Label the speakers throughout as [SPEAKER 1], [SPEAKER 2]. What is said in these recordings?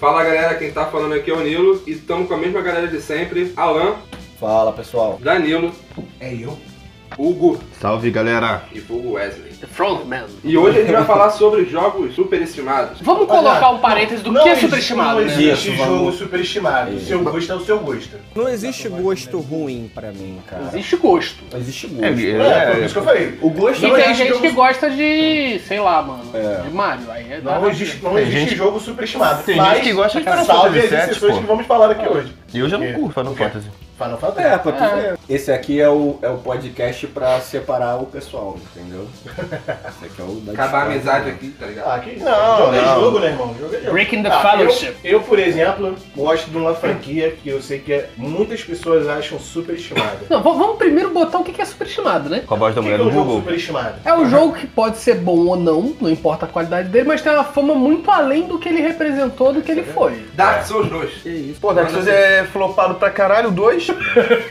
[SPEAKER 1] Fala galera, quem tá falando aqui é o Nilo e estamos com a mesma galera de sempre: Alan,
[SPEAKER 2] Fala pessoal.
[SPEAKER 1] Danilo,
[SPEAKER 3] É eu?
[SPEAKER 1] Hugo
[SPEAKER 4] Salve galera!
[SPEAKER 1] e Hugo Wesley.
[SPEAKER 5] The Frontman.
[SPEAKER 1] E hoje a gente vai falar sobre jogos superestimados.
[SPEAKER 5] Vamos colocar um parênteses do que é
[SPEAKER 3] existe-
[SPEAKER 5] superestimado.
[SPEAKER 3] Não existe
[SPEAKER 2] Isso,
[SPEAKER 3] jogo
[SPEAKER 2] vamos.
[SPEAKER 3] superestimado. O seu gosto é o seu gosto.
[SPEAKER 2] Não existe gosto ruim pra mim, cara.
[SPEAKER 5] Existe gosto.
[SPEAKER 2] Não existe gosto.
[SPEAKER 4] É,
[SPEAKER 3] É, foi
[SPEAKER 4] é,
[SPEAKER 3] isso que eu falei.
[SPEAKER 2] O gosto
[SPEAKER 3] Não
[SPEAKER 5] e né? tem
[SPEAKER 3] um existe
[SPEAKER 5] gente
[SPEAKER 3] jogo-
[SPEAKER 5] que gosta de, sei lá, mano,
[SPEAKER 2] É.
[SPEAKER 5] de Mario. Aí é
[SPEAKER 3] Não
[SPEAKER 5] nada a
[SPEAKER 3] existe,
[SPEAKER 5] ver.
[SPEAKER 3] não
[SPEAKER 4] Tem
[SPEAKER 3] existe
[SPEAKER 4] gente-
[SPEAKER 3] jogo superestimado.
[SPEAKER 4] tem
[SPEAKER 3] mas
[SPEAKER 4] gente que gosta de Final
[SPEAKER 3] salve
[SPEAKER 4] Fantasy
[SPEAKER 3] as
[SPEAKER 4] VII,
[SPEAKER 3] exceções
[SPEAKER 4] pô.
[SPEAKER 3] que vamos falar aqui hoje.
[SPEAKER 4] E eu já não
[SPEAKER 3] É.
[SPEAKER 4] curto Final
[SPEAKER 3] O quê?
[SPEAKER 4] Fantasy.
[SPEAKER 3] Final Fantasy.
[SPEAKER 2] É, pra tu
[SPEAKER 5] É.
[SPEAKER 2] ver. Esse aqui é o, é o podcast pra separar o pessoal, entendeu? Esse aqui é o da
[SPEAKER 1] Acabar a
[SPEAKER 2] discórdia,
[SPEAKER 1] amizade
[SPEAKER 2] né?
[SPEAKER 1] aqui, tá ligado?
[SPEAKER 3] Ah, que
[SPEAKER 4] Não,
[SPEAKER 3] jogo é
[SPEAKER 4] não.
[SPEAKER 3] jogo, né, irmão? Jogo é jogo.
[SPEAKER 5] Breaking the
[SPEAKER 3] Ah,
[SPEAKER 5] Fellowship.
[SPEAKER 3] Eu, eu, por exemplo, gosto de uma franquia que eu sei que muitas pessoas acham superestimada.
[SPEAKER 5] Não, v- vamos primeiro botar o que que é superestimado, né?
[SPEAKER 4] Com a voz da
[SPEAKER 3] O que,
[SPEAKER 4] mulher
[SPEAKER 3] que é
[SPEAKER 4] do
[SPEAKER 3] um jogo
[SPEAKER 4] Google.
[SPEAKER 3] superestimado?
[SPEAKER 5] É um jogo que pode ser bom ou não, não importa a qualidade dele, mas tem uma fama muito além do que ele representou, do que
[SPEAKER 3] é
[SPEAKER 5] ele foi.
[SPEAKER 1] Dark Souls 2.
[SPEAKER 4] Pô, Dark Souls é flopado pra caralho, o 2.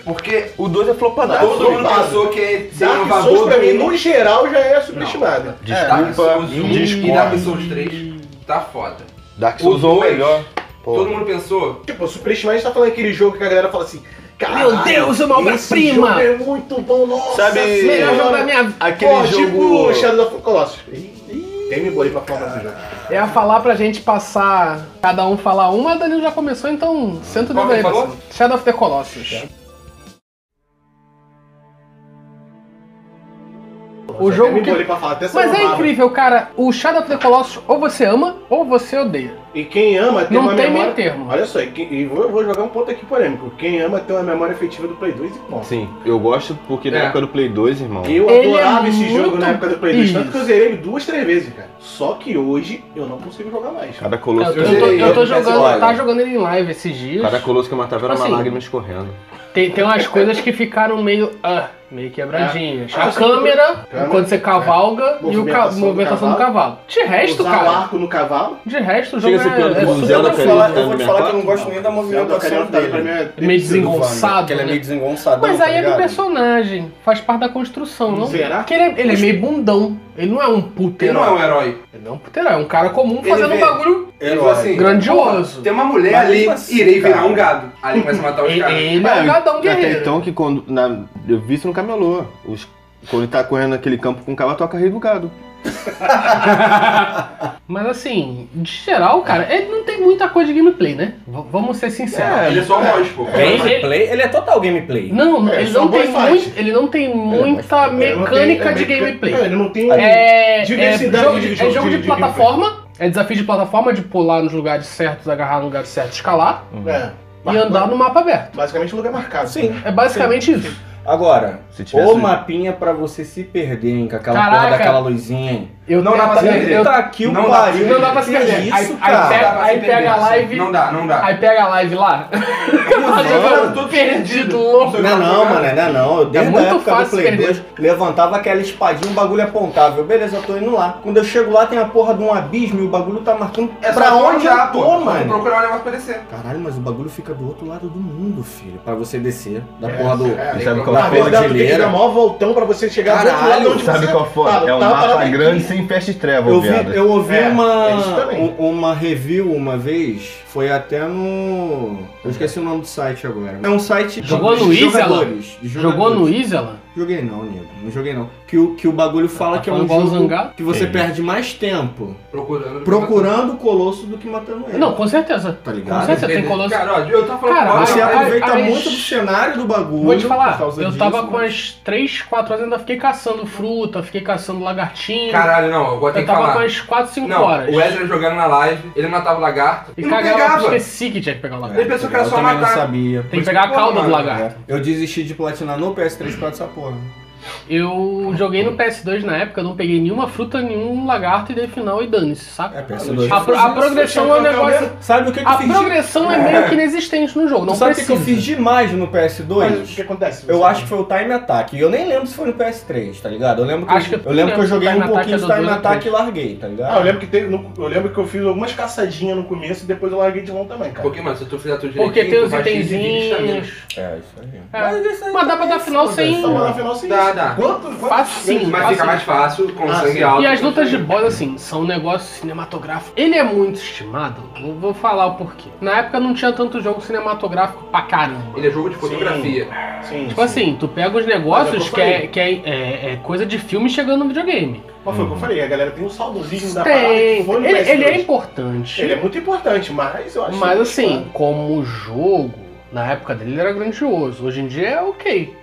[SPEAKER 1] Porque
[SPEAKER 4] O 2 é flopadaço.
[SPEAKER 1] todo mundo
[SPEAKER 3] Souls.
[SPEAKER 1] pensou que ele
[SPEAKER 5] é um
[SPEAKER 1] seria um
[SPEAKER 3] Dark
[SPEAKER 1] inovador
[SPEAKER 3] Souls, pra mim,
[SPEAKER 1] do-
[SPEAKER 3] no geral, já é superestimado.
[SPEAKER 1] Dark
[SPEAKER 4] Desculpa,
[SPEAKER 1] Souls 1 e
[SPEAKER 4] discordo.
[SPEAKER 1] Dark Souls 3 tá foda.
[SPEAKER 4] Dark
[SPEAKER 1] O
[SPEAKER 4] Souls 1
[SPEAKER 1] dois,
[SPEAKER 4] é melhor. Pô.
[SPEAKER 1] Todo mundo pensou,
[SPEAKER 3] Tipo, superestimado a gente tá falando aquele jogo que a galera fala assim... "Caralho,
[SPEAKER 5] Meu Deus, uma
[SPEAKER 3] esse
[SPEAKER 5] obra-prima!"
[SPEAKER 3] jogo é muito bom, nossa
[SPEAKER 4] Sabe-
[SPEAKER 5] Melhor
[SPEAKER 3] senhora.
[SPEAKER 5] jogo da minha vida.
[SPEAKER 4] Aquele
[SPEAKER 3] Pô,
[SPEAKER 4] jogo.
[SPEAKER 3] tipo Shadow of the Colossus. Ih, Tem me bolei pra falar do jogo.
[SPEAKER 5] É a falar pra gente passar, cada um falar uma, a Danilo já começou, então senta o
[SPEAKER 1] Qual
[SPEAKER 5] dedo
[SPEAKER 1] que
[SPEAKER 5] aí,
[SPEAKER 1] falou?
[SPEAKER 5] parceiro. Shadow of the Colossus. O
[SPEAKER 3] Até
[SPEAKER 5] jogo
[SPEAKER 3] me
[SPEAKER 5] que-
[SPEAKER 3] bolei pra falar, até essa
[SPEAKER 5] Mas é
[SPEAKER 3] mamada.
[SPEAKER 5] incrível, cara. O Shadow of the Colossus, ou você ama, ou você odeia.
[SPEAKER 3] E quem ama tem
[SPEAKER 5] Não
[SPEAKER 3] uma
[SPEAKER 5] tem
[SPEAKER 3] memória.
[SPEAKER 5] meio termo.
[SPEAKER 3] Olha só, e, quem- e vou, vou jogar um ponto aqui polêmico. Quem ama tem uma memória efetiva do Play 2 e ponto.
[SPEAKER 4] Sim, eu gosto porque na
[SPEAKER 1] É.
[SPEAKER 4] época do Play 2, irmão.
[SPEAKER 3] Eu
[SPEAKER 5] Ele
[SPEAKER 3] adorava
[SPEAKER 5] é
[SPEAKER 3] esse jogo
[SPEAKER 5] muito
[SPEAKER 3] na época do Play 2, tanto
[SPEAKER 5] isso.
[SPEAKER 3] que eu zerei ele duas, três vezes, cara. Só que hoje eu não consigo jogar mais.
[SPEAKER 4] Cada
[SPEAKER 5] Eu,
[SPEAKER 4] colosso,
[SPEAKER 5] tô-
[SPEAKER 4] eu
[SPEAKER 5] eu tô,
[SPEAKER 4] sei,
[SPEAKER 5] eu tô
[SPEAKER 4] eu-
[SPEAKER 5] jogando,
[SPEAKER 2] olha.
[SPEAKER 5] tá jogando ele em live esses dias.
[SPEAKER 4] cada colosso que eu matava era uma
[SPEAKER 5] Assim.
[SPEAKER 4] lágrima escorrendo.
[SPEAKER 5] Tem, tem umas coisas que ficaram meio. ah, meio quebradinhas.
[SPEAKER 3] É.
[SPEAKER 5] A
[SPEAKER 3] Ah, sim.
[SPEAKER 5] câmera,
[SPEAKER 3] Câmera,
[SPEAKER 5] quando você cavalga, e o ca-
[SPEAKER 3] Movimentação do
[SPEAKER 5] movimentação do cavalo. De resto,
[SPEAKER 3] Usar o
[SPEAKER 5] cara.
[SPEAKER 3] arco no cavalo.
[SPEAKER 5] De resto, o
[SPEAKER 4] Chega
[SPEAKER 5] jogo
[SPEAKER 4] a ser pior do
[SPEAKER 5] é,
[SPEAKER 4] que
[SPEAKER 5] é
[SPEAKER 4] o
[SPEAKER 5] super
[SPEAKER 4] Zelda, né?
[SPEAKER 5] tranquilo.
[SPEAKER 4] cara.
[SPEAKER 2] Eu vou te falar que eu não gosto nem da
[SPEAKER 3] Zelda,
[SPEAKER 2] movimentação
[SPEAKER 3] cara, pra mim
[SPEAKER 2] dele.
[SPEAKER 3] é
[SPEAKER 5] Meio desengonçado.
[SPEAKER 2] Que ele é meio desengonçado.
[SPEAKER 5] Mas aí é do
[SPEAKER 2] ligado?
[SPEAKER 5] personagem. Faz parte da construção, não?
[SPEAKER 3] Será?
[SPEAKER 5] Porque ele é, ele é meio bundão. Ele não é um puto
[SPEAKER 1] ele não é
[SPEAKER 5] herói.
[SPEAKER 1] um herói.
[SPEAKER 5] Ele não é um puto herói. É um cara comum
[SPEAKER 1] Ele
[SPEAKER 5] fazendo um
[SPEAKER 1] vê-
[SPEAKER 5] bagulho.
[SPEAKER 1] Ele falou assim,
[SPEAKER 5] Grandioso.
[SPEAKER 1] "Pô, Tem uma mulher
[SPEAKER 2] Mas
[SPEAKER 1] ali,
[SPEAKER 2] mesmo assim,
[SPEAKER 1] irei virar
[SPEAKER 2] cara.
[SPEAKER 1] um gado. Ali começa a matar os
[SPEAKER 5] Ele,
[SPEAKER 1] caras.
[SPEAKER 5] ele é um gadão guerreiro.
[SPEAKER 4] Até então que quando. na- eu vi isso no camelô. Os- quando ele tá correndo naquele campo com o cavalo, toca rei do gado.
[SPEAKER 2] "Ah,
[SPEAKER 5] Mas assim, de geral, cara, ele não tem muita coisa de gameplay, né? V- vamos ser sinceros.
[SPEAKER 1] Ele é só um monge, pô.
[SPEAKER 2] Gameplay? Ele é total gameplay.
[SPEAKER 5] Não,
[SPEAKER 3] É,
[SPEAKER 5] ele,
[SPEAKER 3] só
[SPEAKER 5] não tem
[SPEAKER 3] boa fase.
[SPEAKER 5] muito, ele não tem muita
[SPEAKER 3] Ele não tem-
[SPEAKER 5] mecânica
[SPEAKER 3] é
[SPEAKER 5] de
[SPEAKER 3] meca-
[SPEAKER 5] gameplay.
[SPEAKER 3] Não, Ele não tem.
[SPEAKER 5] É, é
[SPEAKER 3] Diversidade
[SPEAKER 5] jogo
[SPEAKER 3] de
[SPEAKER 5] de, é
[SPEAKER 3] jogo,
[SPEAKER 5] jogo
[SPEAKER 3] de-
[SPEAKER 5] de,
[SPEAKER 3] de
[SPEAKER 5] plataforma, é desafio de plataforma, de pular nos lugares certos, agarrar no lugar certo, escalar
[SPEAKER 3] É.
[SPEAKER 5] e andar no mapa aberto.
[SPEAKER 3] Basicamente lugar marcado.
[SPEAKER 2] Sim.
[SPEAKER 3] né?
[SPEAKER 5] É basicamente isso.
[SPEAKER 2] Agora,
[SPEAKER 4] Se tivesse-
[SPEAKER 2] o mapinha pra você se perder, hein, com aquela
[SPEAKER 5] Caraca.
[SPEAKER 2] porra daquela luzinha, hein.
[SPEAKER 5] Eu
[SPEAKER 1] Não dá pra se
[SPEAKER 5] eu-
[SPEAKER 1] perder.
[SPEAKER 5] eu-
[SPEAKER 2] Puta que o
[SPEAKER 1] não dá-
[SPEAKER 2] pariu.
[SPEAKER 5] não dá pra se assim.
[SPEAKER 2] que
[SPEAKER 5] perder. Aí-
[SPEAKER 2] Isso,
[SPEAKER 5] aí
[SPEAKER 2] cara.
[SPEAKER 5] pega- aí a live-
[SPEAKER 1] Não dá, não dá.
[SPEAKER 5] Aí pega a live lá.
[SPEAKER 1] Não,
[SPEAKER 5] Todo perdido, louco.
[SPEAKER 2] Não é não, mano, não é não. Eu desde
[SPEAKER 5] É muito
[SPEAKER 2] a época
[SPEAKER 5] fácil
[SPEAKER 2] do Play
[SPEAKER 5] perder.
[SPEAKER 2] 2, levantava aquela espadinha, o bagulho apontável. Beleza, eu tô indo lá. Quando eu chego lá, tem a porra de um abismo e o bagulho tá marcando
[SPEAKER 1] É só
[SPEAKER 2] pra onde
[SPEAKER 1] procurar,
[SPEAKER 2] eu
[SPEAKER 1] pô.
[SPEAKER 2] tô,
[SPEAKER 1] Só
[SPEAKER 2] mano.
[SPEAKER 1] Procurar um negócio pra descer.
[SPEAKER 2] Caralho, mas o bagulho fica do outro lado do mundo, filho. Pra você descer da
[SPEAKER 3] É,
[SPEAKER 2] porra do...
[SPEAKER 3] é,
[SPEAKER 4] Sabe
[SPEAKER 2] da
[SPEAKER 4] qual
[SPEAKER 3] Na
[SPEAKER 4] foi a
[SPEAKER 3] verdade, tu tem que
[SPEAKER 2] cordilheira.
[SPEAKER 3] dar maior voltão pra você chegar do outro lado
[SPEAKER 2] Caralho,
[SPEAKER 3] onde
[SPEAKER 4] Sabe
[SPEAKER 3] você
[SPEAKER 4] qual foi?
[SPEAKER 3] tá,
[SPEAKER 4] é um
[SPEAKER 3] tá parado
[SPEAKER 4] mapa
[SPEAKER 3] aqui.
[SPEAKER 4] grande sem festa e treva,
[SPEAKER 2] Eu
[SPEAKER 4] viado.
[SPEAKER 2] vi, eu ouvi
[SPEAKER 3] É, é isso
[SPEAKER 2] uma,
[SPEAKER 3] também.
[SPEAKER 2] um- uma review uma vez, foi até no. Eu esqueci o nome do site agora. É um site de-
[SPEAKER 5] Jogou
[SPEAKER 2] de
[SPEAKER 5] no Easy,
[SPEAKER 2] jogadores, de
[SPEAKER 5] Jogou no
[SPEAKER 2] jogadores.
[SPEAKER 5] Isla?
[SPEAKER 2] Joguei não, nego. Não joguei não. Que o, que o bagulho fala
[SPEAKER 5] Tá
[SPEAKER 2] que é um
[SPEAKER 5] falando igual o
[SPEAKER 2] jogo
[SPEAKER 5] Zangado?
[SPEAKER 2] que você
[SPEAKER 4] Sim.
[SPEAKER 2] perde mais tempo
[SPEAKER 1] Procurando.
[SPEAKER 2] procurando né? o colosso do que matando ele.
[SPEAKER 5] Não, com certeza.
[SPEAKER 2] Tá
[SPEAKER 5] Com
[SPEAKER 2] ligado?
[SPEAKER 5] certeza, tem colosso.
[SPEAKER 1] Cara, ó, eu tava falando
[SPEAKER 5] Cara,
[SPEAKER 1] com o
[SPEAKER 2] Você
[SPEAKER 1] Paulo,
[SPEAKER 5] ai,
[SPEAKER 2] aproveita
[SPEAKER 5] ai,
[SPEAKER 2] muito do cenário do bagulho.
[SPEAKER 5] Vou te
[SPEAKER 2] por
[SPEAKER 5] falar,
[SPEAKER 2] causa
[SPEAKER 5] eu
[SPEAKER 2] disso,
[SPEAKER 5] tava com
[SPEAKER 2] né?
[SPEAKER 5] umas 3, 4 horas, ainda fiquei caçando fruta, fiquei caçando lagartinho.
[SPEAKER 1] Caralho, não, eu vou ter
[SPEAKER 5] eu
[SPEAKER 1] que
[SPEAKER 5] tava com
[SPEAKER 1] falar.
[SPEAKER 5] umas 4, 5
[SPEAKER 1] Não,
[SPEAKER 5] horas.
[SPEAKER 1] o Wesley jogando na live, ele matava o lagarto e,
[SPEAKER 5] E
[SPEAKER 1] não
[SPEAKER 5] cagava,
[SPEAKER 1] pegava. É.
[SPEAKER 5] esqueci que tinha que pegar o lagarto.
[SPEAKER 1] Ele pensou que era
[SPEAKER 2] É, Eu
[SPEAKER 1] só
[SPEAKER 2] também
[SPEAKER 1] matar.
[SPEAKER 2] não sabia. É.
[SPEAKER 5] Tem que pegar a cauda do
[SPEAKER 1] mano,
[SPEAKER 5] lagarto.
[SPEAKER 2] Eu desisti de platinar no PS3 por essa porra.
[SPEAKER 5] Eu joguei
[SPEAKER 1] É.
[SPEAKER 5] no PS2 na época, eu não peguei nenhuma fruta, nenhum lagarto e dei final e dane-se,
[SPEAKER 2] É,
[SPEAKER 5] saca?
[SPEAKER 2] PS2.
[SPEAKER 5] A, pro- a progressão é um negócio.
[SPEAKER 2] Sabe o que, que eu
[SPEAKER 5] A
[SPEAKER 2] fiz? de-
[SPEAKER 5] progressão é meio que inexistente no jogo, não
[SPEAKER 2] Tu sabe o que, que
[SPEAKER 5] precisa.
[SPEAKER 2] eu fiz demais no
[SPEAKER 3] tá. Mas o que
[SPEAKER 2] PS2?
[SPEAKER 3] acontece?
[SPEAKER 2] Eu
[SPEAKER 3] Você-
[SPEAKER 2] acho que foi o Time Attack. E eu nem lembro se foi no PS3, tá ligado? Eu lembro que,
[SPEAKER 5] Acho que
[SPEAKER 2] eu, lembro que eu joguei
[SPEAKER 5] Time
[SPEAKER 2] um
[SPEAKER 5] Attack
[SPEAKER 2] pouquinho
[SPEAKER 5] é
[SPEAKER 2] do
[SPEAKER 5] do
[SPEAKER 2] Time
[SPEAKER 5] dois,
[SPEAKER 2] Attack
[SPEAKER 5] dois.
[SPEAKER 2] e larguei, tá ligado?
[SPEAKER 3] Ah, eu lembro que teve, no- eu lembro que eu fiz algumas caçadinhas no começo e depois eu larguei de mão também, cara.
[SPEAKER 1] Porque, mano, se tu fizer tudo
[SPEAKER 5] Porque
[SPEAKER 1] direitinho, tu
[SPEAKER 5] tem
[SPEAKER 1] tá
[SPEAKER 5] os
[SPEAKER 1] vai ter 15, 20
[SPEAKER 5] itenzinhos.
[SPEAKER 1] vitaminas.
[SPEAKER 2] É, isso aí.
[SPEAKER 5] É. Mas dá pra dar final sem.
[SPEAKER 3] Então, lá no final, sim,
[SPEAKER 1] Dá, vai dar.
[SPEAKER 3] Quanto, quanto
[SPEAKER 5] Facinho,
[SPEAKER 1] Mas fica mais fácil, com
[SPEAKER 3] Ah,
[SPEAKER 1] sangue
[SPEAKER 3] sim.
[SPEAKER 1] alto.
[SPEAKER 5] E as lutas de bola, assim, são um negócio cinematográfico. Ele é muito estimado, eu vou falar o porquê. Na época não tinha tanto jogo cinematográfico pra caramba.
[SPEAKER 1] Ele é jogo de fotografia.
[SPEAKER 3] Sim,
[SPEAKER 5] Tipo
[SPEAKER 3] sim.
[SPEAKER 5] assim, tu pega os
[SPEAKER 3] Mas é o
[SPEAKER 5] negócios
[SPEAKER 3] que eu
[SPEAKER 5] que, é,
[SPEAKER 3] falei.
[SPEAKER 5] que é, é- é coisa de filme chegando no videogame.
[SPEAKER 3] Mas foi o que eu falei, a galera tem um saudosismo da parada
[SPEAKER 5] Tem.
[SPEAKER 3] que foi no
[SPEAKER 5] Ele, ele é
[SPEAKER 3] PS2.
[SPEAKER 5] importante.
[SPEAKER 3] Ele é muito importante, mas eu acho
[SPEAKER 5] Mas
[SPEAKER 3] que-
[SPEAKER 5] assim, como jogo, na época dele ele era grandioso. Hoje em dia é ok.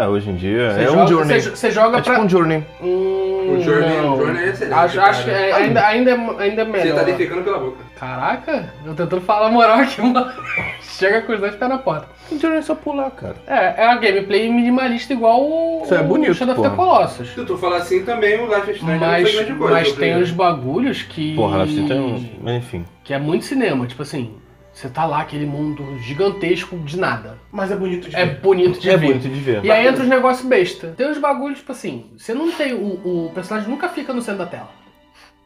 [SPEAKER 4] É, hoje em dia
[SPEAKER 5] Você
[SPEAKER 4] é
[SPEAKER 5] joga,
[SPEAKER 4] um Journey.
[SPEAKER 5] Você, você joga
[SPEAKER 4] É tipo
[SPEAKER 5] pra.
[SPEAKER 4] um Journey.
[SPEAKER 5] Hum,
[SPEAKER 1] O Journey-
[SPEAKER 5] não.
[SPEAKER 1] o Journey é excelente,
[SPEAKER 5] Acho,
[SPEAKER 1] cara.
[SPEAKER 5] acho que é- ainda, ainda, é- ainda é
[SPEAKER 1] Você
[SPEAKER 5] melhor.
[SPEAKER 1] tá defecando pela boca.
[SPEAKER 5] Caraca, eu tentando falar moral aqui, mano. Chega com os dois pés na porta.
[SPEAKER 4] Um Journey é só pular, cara.
[SPEAKER 5] É, é uma gameplay minimalista igual o.
[SPEAKER 4] Isso é bonito,
[SPEAKER 5] o Shadow of the
[SPEAKER 4] porra.
[SPEAKER 5] Colossus.
[SPEAKER 1] Se tu falar assim também, o Life is Strange não
[SPEAKER 5] Mas,
[SPEAKER 1] foi grande coisa.
[SPEAKER 5] mas
[SPEAKER 1] eu
[SPEAKER 5] tem
[SPEAKER 1] creio.
[SPEAKER 5] os bagulhos que.
[SPEAKER 4] Porra, Last tem um. mas Enfim.
[SPEAKER 5] Que é muito cinema, tipo assim. Você tá lá, aquele mundo gigantesco de nada.
[SPEAKER 3] Mas é bonito de
[SPEAKER 5] É
[SPEAKER 3] ver.
[SPEAKER 5] bonito de
[SPEAKER 4] É
[SPEAKER 5] ver.
[SPEAKER 4] bonito de ver.
[SPEAKER 5] E aí entra os negócios besta. Tem uns bagulhos, tipo assim, você não tem. O, o personagem nunca fica no centro da tela.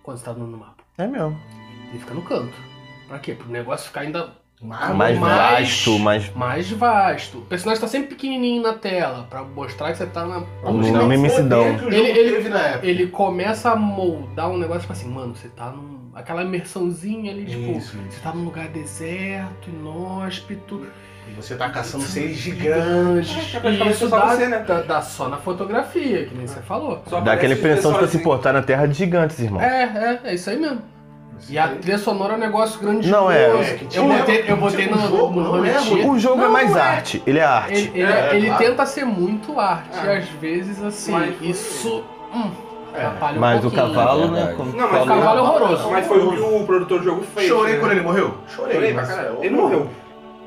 [SPEAKER 5] Quando você tá no no mapa.
[SPEAKER 4] É mesmo.
[SPEAKER 5] Ele fica no canto. Pra quê? Pro negócio ficar ainda
[SPEAKER 3] Mas-
[SPEAKER 4] É Mais
[SPEAKER 5] mais-
[SPEAKER 4] vasto, mais.
[SPEAKER 5] mais vasto. O personagem tá sempre pequenininho na tela, pra mostrar que você tá na.
[SPEAKER 4] Não, não me imensidão.
[SPEAKER 3] Que o jogo
[SPEAKER 5] Ele- ele-
[SPEAKER 3] teve na época.
[SPEAKER 5] Ele começa a moldar um negócio, tipo assim, mano, você tá num. Aquela imersãozinha ali, tipo.
[SPEAKER 3] Isso, isso.
[SPEAKER 5] Você tá num lugar deserto, inóspito,
[SPEAKER 3] E Você tá caçando seres gigantes.
[SPEAKER 5] gigantes.
[SPEAKER 1] É,
[SPEAKER 5] E
[SPEAKER 1] praticamente
[SPEAKER 5] isso
[SPEAKER 1] só
[SPEAKER 5] dá,
[SPEAKER 1] você, né?
[SPEAKER 5] dá- dá só na fotografia, que nem você falou.
[SPEAKER 1] Só
[SPEAKER 4] Dá aquela
[SPEAKER 1] aparece
[SPEAKER 4] impressão de que
[SPEAKER 1] pessoal
[SPEAKER 4] se portar na terra de gigantes, irmão.
[SPEAKER 5] É, é, é isso aí mesmo. E a trilha sonora é um negócio grandioso.
[SPEAKER 4] Não, é.
[SPEAKER 3] É, que
[SPEAKER 5] eu
[SPEAKER 3] tinha-
[SPEAKER 5] botei, eu botei
[SPEAKER 3] tinha um
[SPEAKER 5] no,
[SPEAKER 3] jogo,
[SPEAKER 5] no
[SPEAKER 3] não é
[SPEAKER 5] Rollitier.
[SPEAKER 3] ruim.
[SPEAKER 4] O jogo é
[SPEAKER 5] Não,
[SPEAKER 4] mais
[SPEAKER 5] é.
[SPEAKER 4] arte. Ele é arte.
[SPEAKER 5] Ele, ele-
[SPEAKER 3] É,
[SPEAKER 5] ele
[SPEAKER 3] claro.
[SPEAKER 5] tenta ser muito arte,
[SPEAKER 1] É.
[SPEAKER 5] e às vezes, assim,
[SPEAKER 1] Mas foi-
[SPEAKER 5] isso hum,
[SPEAKER 3] É,
[SPEAKER 5] atrapalha um
[SPEAKER 4] Mas o
[SPEAKER 5] pouquinho.
[SPEAKER 4] cavalo, né?
[SPEAKER 6] verdade.
[SPEAKER 4] como tu
[SPEAKER 1] Não, mas
[SPEAKER 5] O cavalo é horroroso.
[SPEAKER 1] Mas foi o que o produtor do jogo fez.
[SPEAKER 3] Chorei
[SPEAKER 1] né?
[SPEAKER 3] quando ele morreu? Chorei.
[SPEAKER 1] Chorei pra
[SPEAKER 3] mas-
[SPEAKER 1] caralho. Ele morreu.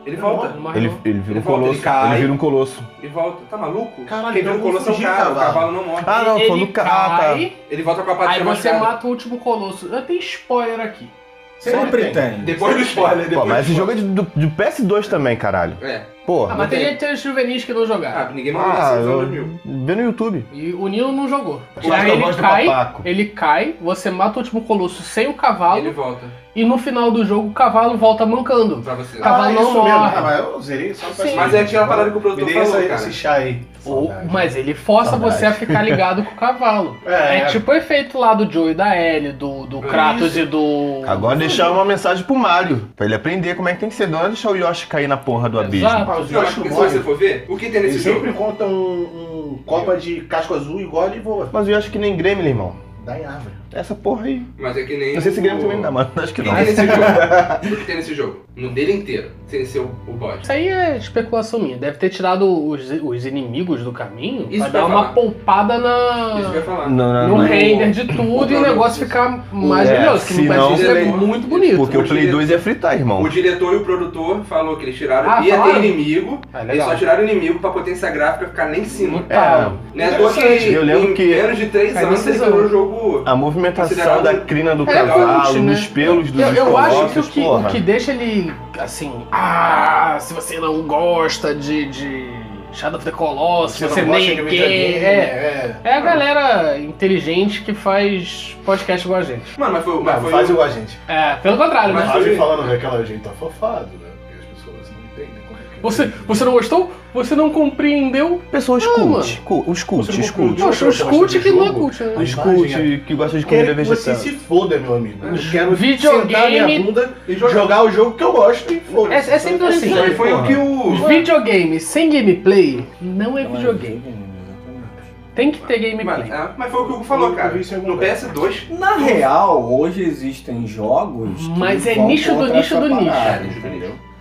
[SPEAKER 1] Ele volta.
[SPEAKER 5] Mas
[SPEAKER 4] Ele,
[SPEAKER 5] não-
[SPEAKER 4] ele vira
[SPEAKER 1] Ele
[SPEAKER 4] um
[SPEAKER 1] volta, ele
[SPEAKER 4] colosso.
[SPEAKER 1] cai.
[SPEAKER 4] Ele vira um colosso.
[SPEAKER 1] E volta. Tá maluco?
[SPEAKER 3] Caralho,
[SPEAKER 1] Quem vira
[SPEAKER 3] eu
[SPEAKER 1] o
[SPEAKER 3] vou
[SPEAKER 1] colosso é o
[SPEAKER 3] fugir,
[SPEAKER 1] cara. O
[SPEAKER 3] cavalo.
[SPEAKER 1] cavalo não morre.
[SPEAKER 4] Ah, não,
[SPEAKER 5] ele
[SPEAKER 4] falando do ca- ah, tá.
[SPEAKER 5] cai,
[SPEAKER 1] Ele volta com a pata
[SPEAKER 5] aí você
[SPEAKER 1] machucada.
[SPEAKER 5] mata o último colosso. Eu tenho spoiler aqui.
[SPEAKER 2] Sempre tem.
[SPEAKER 1] Depois do spoiler.
[SPEAKER 4] Pô,
[SPEAKER 1] Depois
[SPEAKER 4] mas
[SPEAKER 1] do
[SPEAKER 4] esse jogo é de, do- de PS2 também, caralho.
[SPEAKER 1] spoiler. É.
[SPEAKER 5] Ah,
[SPEAKER 4] Porra.
[SPEAKER 5] mas tem
[SPEAKER 1] tem.
[SPEAKER 5] gente que tem os juvenis que não
[SPEAKER 1] Ah,
[SPEAKER 5] jogaram.
[SPEAKER 1] ninguém morreu
[SPEAKER 4] Ah,
[SPEAKER 1] nesse
[SPEAKER 4] eu-
[SPEAKER 1] ano 2000.
[SPEAKER 4] vê no YouTube.
[SPEAKER 5] E o Nilo não jogou.
[SPEAKER 4] Mas
[SPEAKER 5] aí
[SPEAKER 4] eu
[SPEAKER 5] ele
[SPEAKER 4] gosto do
[SPEAKER 5] cai,
[SPEAKER 4] papaco.
[SPEAKER 5] ele cai, você mata o último colosso sem o cavalo,
[SPEAKER 1] Ele volta
[SPEAKER 5] e no final do jogo o cavalo volta mancando.
[SPEAKER 1] pra você.
[SPEAKER 5] Tá. cavalo
[SPEAKER 3] Ah,
[SPEAKER 5] não
[SPEAKER 3] isso mesmo.
[SPEAKER 5] morre.
[SPEAKER 3] Ah, mas eu zerei só pra
[SPEAKER 5] Sim.
[SPEAKER 1] Mas é aquela parada que o produtor
[SPEAKER 3] Me dê esse-
[SPEAKER 1] falou, cara.
[SPEAKER 3] esse chá aí.
[SPEAKER 5] Ou- mas ele força
[SPEAKER 4] Saudade.
[SPEAKER 5] você a ficar ligado com o cavalo. É,
[SPEAKER 3] É,
[SPEAKER 5] tipo o efeito lá do Joe e da Ellie, do, do
[SPEAKER 1] É
[SPEAKER 5] Kratos
[SPEAKER 3] isso.
[SPEAKER 5] e do.
[SPEAKER 4] Agora deixar uma mensagem pro Mario. Pra ele aprender como é que tem que ser. Não é deixar o Yoshi cair na porra do abismo.
[SPEAKER 5] Exato.
[SPEAKER 3] mas os
[SPEAKER 1] Não, mas
[SPEAKER 3] Yoshi
[SPEAKER 1] porque se
[SPEAKER 3] morrem.
[SPEAKER 1] você for ver, o que tem nesse
[SPEAKER 3] Ele
[SPEAKER 1] jogo?
[SPEAKER 3] sempre conta um, um copa de casco azul e gola e voa.
[SPEAKER 4] Mas o Yoshi que nem Grêmio, irmão.
[SPEAKER 3] Dá em árvore.
[SPEAKER 4] Essa porra aí.
[SPEAKER 1] Mas é que nem.
[SPEAKER 4] Não sei se
[SPEAKER 1] o-
[SPEAKER 4] Grêmio também dá, mano. Acho
[SPEAKER 1] O que
[SPEAKER 4] que
[SPEAKER 1] tem
[SPEAKER 4] não.
[SPEAKER 1] nesse jogo? O que tem nesse jogo? No dele inteiro, sem ser o, o bode.
[SPEAKER 5] Isso aí é especulação minha. Deve ter tirado os, os inimigos do caminho
[SPEAKER 1] Isso
[SPEAKER 5] pra
[SPEAKER 1] que
[SPEAKER 5] dar
[SPEAKER 1] eu ia
[SPEAKER 5] uma
[SPEAKER 1] falar.
[SPEAKER 5] poupada
[SPEAKER 1] Isso que eu
[SPEAKER 5] na.
[SPEAKER 1] ia falar.
[SPEAKER 4] Não, não,
[SPEAKER 5] Ah. No
[SPEAKER 4] não.
[SPEAKER 5] render de tudo e o negócio ficar mais
[SPEAKER 4] É,
[SPEAKER 5] brilhoso. Que
[SPEAKER 4] se
[SPEAKER 5] no
[SPEAKER 4] não,
[SPEAKER 5] PS2 é
[SPEAKER 4] ele-
[SPEAKER 5] muito bonito.
[SPEAKER 4] Porque o
[SPEAKER 1] O
[SPEAKER 4] Play
[SPEAKER 1] diretor-
[SPEAKER 4] 2 ia fritar, irmão.
[SPEAKER 1] O diretor e o produtor falou que eles tiraram.
[SPEAKER 5] Ah,
[SPEAKER 1] ia
[SPEAKER 5] falaram?
[SPEAKER 1] ter inimigo,
[SPEAKER 5] É
[SPEAKER 1] eles
[SPEAKER 5] legal.
[SPEAKER 1] só tiraram o inimigo pra potência gráfica ficar lá em cima.
[SPEAKER 5] Muito caro.
[SPEAKER 1] Né? à toa que
[SPEAKER 4] Eu lembro
[SPEAKER 1] em
[SPEAKER 4] que-
[SPEAKER 1] menos de 3
[SPEAKER 5] É,
[SPEAKER 1] anos
[SPEAKER 5] vocês
[SPEAKER 1] ele tornou
[SPEAKER 5] vão.
[SPEAKER 1] o jogo.
[SPEAKER 4] A movimentação
[SPEAKER 1] Considerado-
[SPEAKER 4] da crina do
[SPEAKER 5] É,
[SPEAKER 4] cavalo,
[SPEAKER 5] forte, né?
[SPEAKER 4] nos pelos
[SPEAKER 1] é
[SPEAKER 4] dos
[SPEAKER 5] Eu, eu acho que o,
[SPEAKER 4] colossos,
[SPEAKER 5] que o
[SPEAKER 4] porra.
[SPEAKER 5] que deixa ele assim. Ah, se você não gosta de, de Shadow of the Colossus, você,
[SPEAKER 3] não gosta
[SPEAKER 5] nem
[SPEAKER 3] de
[SPEAKER 5] é
[SPEAKER 3] videogame,
[SPEAKER 5] gay. É,
[SPEAKER 3] é.
[SPEAKER 5] É a galera inteligente que faz podcast igual a gente.
[SPEAKER 1] Mano, mas foi. Mas
[SPEAKER 3] Mas um-
[SPEAKER 1] foi
[SPEAKER 3] faz igual a gente.
[SPEAKER 5] É, pelo contrário,
[SPEAKER 1] Mas
[SPEAKER 5] né?
[SPEAKER 1] foi-
[SPEAKER 3] Fazem falando daquela gente afofado, né? Porque as pessoas não entendem como é que
[SPEAKER 5] Você, você não gostou? Você não compreendeu?
[SPEAKER 4] Pessoas
[SPEAKER 5] Ah,
[SPEAKER 4] cult, cu- os
[SPEAKER 3] Você
[SPEAKER 4] cult, os
[SPEAKER 3] comprou
[SPEAKER 4] cult.
[SPEAKER 3] um jogo,
[SPEAKER 5] Poxa, os
[SPEAKER 3] gosta
[SPEAKER 5] cult
[SPEAKER 3] do
[SPEAKER 5] que não é
[SPEAKER 3] jogo.
[SPEAKER 5] cult, né?
[SPEAKER 4] Os
[SPEAKER 3] imagem,
[SPEAKER 4] cult que gostam de comida
[SPEAKER 3] Quero que você
[SPEAKER 4] vegetal.
[SPEAKER 3] se foda, meu amigo. Eu quero
[SPEAKER 5] Videogame-
[SPEAKER 3] sentar minha bunda e jogar, o jogo que eu gosto e foda.
[SPEAKER 5] É- é sempre assim.
[SPEAKER 1] foi, foi o que o.
[SPEAKER 5] Videogame sem gameplay não é
[SPEAKER 6] Não é
[SPEAKER 5] videogame.
[SPEAKER 6] videogame, exatamente.
[SPEAKER 5] Tem que ter
[SPEAKER 1] Mas,
[SPEAKER 5] gameplay.
[SPEAKER 1] é, mas foi o que o Hugo falou, cara.
[SPEAKER 3] Eu vi isso em algum
[SPEAKER 1] No
[SPEAKER 3] lugar.
[SPEAKER 1] PS2.
[SPEAKER 2] Na real, hoje existem jogos. que
[SPEAKER 5] Mas é
[SPEAKER 2] vão
[SPEAKER 5] nicho do
[SPEAKER 2] contra
[SPEAKER 5] nicho
[SPEAKER 2] essa
[SPEAKER 5] do nicho.
[SPEAKER 2] parada,
[SPEAKER 1] É, nicho do
[SPEAKER 2] entendeu? É,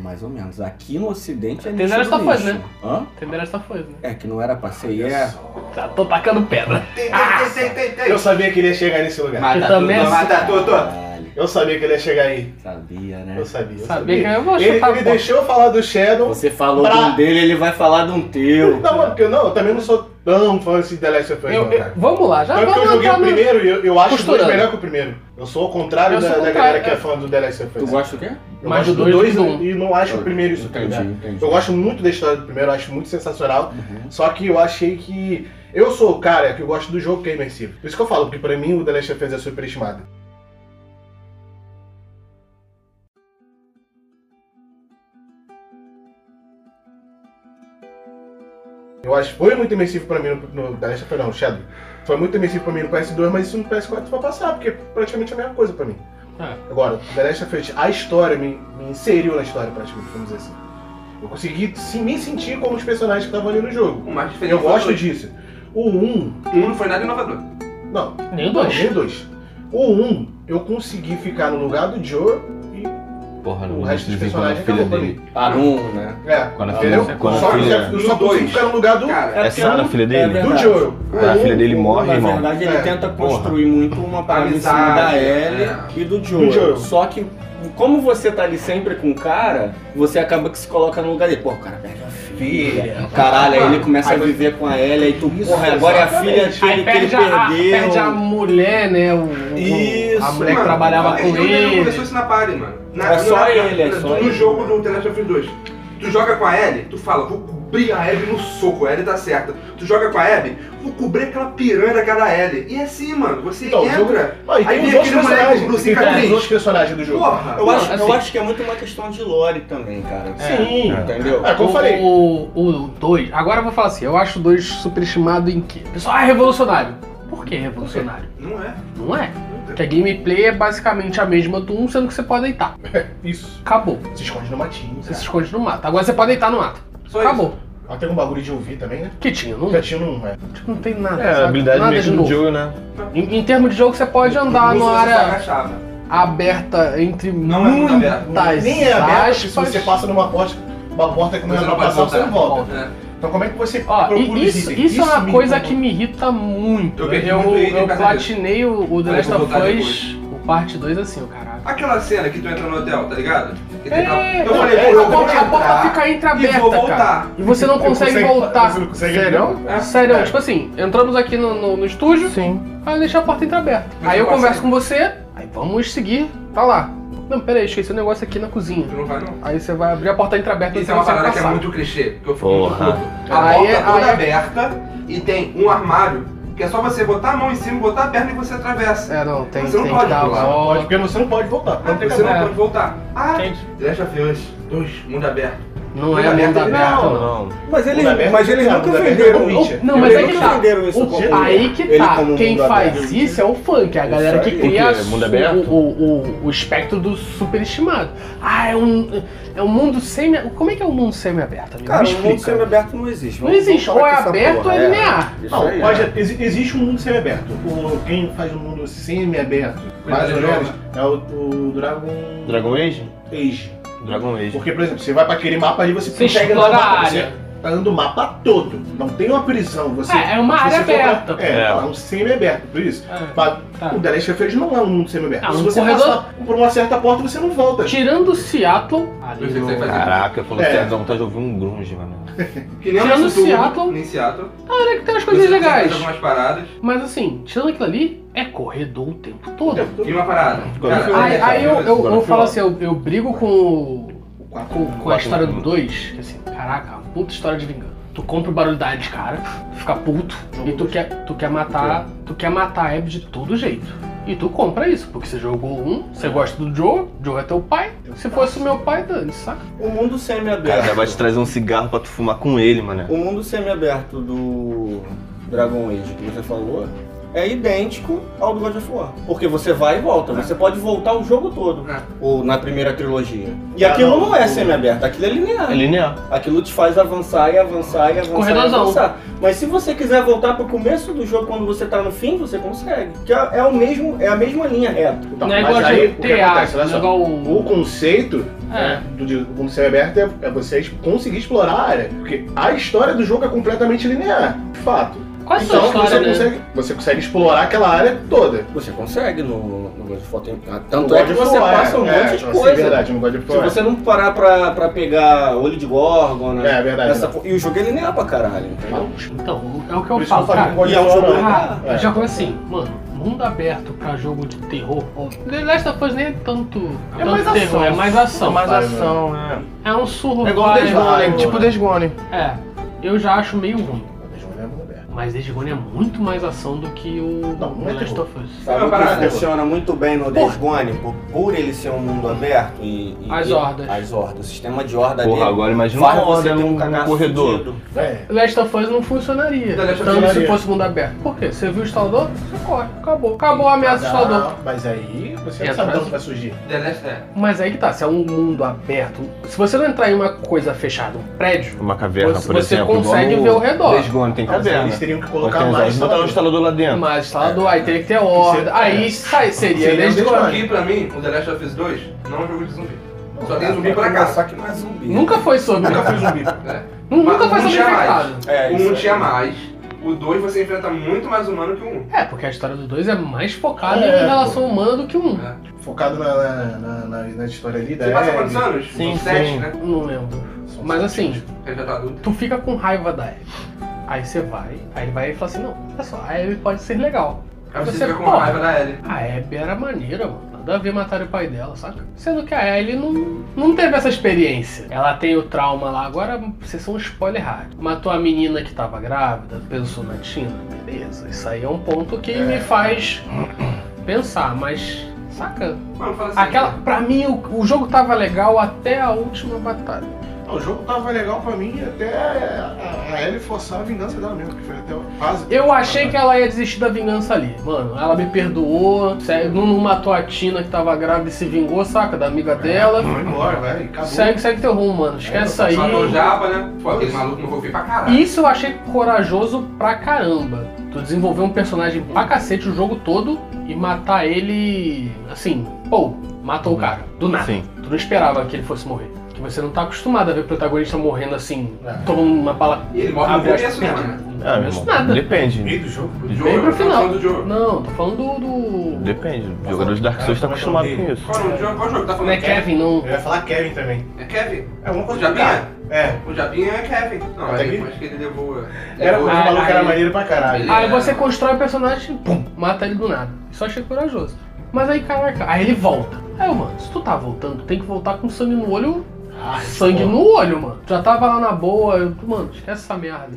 [SPEAKER 2] Mais ou menos. Aqui no ocidente é
[SPEAKER 5] Tem
[SPEAKER 2] nicho
[SPEAKER 5] Last
[SPEAKER 2] do
[SPEAKER 5] of Us,
[SPEAKER 2] nicho.
[SPEAKER 5] né?
[SPEAKER 2] Hã?
[SPEAKER 5] Primeiro essa foi, né?
[SPEAKER 2] É que não era pra ser. e É...
[SPEAKER 5] Tá, tô tacando pedra.
[SPEAKER 1] Tem, tem, tem, tem, tem,
[SPEAKER 3] Eu sabia que ele ia chegar nesse lugar.
[SPEAKER 5] Mata também é
[SPEAKER 1] mata tudo.
[SPEAKER 2] Caralho,
[SPEAKER 3] Eu sabia que ele ia chegar aí.
[SPEAKER 2] sabia, né?
[SPEAKER 3] Eu sabia. Eu
[SPEAKER 5] Sabia que eu vou
[SPEAKER 3] Ele,
[SPEAKER 5] chutar
[SPEAKER 3] ele
[SPEAKER 5] a bola.
[SPEAKER 3] deixou eu falar do Shadow.
[SPEAKER 2] Você falou
[SPEAKER 3] Pra-
[SPEAKER 2] de um dele, ele vai falar de um teu.
[SPEAKER 3] Não, mano, porque eu, não, eu também não sou tão fã assim de The Last of Us,
[SPEAKER 5] Eu-
[SPEAKER 3] não,
[SPEAKER 5] eu-
[SPEAKER 3] cara.
[SPEAKER 5] vamos lá, já
[SPEAKER 3] Tanto que eu
[SPEAKER 5] vamos
[SPEAKER 3] joguei
[SPEAKER 5] entrar
[SPEAKER 3] o
[SPEAKER 5] no...
[SPEAKER 3] primeiro e eu, eu acho o
[SPEAKER 5] Costurando.
[SPEAKER 3] dois melhor que o primeiro. Eu sou ao contrário
[SPEAKER 5] Eu
[SPEAKER 3] da,
[SPEAKER 5] sou ao
[SPEAKER 3] da
[SPEAKER 5] contrário,
[SPEAKER 3] galera que
[SPEAKER 5] é.
[SPEAKER 3] é fã do The Last of Us.
[SPEAKER 2] Tu gosta o quê?
[SPEAKER 3] Eu
[SPEAKER 5] Mas
[SPEAKER 3] gosto
[SPEAKER 5] o
[SPEAKER 3] do
[SPEAKER 5] dois
[SPEAKER 3] dois
[SPEAKER 5] do um.
[SPEAKER 3] e não acho o primeiro isso, tá
[SPEAKER 2] entendi,
[SPEAKER 3] ligado?
[SPEAKER 2] entendi.
[SPEAKER 3] Eu gosto muito da história do primeiro, eu acho muito sensacional. Só que eu achei que. Eu sou o cara que eu gosto do jogo que é imersivo. Por isso que eu falo, porque pra mim o The Last of Us é superestimado. Eu acho foi muito imersivo pra mim no, no The Last of Us, não, Shadow. Foi muito imersivo pra mim no PS2, mas isso no PS4 vai passar, porque é praticamente a mesma coisa pra mim.
[SPEAKER 5] É.
[SPEAKER 3] Agora, The Last of Us, a história me, me inseriu na história praticamente, vamos dizer assim. Eu consegui se- me sentir como os personagens que estavam ali no jogo.
[SPEAKER 1] O mais diferente
[SPEAKER 3] Eu
[SPEAKER 1] foi o
[SPEAKER 3] gosto
[SPEAKER 1] dois.
[SPEAKER 3] disso. O 1,
[SPEAKER 1] Um não foi nada inovador.
[SPEAKER 3] não,
[SPEAKER 5] Nem o
[SPEAKER 3] não,
[SPEAKER 5] dois.
[SPEAKER 3] nem o 2. O 1, eu consegui ficar no lugar do Joe e
[SPEAKER 4] Porra,
[SPEAKER 3] o
[SPEAKER 4] não.
[SPEAKER 3] resto dos
[SPEAKER 4] de vez em quando a
[SPEAKER 3] personagens
[SPEAKER 4] filha
[SPEAKER 3] acabou pra
[SPEAKER 4] dele.
[SPEAKER 3] mim.
[SPEAKER 6] Arun, né?
[SPEAKER 3] É,
[SPEAKER 4] Quando a
[SPEAKER 3] entendeu?
[SPEAKER 4] filha- quando a
[SPEAKER 3] Só que
[SPEAKER 4] filha-
[SPEAKER 3] eu só consigo
[SPEAKER 1] dois.
[SPEAKER 3] ficar no lugar do,
[SPEAKER 1] Cara,
[SPEAKER 4] É Sara a filha dele?
[SPEAKER 3] do Joel. O
[SPEAKER 4] Ah, a filha
[SPEAKER 3] um-
[SPEAKER 4] dele morre,
[SPEAKER 2] na
[SPEAKER 4] irmão.
[SPEAKER 2] verdade, ele
[SPEAKER 3] É.
[SPEAKER 2] tenta construir muito uma parada em cima
[SPEAKER 1] Amizade,
[SPEAKER 2] da Ellie
[SPEAKER 1] é.
[SPEAKER 2] e do Joel.
[SPEAKER 3] Do Joel.
[SPEAKER 6] Só que, como você tá ali sempre com o cara, você acaba que se coloca no lugar dele. Pô, o cara perde a filha. Caralho, aí ele começa a viver com a Ellie, aí tu,
[SPEAKER 3] É. Isso,
[SPEAKER 6] porra, agora é a filha
[SPEAKER 3] exatamente.
[SPEAKER 6] dele
[SPEAKER 5] Aí
[SPEAKER 6] que ele
[SPEAKER 5] perde a, a- perde a
[SPEAKER 6] perdeu.
[SPEAKER 5] mulher, né? O, o-
[SPEAKER 6] Isso,
[SPEAKER 5] a mulher que
[SPEAKER 1] mano.
[SPEAKER 5] trabalhava
[SPEAKER 1] Mas
[SPEAKER 5] com
[SPEAKER 1] eu lembro,
[SPEAKER 5] ele.
[SPEAKER 1] começou isso na party, mano. Na-
[SPEAKER 6] É só
[SPEAKER 1] na-
[SPEAKER 6] ele, é
[SPEAKER 1] na-
[SPEAKER 6] só
[SPEAKER 1] No
[SPEAKER 6] ele.
[SPEAKER 1] jogo do The Last of Us 2. Tu joga com a Ellie, tu fala, vou cobrir a Ellie no soco, a Ellie tá certa. Tu joga com a Abby, vou cobrir aquela piranha daquela Ellie. E é assim, mano, você
[SPEAKER 3] Então, o jogo-
[SPEAKER 1] entra...
[SPEAKER 3] Ah,
[SPEAKER 1] Aí
[SPEAKER 3] e tem os
[SPEAKER 1] vem
[SPEAKER 3] outros
[SPEAKER 1] aquele moleque
[SPEAKER 3] personagens.
[SPEAKER 1] com
[SPEAKER 3] tem
[SPEAKER 1] cicatriz.
[SPEAKER 3] os outros personagens do jogo.
[SPEAKER 1] Porra!
[SPEAKER 2] Eu acho,
[SPEAKER 5] Não,
[SPEAKER 2] eu
[SPEAKER 5] assim-
[SPEAKER 2] acho que é muito uma questão de lore também, cara.
[SPEAKER 3] Sim.
[SPEAKER 2] Entendeu?
[SPEAKER 3] É, como eu falei.
[SPEAKER 5] O 2. Agora eu vou falar assim, eu acho o 2 superestimado em quê? Pessoal, ah, é revolucionário. Por que revolucionário?
[SPEAKER 1] Não é.
[SPEAKER 5] Não é. Porque a gameplay é basicamente a mesma do 1, sendo que você pode deitar.
[SPEAKER 3] Isso.
[SPEAKER 5] Acabou.
[SPEAKER 3] Se esconde no matinho.
[SPEAKER 5] Você se esconde no mato. Agora você pode deitar no mato.
[SPEAKER 1] Só
[SPEAKER 5] Acabou.
[SPEAKER 3] Até um bagulho de ouvir também, né?
[SPEAKER 5] Que tinha, não, tipo,
[SPEAKER 3] Nunca tinha num. É.
[SPEAKER 5] não tem nada.
[SPEAKER 4] É,
[SPEAKER 5] sabe?
[SPEAKER 4] a habilidade
[SPEAKER 5] nada de
[SPEAKER 4] mesmo do
[SPEAKER 5] novo.
[SPEAKER 4] Joel, né?
[SPEAKER 5] Em, em termos de jogo, você pode andar
[SPEAKER 1] Não
[SPEAKER 5] numa
[SPEAKER 1] se você se
[SPEAKER 5] área
[SPEAKER 1] agachava.
[SPEAKER 5] aberta entre
[SPEAKER 1] Não é muito aberta.
[SPEAKER 5] muitas
[SPEAKER 3] Nem é aberto, se
[SPEAKER 5] aspas.
[SPEAKER 3] você passa numa porta, uma porta que não
[SPEAKER 1] Você
[SPEAKER 3] é pra
[SPEAKER 1] não pode
[SPEAKER 3] passar, você não
[SPEAKER 1] voltar.
[SPEAKER 3] volta.
[SPEAKER 1] É.
[SPEAKER 3] Então como é que você
[SPEAKER 5] Ó,
[SPEAKER 3] procura
[SPEAKER 5] e
[SPEAKER 3] os
[SPEAKER 5] isso,
[SPEAKER 3] itens?
[SPEAKER 5] isso é uma
[SPEAKER 3] me
[SPEAKER 5] coisa
[SPEAKER 3] incomoda.
[SPEAKER 5] que me irrita muito.
[SPEAKER 1] Eu
[SPEAKER 5] Eu,
[SPEAKER 1] perdi
[SPEAKER 5] eu,
[SPEAKER 1] muito item por causa
[SPEAKER 5] platinei o, o The
[SPEAKER 1] Mas
[SPEAKER 5] Last
[SPEAKER 1] eu vou
[SPEAKER 5] of
[SPEAKER 1] voltar
[SPEAKER 5] Us, o parte 2 assim, o caralho.
[SPEAKER 1] Aquela cena que tu entra no hotel, tá ligado? Que tem aquela-
[SPEAKER 5] É,
[SPEAKER 1] eu
[SPEAKER 5] não,
[SPEAKER 1] falei,
[SPEAKER 5] é,
[SPEAKER 1] pô,
[SPEAKER 5] a,
[SPEAKER 1] eu vou
[SPEAKER 5] porta, a porta
[SPEAKER 1] entrar
[SPEAKER 5] fica
[SPEAKER 1] e vou
[SPEAKER 5] entreaberta, cara.
[SPEAKER 1] voltar.
[SPEAKER 5] E você não
[SPEAKER 3] Eu
[SPEAKER 5] consegue
[SPEAKER 3] consigo-
[SPEAKER 5] voltar.
[SPEAKER 3] você não consegue-
[SPEAKER 5] Sério?
[SPEAKER 1] É.
[SPEAKER 5] Sério,
[SPEAKER 3] É.
[SPEAKER 5] tipo assim, entramos aqui no, no, no estúdio,
[SPEAKER 4] Sim.
[SPEAKER 5] aí eu deixo a porta entreaberta.
[SPEAKER 1] Mas
[SPEAKER 5] Aí eu
[SPEAKER 1] eu
[SPEAKER 5] converso
[SPEAKER 1] passei.
[SPEAKER 5] com você, aí vamos seguir, tá lá. Não, peraí, esqueci um negócio aqui na cozinha.
[SPEAKER 1] Tu não vai não.
[SPEAKER 5] Aí você vai abrir a porta entreaberta e
[SPEAKER 1] Isso
[SPEAKER 5] você
[SPEAKER 1] é
[SPEAKER 5] não
[SPEAKER 1] uma
[SPEAKER 5] consegue
[SPEAKER 1] parada que é
[SPEAKER 5] Então, passar.
[SPEAKER 1] muito clichê, que eu fico muito
[SPEAKER 4] Porra.
[SPEAKER 1] puto. É A
[SPEAKER 5] Aí-
[SPEAKER 1] porta toda
[SPEAKER 5] aí-
[SPEAKER 1] aberta e tem um armário que é só você botar a mão em cima, botar a perna e você atravessa.
[SPEAKER 5] É, não, tem,
[SPEAKER 1] Você não
[SPEAKER 5] tem que
[SPEAKER 1] pode
[SPEAKER 5] dar É. a
[SPEAKER 1] pular.
[SPEAKER 3] Pode,
[SPEAKER 5] volta.
[SPEAKER 3] porque você não pode voltar.
[SPEAKER 1] Ah,
[SPEAKER 3] Não tem
[SPEAKER 1] você
[SPEAKER 3] cabelo.
[SPEAKER 1] não
[SPEAKER 5] acabar.
[SPEAKER 1] pode voltar. Ah,
[SPEAKER 5] Entende?
[SPEAKER 1] Deixa Us 2, mundo aberto.
[SPEAKER 5] Não é
[SPEAKER 1] Mundo
[SPEAKER 5] mundo
[SPEAKER 1] aberto,
[SPEAKER 5] aberto,
[SPEAKER 1] não.
[SPEAKER 5] não.
[SPEAKER 2] Mas eles,
[SPEAKER 3] Mundo aberto,
[SPEAKER 2] mas eles
[SPEAKER 3] cara,
[SPEAKER 2] nunca
[SPEAKER 3] mundo aberto é
[SPEAKER 2] venderam.
[SPEAKER 3] o Witcher.
[SPEAKER 5] Não, mas
[SPEAKER 2] eles
[SPEAKER 5] é que
[SPEAKER 2] nunca
[SPEAKER 5] tá.
[SPEAKER 2] venderam isso
[SPEAKER 5] O-
[SPEAKER 2] como- um
[SPEAKER 5] aí que
[SPEAKER 2] ele
[SPEAKER 5] tá.
[SPEAKER 2] como um
[SPEAKER 5] Quem
[SPEAKER 2] mundo
[SPEAKER 5] faz
[SPEAKER 2] aberto.
[SPEAKER 5] isso é o funk, é a galera que
[SPEAKER 2] aí.
[SPEAKER 5] cria
[SPEAKER 4] O quê? Mundo
[SPEAKER 5] su-
[SPEAKER 4] aberto?
[SPEAKER 5] O, o, o espectro do superestimado. Ah, é um, é um mundo semi. Como é que é um mundo semi-aberto, amigo?
[SPEAKER 2] Cara,
[SPEAKER 5] Me
[SPEAKER 2] o mundo
[SPEAKER 5] explica.
[SPEAKER 2] semi-aberto não existe.
[SPEAKER 5] Não existe. Ou é aberto ou é linear.
[SPEAKER 3] Não,
[SPEAKER 2] né?
[SPEAKER 3] pode,
[SPEAKER 1] é.
[SPEAKER 3] exi- existe um mundo semi-aberto. O- Quem faz um mundo semi-aberto, mais ou
[SPEAKER 1] Dragon
[SPEAKER 3] menos, é o, o Dragon
[SPEAKER 4] Dragon Age?
[SPEAKER 3] Age.
[SPEAKER 4] Dragon Age.
[SPEAKER 3] Porque, por exemplo, você vai pra aquele mapa ali, você
[SPEAKER 5] Você
[SPEAKER 3] pega
[SPEAKER 5] explora
[SPEAKER 3] no
[SPEAKER 5] a
[SPEAKER 3] mapa,
[SPEAKER 5] área.
[SPEAKER 3] Você tá andando o mapa todo. Não tem uma prisão. Você,
[SPEAKER 5] É, é uma
[SPEAKER 3] se
[SPEAKER 5] área
[SPEAKER 3] você for pra-
[SPEAKER 5] aberta.
[SPEAKER 3] É,
[SPEAKER 4] É.
[SPEAKER 3] é um semi-aberto, por isso.
[SPEAKER 5] É.
[SPEAKER 3] Mas
[SPEAKER 5] Tá.
[SPEAKER 3] o The Last of Us não é um mundo semi-aberto.
[SPEAKER 5] Ah,
[SPEAKER 3] Se
[SPEAKER 5] um
[SPEAKER 3] você
[SPEAKER 5] corredor-
[SPEAKER 3] passar por uma certa porta, você não volta.
[SPEAKER 5] É. Tirando Seattle.
[SPEAKER 1] Eu sei o que você vai fazer.
[SPEAKER 4] Caraca, falou
[SPEAKER 3] É.
[SPEAKER 4] assim, dá vontade de ouvir um grunge, mano.
[SPEAKER 1] Que nem o
[SPEAKER 5] Tirando
[SPEAKER 1] nosso tubo,
[SPEAKER 5] Seattle.
[SPEAKER 1] nem Seattle.
[SPEAKER 5] Olha que tem
[SPEAKER 1] Você
[SPEAKER 5] umas coisas
[SPEAKER 1] consegue fazer
[SPEAKER 5] legais.
[SPEAKER 1] algumas paradas.
[SPEAKER 5] Mas assim, tirando aquilo ali, é corredor o tempo todo.
[SPEAKER 1] E uma parada.
[SPEAKER 4] Quando
[SPEAKER 1] Cara,
[SPEAKER 4] foi
[SPEAKER 5] Aí, aí eu, eu, eu
[SPEAKER 4] Agora
[SPEAKER 5] falo assim, eu, eu brigo com, o-
[SPEAKER 3] quatro,
[SPEAKER 5] com, com a
[SPEAKER 4] quatro,
[SPEAKER 5] história do
[SPEAKER 4] né?
[SPEAKER 5] 2, que assim, caraca, uma puta história de vingança. Tu compra o barulho da Hades, cara, tu fica puto, e tu quer, tu quer matar. Tu quer matar a Abby de todo jeito. E tu compra isso, porque você jogou um, você gosta do Joe, Joe é teu pai. Se fosse o meu pai, dane, saca?
[SPEAKER 2] O mundo
[SPEAKER 4] Cara, já vai te
[SPEAKER 2] semi-aberto.
[SPEAKER 4] trazer um cigarro pra tu fumar com ele, mano.
[SPEAKER 2] O mundo semi-aberto do Dragon Age que você falou é idêntico ao do God of War. Porque você vai e volta. Você pode voltar o jogo todo.
[SPEAKER 1] É.
[SPEAKER 2] Ou na primeira trilogia. E
[SPEAKER 3] Ah,
[SPEAKER 2] aquilo
[SPEAKER 3] não,
[SPEAKER 2] não é
[SPEAKER 3] o-
[SPEAKER 2] semi-aberto, aquilo é linear.
[SPEAKER 4] É linear.
[SPEAKER 2] Aquilo te faz avançar e avançar e avançar
[SPEAKER 5] Corredorzão.
[SPEAKER 2] e avançar. Mas se você quiser voltar pro começo do jogo quando você tá no fim, você consegue. Que é, é o mesmo, é a mesma linha reta.
[SPEAKER 3] Então,
[SPEAKER 5] não é
[SPEAKER 3] mas
[SPEAKER 5] igual
[SPEAKER 3] aí, o que
[SPEAKER 5] GTA,
[SPEAKER 3] acontece,
[SPEAKER 5] não
[SPEAKER 3] olha
[SPEAKER 5] é
[SPEAKER 3] só.
[SPEAKER 5] igual o-
[SPEAKER 3] O conceito
[SPEAKER 5] É.
[SPEAKER 3] né, do, de- do mundo semi-aberto é, é você es- conseguir explorar a área. Porque a história do jogo é completamente linear, de fato.
[SPEAKER 5] Qual é a sua
[SPEAKER 3] então
[SPEAKER 5] história,
[SPEAKER 3] você,
[SPEAKER 5] né?
[SPEAKER 3] consegue, você consegue explorar aquela área toda.
[SPEAKER 2] Você consegue no, no God of War. Tem- Tanto
[SPEAKER 3] No
[SPEAKER 2] é que
[SPEAKER 3] God of
[SPEAKER 2] você
[SPEAKER 3] War,
[SPEAKER 2] passa um
[SPEAKER 3] é,
[SPEAKER 2] monte de
[SPEAKER 3] assim,
[SPEAKER 2] coisa.
[SPEAKER 3] É verdade, no God of
[SPEAKER 2] Se
[SPEAKER 3] War.
[SPEAKER 2] você não parar pra, pra pegar olho de Gorgon,
[SPEAKER 3] É,
[SPEAKER 2] né?
[SPEAKER 3] é verdade.
[SPEAKER 2] Essa
[SPEAKER 3] não.
[SPEAKER 2] po- e o jogo é linear pra caralho, entendeu?
[SPEAKER 5] Então, é o que
[SPEAKER 3] Por
[SPEAKER 5] eu
[SPEAKER 3] isso que
[SPEAKER 5] falo,
[SPEAKER 3] eu falei que
[SPEAKER 5] cara.
[SPEAKER 3] o God
[SPEAKER 2] E é um
[SPEAKER 3] of
[SPEAKER 2] jogo-
[SPEAKER 3] War
[SPEAKER 5] Ah,
[SPEAKER 3] É.
[SPEAKER 5] já foi assim, mano, mundo aberto pra jogo de terror. ou- The Last of Us nem é tanto,
[SPEAKER 4] É
[SPEAKER 5] tanto
[SPEAKER 4] mais ação.
[SPEAKER 5] terror, é mais ação.
[SPEAKER 4] mais
[SPEAKER 3] Vai,
[SPEAKER 4] ação, é.
[SPEAKER 6] né?
[SPEAKER 5] É um survival.
[SPEAKER 4] É igual o Desgone,
[SPEAKER 3] Vai,
[SPEAKER 4] tipo
[SPEAKER 3] vai.
[SPEAKER 4] Desgone.
[SPEAKER 5] É, eu já acho meio ruim.
[SPEAKER 3] é um jogo aberto.
[SPEAKER 5] Mas Days Gone é muito mais ação do que o
[SPEAKER 3] Não, não é
[SPEAKER 5] Last
[SPEAKER 3] terror.
[SPEAKER 5] of Us.
[SPEAKER 1] É
[SPEAKER 6] Sabe
[SPEAKER 1] uma
[SPEAKER 6] o que
[SPEAKER 1] parada.
[SPEAKER 6] funciona muito bem no Days Gone? Por, por ele ser um mundo aberto e... e-
[SPEAKER 5] As
[SPEAKER 6] e-
[SPEAKER 5] hordas.
[SPEAKER 6] As hordas. O sistema de horda
[SPEAKER 4] Porra,
[SPEAKER 6] dele.
[SPEAKER 4] agora imagina
[SPEAKER 6] Faz
[SPEAKER 4] uma
[SPEAKER 6] você
[SPEAKER 4] horda
[SPEAKER 6] ter um
[SPEAKER 4] num
[SPEAKER 6] cagaço
[SPEAKER 4] corredor.
[SPEAKER 6] fudido.
[SPEAKER 3] É.
[SPEAKER 5] Last of Us não funcionaria.
[SPEAKER 1] Não, Last of Us
[SPEAKER 5] Tanto se
[SPEAKER 3] funcionaria.
[SPEAKER 5] fosse mundo aberto. Por quê? Você viu o instalador? Você corre. Acabou. Acabou a ameaça do instalador.
[SPEAKER 3] Não, Mas aí você
[SPEAKER 5] É
[SPEAKER 3] não sabe de
[SPEAKER 5] atrás.
[SPEAKER 3] onde vai surgir.
[SPEAKER 1] The Last é.
[SPEAKER 5] Mas aí que tá, se é um mundo aberto. Se você não entrar em uma coisa fechada, um prédio,
[SPEAKER 4] Uma caverna,
[SPEAKER 5] Você-
[SPEAKER 4] por
[SPEAKER 5] você
[SPEAKER 4] exemplo. igual
[SPEAKER 5] consegue
[SPEAKER 4] no
[SPEAKER 5] ver ao redor.
[SPEAKER 4] Days Gone
[SPEAKER 6] Tá
[SPEAKER 4] tem
[SPEAKER 3] Mas aí
[SPEAKER 4] caverna.
[SPEAKER 3] eles teriam que
[SPEAKER 4] Nós
[SPEAKER 3] colocar
[SPEAKER 4] temos-
[SPEAKER 3] mais.
[SPEAKER 4] Botar um instalador lá dentro.
[SPEAKER 5] mas instalador, aí teria que ter horda. Aí sai, seria
[SPEAKER 1] um
[SPEAKER 3] Seria
[SPEAKER 5] Last
[SPEAKER 3] Days
[SPEAKER 5] of Us.
[SPEAKER 3] Gone.
[SPEAKER 1] Aqui pra mim, o The Last of Us 2 não é um jogo de zumbi. Só tem zumbi pra cá.
[SPEAKER 6] Só que não é zumbi.
[SPEAKER 5] Nunca foi sobre.
[SPEAKER 1] Nunca foi zumbi. né?
[SPEAKER 5] Nu- Nunca foi
[SPEAKER 1] Mas um
[SPEAKER 5] sobre
[SPEAKER 1] tinha
[SPEAKER 5] infectado.
[SPEAKER 1] mais.
[SPEAKER 6] É,
[SPEAKER 1] O
[SPEAKER 6] isso
[SPEAKER 1] 1
[SPEAKER 6] aí.
[SPEAKER 1] tinha mais. O 2 você enfrenta muito mais humano que um. o 1.
[SPEAKER 5] É, porque a história do 2 é mais focada
[SPEAKER 3] É,
[SPEAKER 5] em relação humana do que o 1. Um.
[SPEAKER 1] né?
[SPEAKER 3] Focado na, na, na, na- na história ali da
[SPEAKER 1] Você passa
[SPEAKER 3] Ellie.
[SPEAKER 1] quantos anos?
[SPEAKER 4] Sim,
[SPEAKER 1] Uns sete,
[SPEAKER 4] sim.
[SPEAKER 1] né?
[SPEAKER 5] Não lembro.
[SPEAKER 3] São
[SPEAKER 5] Mas
[SPEAKER 3] sete
[SPEAKER 5] assim,
[SPEAKER 3] anos.
[SPEAKER 1] Ele já tá adulto.
[SPEAKER 5] tu fica com raiva da Abby. Aí você vai, aí ele vai e fala assim, não, olha só, a Abby pode ser legal.
[SPEAKER 1] Aí
[SPEAKER 5] Aí
[SPEAKER 1] você fica com
[SPEAKER 5] porra,
[SPEAKER 1] raiva da Ellie.
[SPEAKER 5] A Abby era maneira, mano. Nada a ver matar o pai dela, saca? Sendo que a Ellie não, não teve essa experiência. Ela tem o trauma lá. Agora, vocês são um spoiler hard. Matou a menina que tava grávida, pensou na Tina. Beleza, isso aí é um ponto que me faz pensar, mas... Saca?
[SPEAKER 1] Mano, fala assim.
[SPEAKER 5] Aquela, pra mim, o, o jogo tava legal até a última batalha.
[SPEAKER 3] Não, o jogo tava legal pra mim até a, a Ellie forçar a vingança dela mesmo, que foi até quase.
[SPEAKER 5] Eu achei que ela ia desistir da vingança ali. Mano, ela me perdoou, sério, não, não matou a Tina que tava grávida e se vingou, saca? Da amiga dela.
[SPEAKER 3] Foi embora, vai, acabou.
[SPEAKER 5] Segue, segue teu rumo, mano. Esquece
[SPEAKER 1] É, Só
[SPEAKER 5] aí.
[SPEAKER 1] Matou o Japa, né? Pô, aquele maluco não vou vir pra caralho.
[SPEAKER 5] Isso eu achei corajoso pra caramba. Tu desenvolver um personagem pra cacete o jogo todo e matar ele. Assim, pô, matou o cara. Do nada.
[SPEAKER 4] Sim.
[SPEAKER 5] Tu não esperava que ele fosse morrer. Que você não tá acostumado a ver protagonista morrendo assim,
[SPEAKER 3] É.
[SPEAKER 5] tomando uma bala.
[SPEAKER 1] E ele morre no
[SPEAKER 5] abre as
[SPEAKER 1] começo, né,
[SPEAKER 5] pernas.
[SPEAKER 1] mano?
[SPEAKER 5] Não
[SPEAKER 4] Ah,
[SPEAKER 5] começo
[SPEAKER 4] irmão,
[SPEAKER 5] nada.
[SPEAKER 4] Depende.
[SPEAKER 7] meio do jogo.
[SPEAKER 1] O
[SPEAKER 5] Bem pro
[SPEAKER 1] eu tô
[SPEAKER 5] final.
[SPEAKER 1] né? falando do jogo.
[SPEAKER 5] Não, tô falando do. do...
[SPEAKER 4] Depende. O jogador de Dark Souls está acostumado com isso.
[SPEAKER 1] Qual o nome do jogo? Qual o jogo? Tá
[SPEAKER 5] Não é
[SPEAKER 1] falando
[SPEAKER 5] Kevin, não.
[SPEAKER 3] Eu ia falar Kevin também.
[SPEAKER 1] É Kevin?
[SPEAKER 3] É uma
[SPEAKER 1] O
[SPEAKER 3] coisa que dá.
[SPEAKER 1] Japinha?
[SPEAKER 3] É.
[SPEAKER 1] O Japinha é Kevin. Não,
[SPEAKER 3] Até
[SPEAKER 1] aí
[SPEAKER 3] aqui?
[SPEAKER 1] depois que ele levou.
[SPEAKER 3] Era, o
[SPEAKER 1] levou-
[SPEAKER 5] Ah,
[SPEAKER 3] maluco era
[SPEAKER 5] aí-
[SPEAKER 3] maneiro pra caralho.
[SPEAKER 5] Aí você constrói o personagem e pum, mata ele do nada. Isso eu achei corajoso. Mas aí, caraca, aí ele volta. Aí, eu, mano, se tu tá voltando, tem que voltar com sangue no olho.
[SPEAKER 3] Ah,
[SPEAKER 5] sangue no olho, mano. Já tava lá na boa, eu, tu, mano, esquece essa merda.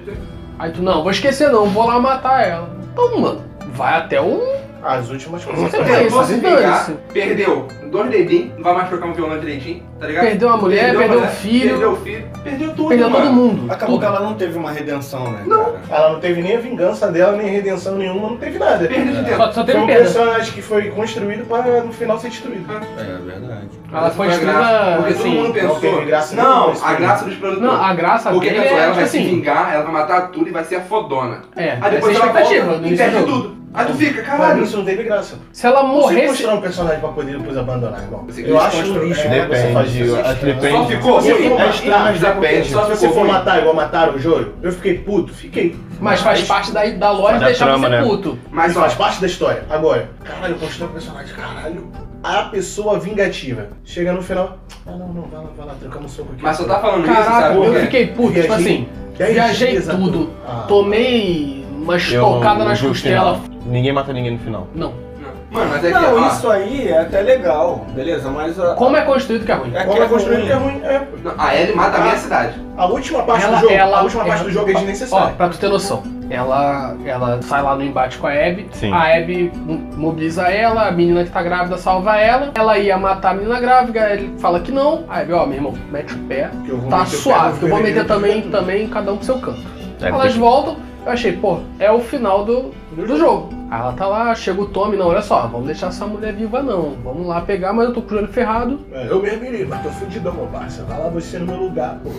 [SPEAKER 5] Aí tu, não, vou esquecer não, vou lá matar ela. Então, mano, vai até o.
[SPEAKER 3] As últimas coisas.
[SPEAKER 5] Você
[SPEAKER 1] Se
[SPEAKER 5] tem isso,
[SPEAKER 1] fosse vingar,
[SPEAKER 5] dane-se.
[SPEAKER 1] perdeu dois dedinhos, não vai mais trocar um violão direitinho, tá ligado?
[SPEAKER 5] Perdeu a mulher, perdeu o
[SPEAKER 1] mulher,
[SPEAKER 5] filho.
[SPEAKER 1] Perdeu o filho, perdeu tudo,
[SPEAKER 5] Perdeu todo
[SPEAKER 1] mano.
[SPEAKER 5] mundo.
[SPEAKER 6] Acabou que
[SPEAKER 5] tudo.
[SPEAKER 6] ela não teve uma redenção, né, cara?
[SPEAKER 3] Ela não teve nem a vingança dela, nem redenção nenhuma, não teve nada.
[SPEAKER 1] Perda de tempo.
[SPEAKER 5] Só, só
[SPEAKER 3] Foi
[SPEAKER 5] teve
[SPEAKER 3] um
[SPEAKER 5] perda.
[SPEAKER 3] personagem que foi construído para no final ser destruído.
[SPEAKER 6] É verdade.
[SPEAKER 5] Ela foi
[SPEAKER 1] Não é graça,
[SPEAKER 5] destruída,
[SPEAKER 1] Porque
[SPEAKER 5] assim,
[SPEAKER 1] todo mundo
[SPEAKER 3] não
[SPEAKER 1] pensou.
[SPEAKER 3] teve graça nenhuma,
[SPEAKER 1] Não,
[SPEAKER 3] isso
[SPEAKER 1] a
[SPEAKER 3] aí.
[SPEAKER 1] graça dos produtores.
[SPEAKER 5] Não, a graça
[SPEAKER 1] Porque
[SPEAKER 5] dele
[SPEAKER 1] pensou,
[SPEAKER 5] é,
[SPEAKER 1] ela
[SPEAKER 5] tipo
[SPEAKER 1] vai se
[SPEAKER 5] assim,
[SPEAKER 1] vingar, ela vai matar tudo e vai ser a fodona.
[SPEAKER 5] é,
[SPEAKER 1] Aí
[SPEAKER 5] essa
[SPEAKER 1] depois ela
[SPEAKER 5] expectativa no
[SPEAKER 1] volta e
[SPEAKER 5] início do
[SPEAKER 1] perde
[SPEAKER 5] jogo.
[SPEAKER 1] tudo. Aí tu fica,
[SPEAKER 3] Pra mim
[SPEAKER 1] caralho.
[SPEAKER 3] isso não teve graça.
[SPEAKER 5] Se ela
[SPEAKER 3] Você
[SPEAKER 5] morresse,
[SPEAKER 3] construir um personagem pra poder depois abandonar, irmão.
[SPEAKER 1] Você
[SPEAKER 3] Eu acho
[SPEAKER 1] constrói-
[SPEAKER 3] lixo.
[SPEAKER 4] é, você faz isso.
[SPEAKER 3] Depende. é
[SPEAKER 4] Acho que depende.
[SPEAKER 1] Só ficou
[SPEAKER 3] Se
[SPEAKER 1] ruim.
[SPEAKER 3] for
[SPEAKER 1] mas- tá,
[SPEAKER 3] matar,
[SPEAKER 1] mas depende.
[SPEAKER 3] Só se você
[SPEAKER 1] ficou
[SPEAKER 3] for
[SPEAKER 1] ruim.
[SPEAKER 3] matar igual mataram o Joro, eu fiquei puto, fiquei.
[SPEAKER 5] mas faz parte da, da loja
[SPEAKER 4] Da
[SPEAKER 5] deixar
[SPEAKER 4] trama,
[SPEAKER 5] você
[SPEAKER 4] né?
[SPEAKER 5] puto.
[SPEAKER 1] Mas ó,
[SPEAKER 3] faz parte da história. Agora, caralho, construir um personagem, caralho. A pessoa vingativa. Chega no final. Ah não, não, vai lá, vai lá, trocamos um soco aqui.
[SPEAKER 1] mas só tá falando isso,
[SPEAKER 5] Caraca,
[SPEAKER 1] sabe? por
[SPEAKER 5] eu
[SPEAKER 1] quê?
[SPEAKER 5] fiquei puto, tipo assim,
[SPEAKER 3] Dez
[SPEAKER 5] viajei
[SPEAKER 3] dias,
[SPEAKER 5] tudo,
[SPEAKER 3] Ah.
[SPEAKER 5] tomei uma
[SPEAKER 4] Eu não-
[SPEAKER 5] estocada
[SPEAKER 4] não
[SPEAKER 5] nas
[SPEAKER 4] vi o
[SPEAKER 5] costelas.
[SPEAKER 4] final. Ninguém mata ninguém no final.
[SPEAKER 5] Não.
[SPEAKER 1] Não. Mano, mas é que
[SPEAKER 6] Não,
[SPEAKER 1] ó,
[SPEAKER 6] isso aí é até legal, beleza, mas a...
[SPEAKER 5] Como é construído que é ruim?
[SPEAKER 6] É
[SPEAKER 3] Como é
[SPEAKER 6] que é
[SPEAKER 3] construído
[SPEAKER 6] ruim.
[SPEAKER 3] que é ruim. É.
[SPEAKER 1] não, a Ellie mata
[SPEAKER 6] Ah.
[SPEAKER 1] a minha cidade.
[SPEAKER 3] A última parte do jogo, a última parte
[SPEAKER 5] ela-
[SPEAKER 3] do jogo é
[SPEAKER 5] Ó,
[SPEAKER 3] desnecessária.
[SPEAKER 5] pra tu ter noção, ela, ela sai lá no embate com a Abby,
[SPEAKER 4] Sim.
[SPEAKER 5] a Abby mo- mobiliza ela, a menina que tá grávida salva ela, ela ia matar a menina grávida, ele fala que não, a Abby, ó, meu irmão, mete o pé,
[SPEAKER 3] Que eu vou
[SPEAKER 5] tá
[SPEAKER 3] meter o pé no
[SPEAKER 5] suave, que eu vou meter
[SPEAKER 3] veneno,
[SPEAKER 5] também,
[SPEAKER 3] tudo.
[SPEAKER 5] também, cada um pro seu canto.
[SPEAKER 4] É,
[SPEAKER 5] Elas
[SPEAKER 4] tem-
[SPEAKER 5] voltam, eu achei, pô, é o final do, do jogo. Aí ela tá lá, chega o Tommy, não, olha só, vamos deixar essa mulher viva não, vamos lá pegar, mas eu tô com o joelho ferrado.
[SPEAKER 3] É, Eu mesmo irei, mas tô fudidão, meu parça. Vai lá você no meu lugar, pô.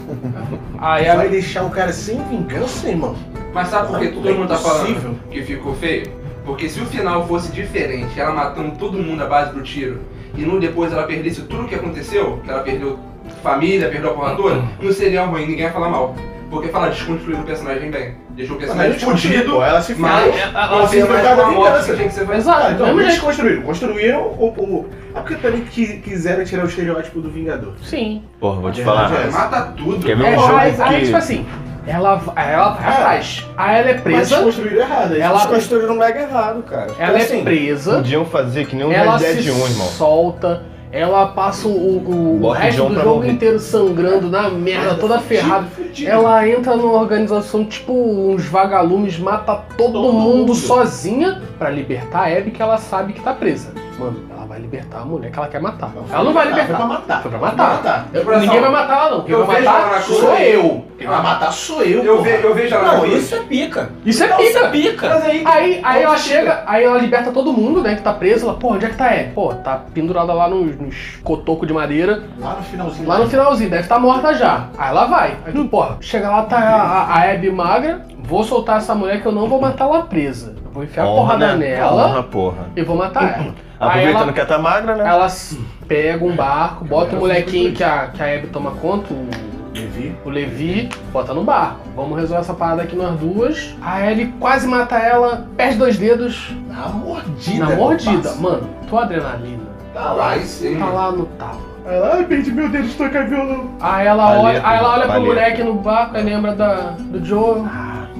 [SPEAKER 5] Aí É a
[SPEAKER 3] Vai deixar o cara sem vingança, irmão?
[SPEAKER 1] Mas sabe por que
[SPEAKER 3] Não,
[SPEAKER 1] todo mundo tá
[SPEAKER 3] é impossível.
[SPEAKER 1] falando que ficou feio? Porque se o final fosse diferente, ela matando todo mundo à base do tiro, e no depois ela perdesse tudo o que aconteceu, que ela perdeu família, perdeu a porra toda, não seria ruim, ninguém ia falar mal. Porque fala desconstruir o personagem bem. Deixou o personagem é fudido,
[SPEAKER 3] é Ela se
[SPEAKER 1] mas
[SPEAKER 3] fez.
[SPEAKER 1] ela
[SPEAKER 3] se
[SPEAKER 1] fez mais
[SPEAKER 3] enforcada
[SPEAKER 1] uma
[SPEAKER 3] de
[SPEAKER 1] morte
[SPEAKER 3] graça.
[SPEAKER 1] que tinha que ser mais.
[SPEAKER 5] Exato,
[SPEAKER 3] Ah, então
[SPEAKER 5] mesmo
[SPEAKER 3] eles
[SPEAKER 5] jeito.
[SPEAKER 3] construíram. Construíram o. o... É porque também que quiseram tirar o estereótipo do Vingador.
[SPEAKER 5] Sim.
[SPEAKER 4] Porra, vou
[SPEAKER 6] É
[SPEAKER 4] te falar.
[SPEAKER 1] Cara, Mata tudo.
[SPEAKER 4] Quer ver
[SPEAKER 5] É,
[SPEAKER 4] um jogo
[SPEAKER 5] aí, aí,
[SPEAKER 4] que-
[SPEAKER 5] tipo assim, ela, va- ela vai atrás. Aí ela é
[SPEAKER 3] Mas
[SPEAKER 5] presa,
[SPEAKER 3] construíram errado. eles
[SPEAKER 5] Ela-
[SPEAKER 3] construíram-
[SPEAKER 6] Construíram um mega errado, cara.
[SPEAKER 5] ela é
[SPEAKER 6] assim,
[SPEAKER 5] presa,
[SPEAKER 4] Podiam fazer que nem um
[SPEAKER 5] ela
[SPEAKER 4] Red Dead
[SPEAKER 5] se
[SPEAKER 4] 1, irmão.
[SPEAKER 5] solta, ela passa o, o- o
[SPEAKER 4] Bota o
[SPEAKER 5] resto
[SPEAKER 4] John
[SPEAKER 5] do
[SPEAKER 4] pra
[SPEAKER 5] jogo
[SPEAKER 4] morrer.
[SPEAKER 5] inteiro sangrando na merda, toda ferrada.
[SPEAKER 1] fodida.
[SPEAKER 5] Ela entra numa organização tipo uns vagalumes, mata todo,
[SPEAKER 1] Todo
[SPEAKER 5] mundo,
[SPEAKER 1] mundo.
[SPEAKER 5] sozinha pra libertar a Abby que ela sabe que tá presa. Mano, ela vai libertar a mulher que ela quer matar. ela não vai
[SPEAKER 3] Foi pra
[SPEAKER 5] libertar.
[SPEAKER 3] matar.
[SPEAKER 5] Foi pra matar.
[SPEAKER 1] Eu, por
[SPEAKER 5] Ninguém vai
[SPEAKER 1] exemplo,
[SPEAKER 5] matar ela não. Quem
[SPEAKER 1] eu
[SPEAKER 5] vai
[SPEAKER 1] vejo ela
[SPEAKER 5] matar
[SPEAKER 1] na
[SPEAKER 5] sou
[SPEAKER 1] cruz.
[SPEAKER 5] eu.
[SPEAKER 3] Quem vai matar sou eu,
[SPEAKER 1] Eu,
[SPEAKER 3] porra.
[SPEAKER 1] ve- eu vejo ela na
[SPEAKER 6] Não,
[SPEAKER 1] cruz.
[SPEAKER 6] isso é pica.
[SPEAKER 5] Isso é
[SPEAKER 3] Então,
[SPEAKER 6] Não, isso
[SPEAKER 5] pica.
[SPEAKER 6] é pica.
[SPEAKER 1] Mas aí,
[SPEAKER 5] Aí, aí ela
[SPEAKER 1] Onde fica?
[SPEAKER 5] chega, aí ela liberta todo mundo, né, que tá preso. Ela, pô, onde é que tá é? Pô, tá pendurada lá nos, nos cotocos de madeira,
[SPEAKER 3] Lá no finalzinho.
[SPEAKER 5] lá no finalzinho, deve tá morta já. Aí ela vai. Aí tu, porra, chega lá, tá a, a- a Abby magra, vou soltar essa mulher que eu não vou matar ela presa. Eu vou enfiar a porrada nela
[SPEAKER 4] Porra, porra.
[SPEAKER 5] e vou matar ela. Aí
[SPEAKER 4] né? Aproveitando
[SPEAKER 5] ela,
[SPEAKER 4] que ela tá magra, né?
[SPEAKER 5] ela s- pega um barco, bota o molequinho que a, que a Abby toma conta, o
[SPEAKER 3] Levi.
[SPEAKER 5] o Levi bota no bar. Vamos resolver essa parada aqui nós duas. A Ellie quase mata ela, perde dois dedos
[SPEAKER 3] Na mordida.
[SPEAKER 5] na mordida.
[SPEAKER 3] parça.
[SPEAKER 5] Mano, tua adrenalina
[SPEAKER 3] Tá lá.
[SPEAKER 1] Aí sim.
[SPEAKER 5] tá lá no talo.
[SPEAKER 3] Ai, perdi meu dedo de tocar violão.
[SPEAKER 5] Aí ela
[SPEAKER 4] Paleta,
[SPEAKER 5] olha, aí ela olha pro
[SPEAKER 4] paleta.
[SPEAKER 5] moleque no barco e lembra da, do Joe.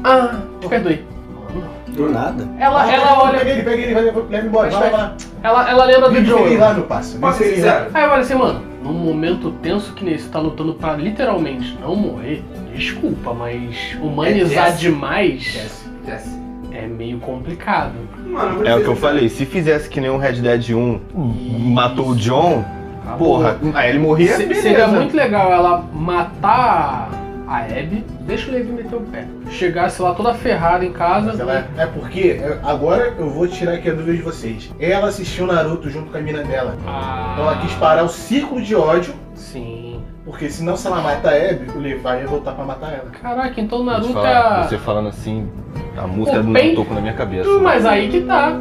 [SPEAKER 5] Ah, te perdoei.
[SPEAKER 6] Do nada.
[SPEAKER 3] Ah.
[SPEAKER 5] Ela, ela olha,
[SPEAKER 3] Pega ele, pega ele, vai, vai, leva embora. Vai, vai lá.
[SPEAKER 5] ela, ela lembra do
[SPEAKER 3] Vem
[SPEAKER 5] Joe.
[SPEAKER 3] lá, meu parça.
[SPEAKER 1] Posso ser
[SPEAKER 3] Vem lá.
[SPEAKER 1] sincero?
[SPEAKER 5] Aí eu falei assim, mano, num momento tenso que nem esse, tá lutando pra literalmente não morrer, desculpa, mas humanizar
[SPEAKER 1] É dessa.
[SPEAKER 3] assim.
[SPEAKER 5] demais
[SPEAKER 1] Desce, desce.
[SPEAKER 5] é meio complicado.
[SPEAKER 1] Mano, vou dizer
[SPEAKER 4] É o que eu
[SPEAKER 1] sincero.
[SPEAKER 4] falei, se fizesse que nem o Red Dead 1 matou o John,
[SPEAKER 5] Acabou.
[SPEAKER 4] porra, aí ele morria,
[SPEAKER 5] Se-
[SPEAKER 4] é beleza.
[SPEAKER 5] Seria muito legal ela matar a Abby, deixa o Levi meter o pé. Chegasse lá toda ferrada em casa.
[SPEAKER 3] Mas ela é- é porque é, agora eu vou tirar aqui a dúvida de vocês. Ela assistiu Naruto junto com a mina dela.
[SPEAKER 5] Ah,
[SPEAKER 3] Então ela quis parar o círculo de ódio,
[SPEAKER 5] Sim.
[SPEAKER 3] porque senão se ela mata a Abby, o Levi vai voltar pra matar ela.
[SPEAKER 5] Caraca, então o
[SPEAKER 4] Vou te
[SPEAKER 5] Naruto é.
[SPEAKER 4] falar,
[SPEAKER 5] a-
[SPEAKER 4] Você falando assim, a música
[SPEAKER 5] O
[SPEAKER 4] não
[SPEAKER 5] Pen-
[SPEAKER 4] toco na minha cabeça.
[SPEAKER 5] Hum, Mas aí que tá.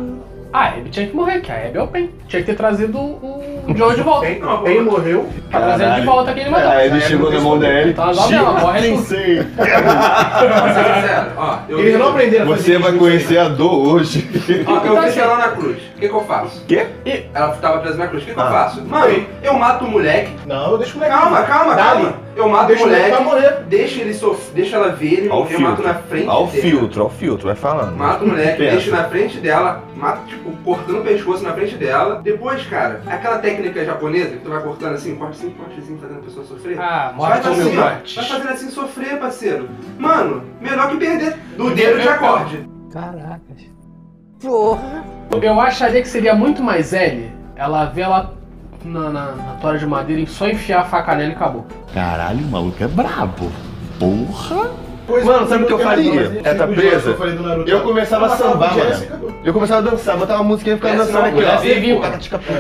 [SPEAKER 5] A Abby tinha que morrer, que a Abby é o Pen. Tinha que ter trazido o o Joe de volta.
[SPEAKER 3] Bem, bem morreu.
[SPEAKER 5] Tá trazendo de
[SPEAKER 4] Caralho.
[SPEAKER 5] volta aquele matou.
[SPEAKER 4] Aí
[SPEAKER 3] Aí
[SPEAKER 4] ele
[SPEAKER 3] ele
[SPEAKER 4] chegou
[SPEAKER 3] não
[SPEAKER 4] na mão dela.
[SPEAKER 3] respondeu.
[SPEAKER 5] Tá lá mesmo,
[SPEAKER 4] "Tira,
[SPEAKER 5] morre
[SPEAKER 4] sensei.
[SPEAKER 1] Posso ser sincero? Ó, eu
[SPEAKER 3] Eles
[SPEAKER 1] vejo-
[SPEAKER 3] não aprenderam a fazer né?
[SPEAKER 4] Você vai
[SPEAKER 3] jiu-jitsu
[SPEAKER 4] conhecer a dor hoje.
[SPEAKER 1] Ó, eu vejo ela na cruz. O que, que eu faço?
[SPEAKER 4] Quê?
[SPEAKER 1] E- Ela tava presa na cruz. O que, que eu
[SPEAKER 4] Ah.
[SPEAKER 1] faço? Mano, eu mato o moleque.
[SPEAKER 3] ainda. Não, eu deixo o moleque.
[SPEAKER 1] Calma, calma,
[SPEAKER 3] Dali.
[SPEAKER 1] calma. Eu mato o
[SPEAKER 3] Deixa o moleque
[SPEAKER 1] moleque.
[SPEAKER 3] vai morrer.
[SPEAKER 1] Deixa ele sof... Deixa ela ver ele
[SPEAKER 4] Ao
[SPEAKER 1] morrer, eu mato
[SPEAKER 4] filtro.
[SPEAKER 1] na frente
[SPEAKER 4] Ao
[SPEAKER 1] dele.
[SPEAKER 4] filtro, ao filtro, vai falando.
[SPEAKER 1] Mata o moleque,
[SPEAKER 4] Pensa.
[SPEAKER 1] deixa na frente dela, mata, tipo, cortando o pescoço na frente dela. Depois, cara, aquela técnica japonesa que tu vai cortando assim, corte assim, corte assim, fazendo a pessoa sofrer.
[SPEAKER 5] Ah,
[SPEAKER 1] Vai
[SPEAKER 5] morte
[SPEAKER 1] tá
[SPEAKER 5] ou
[SPEAKER 1] assim,
[SPEAKER 5] meu
[SPEAKER 1] ó,
[SPEAKER 5] morte.
[SPEAKER 1] vai fazendo assim sofrer, parceiro. Mano, melhor que perder do dedo de acorde.
[SPEAKER 5] Caracas.
[SPEAKER 4] assim.
[SPEAKER 5] Eu acharia que seria muito mais L ela ver ela na, na, na tora de madeira e só enfiar a faca nela e acabou.
[SPEAKER 7] Caralho, o maluco é brabo. Porra!
[SPEAKER 3] Pois
[SPEAKER 4] Mano, sabe o que eu faria? Ela tá presa. Eu começava a sambar, mano.
[SPEAKER 3] mano.
[SPEAKER 4] Eu começava a dançar, botava uma musiquinha e ficava
[SPEAKER 1] É,
[SPEAKER 4] dançando
[SPEAKER 1] senão
[SPEAKER 4] aqui, ó.
[SPEAKER 1] mulher
[SPEAKER 5] vive,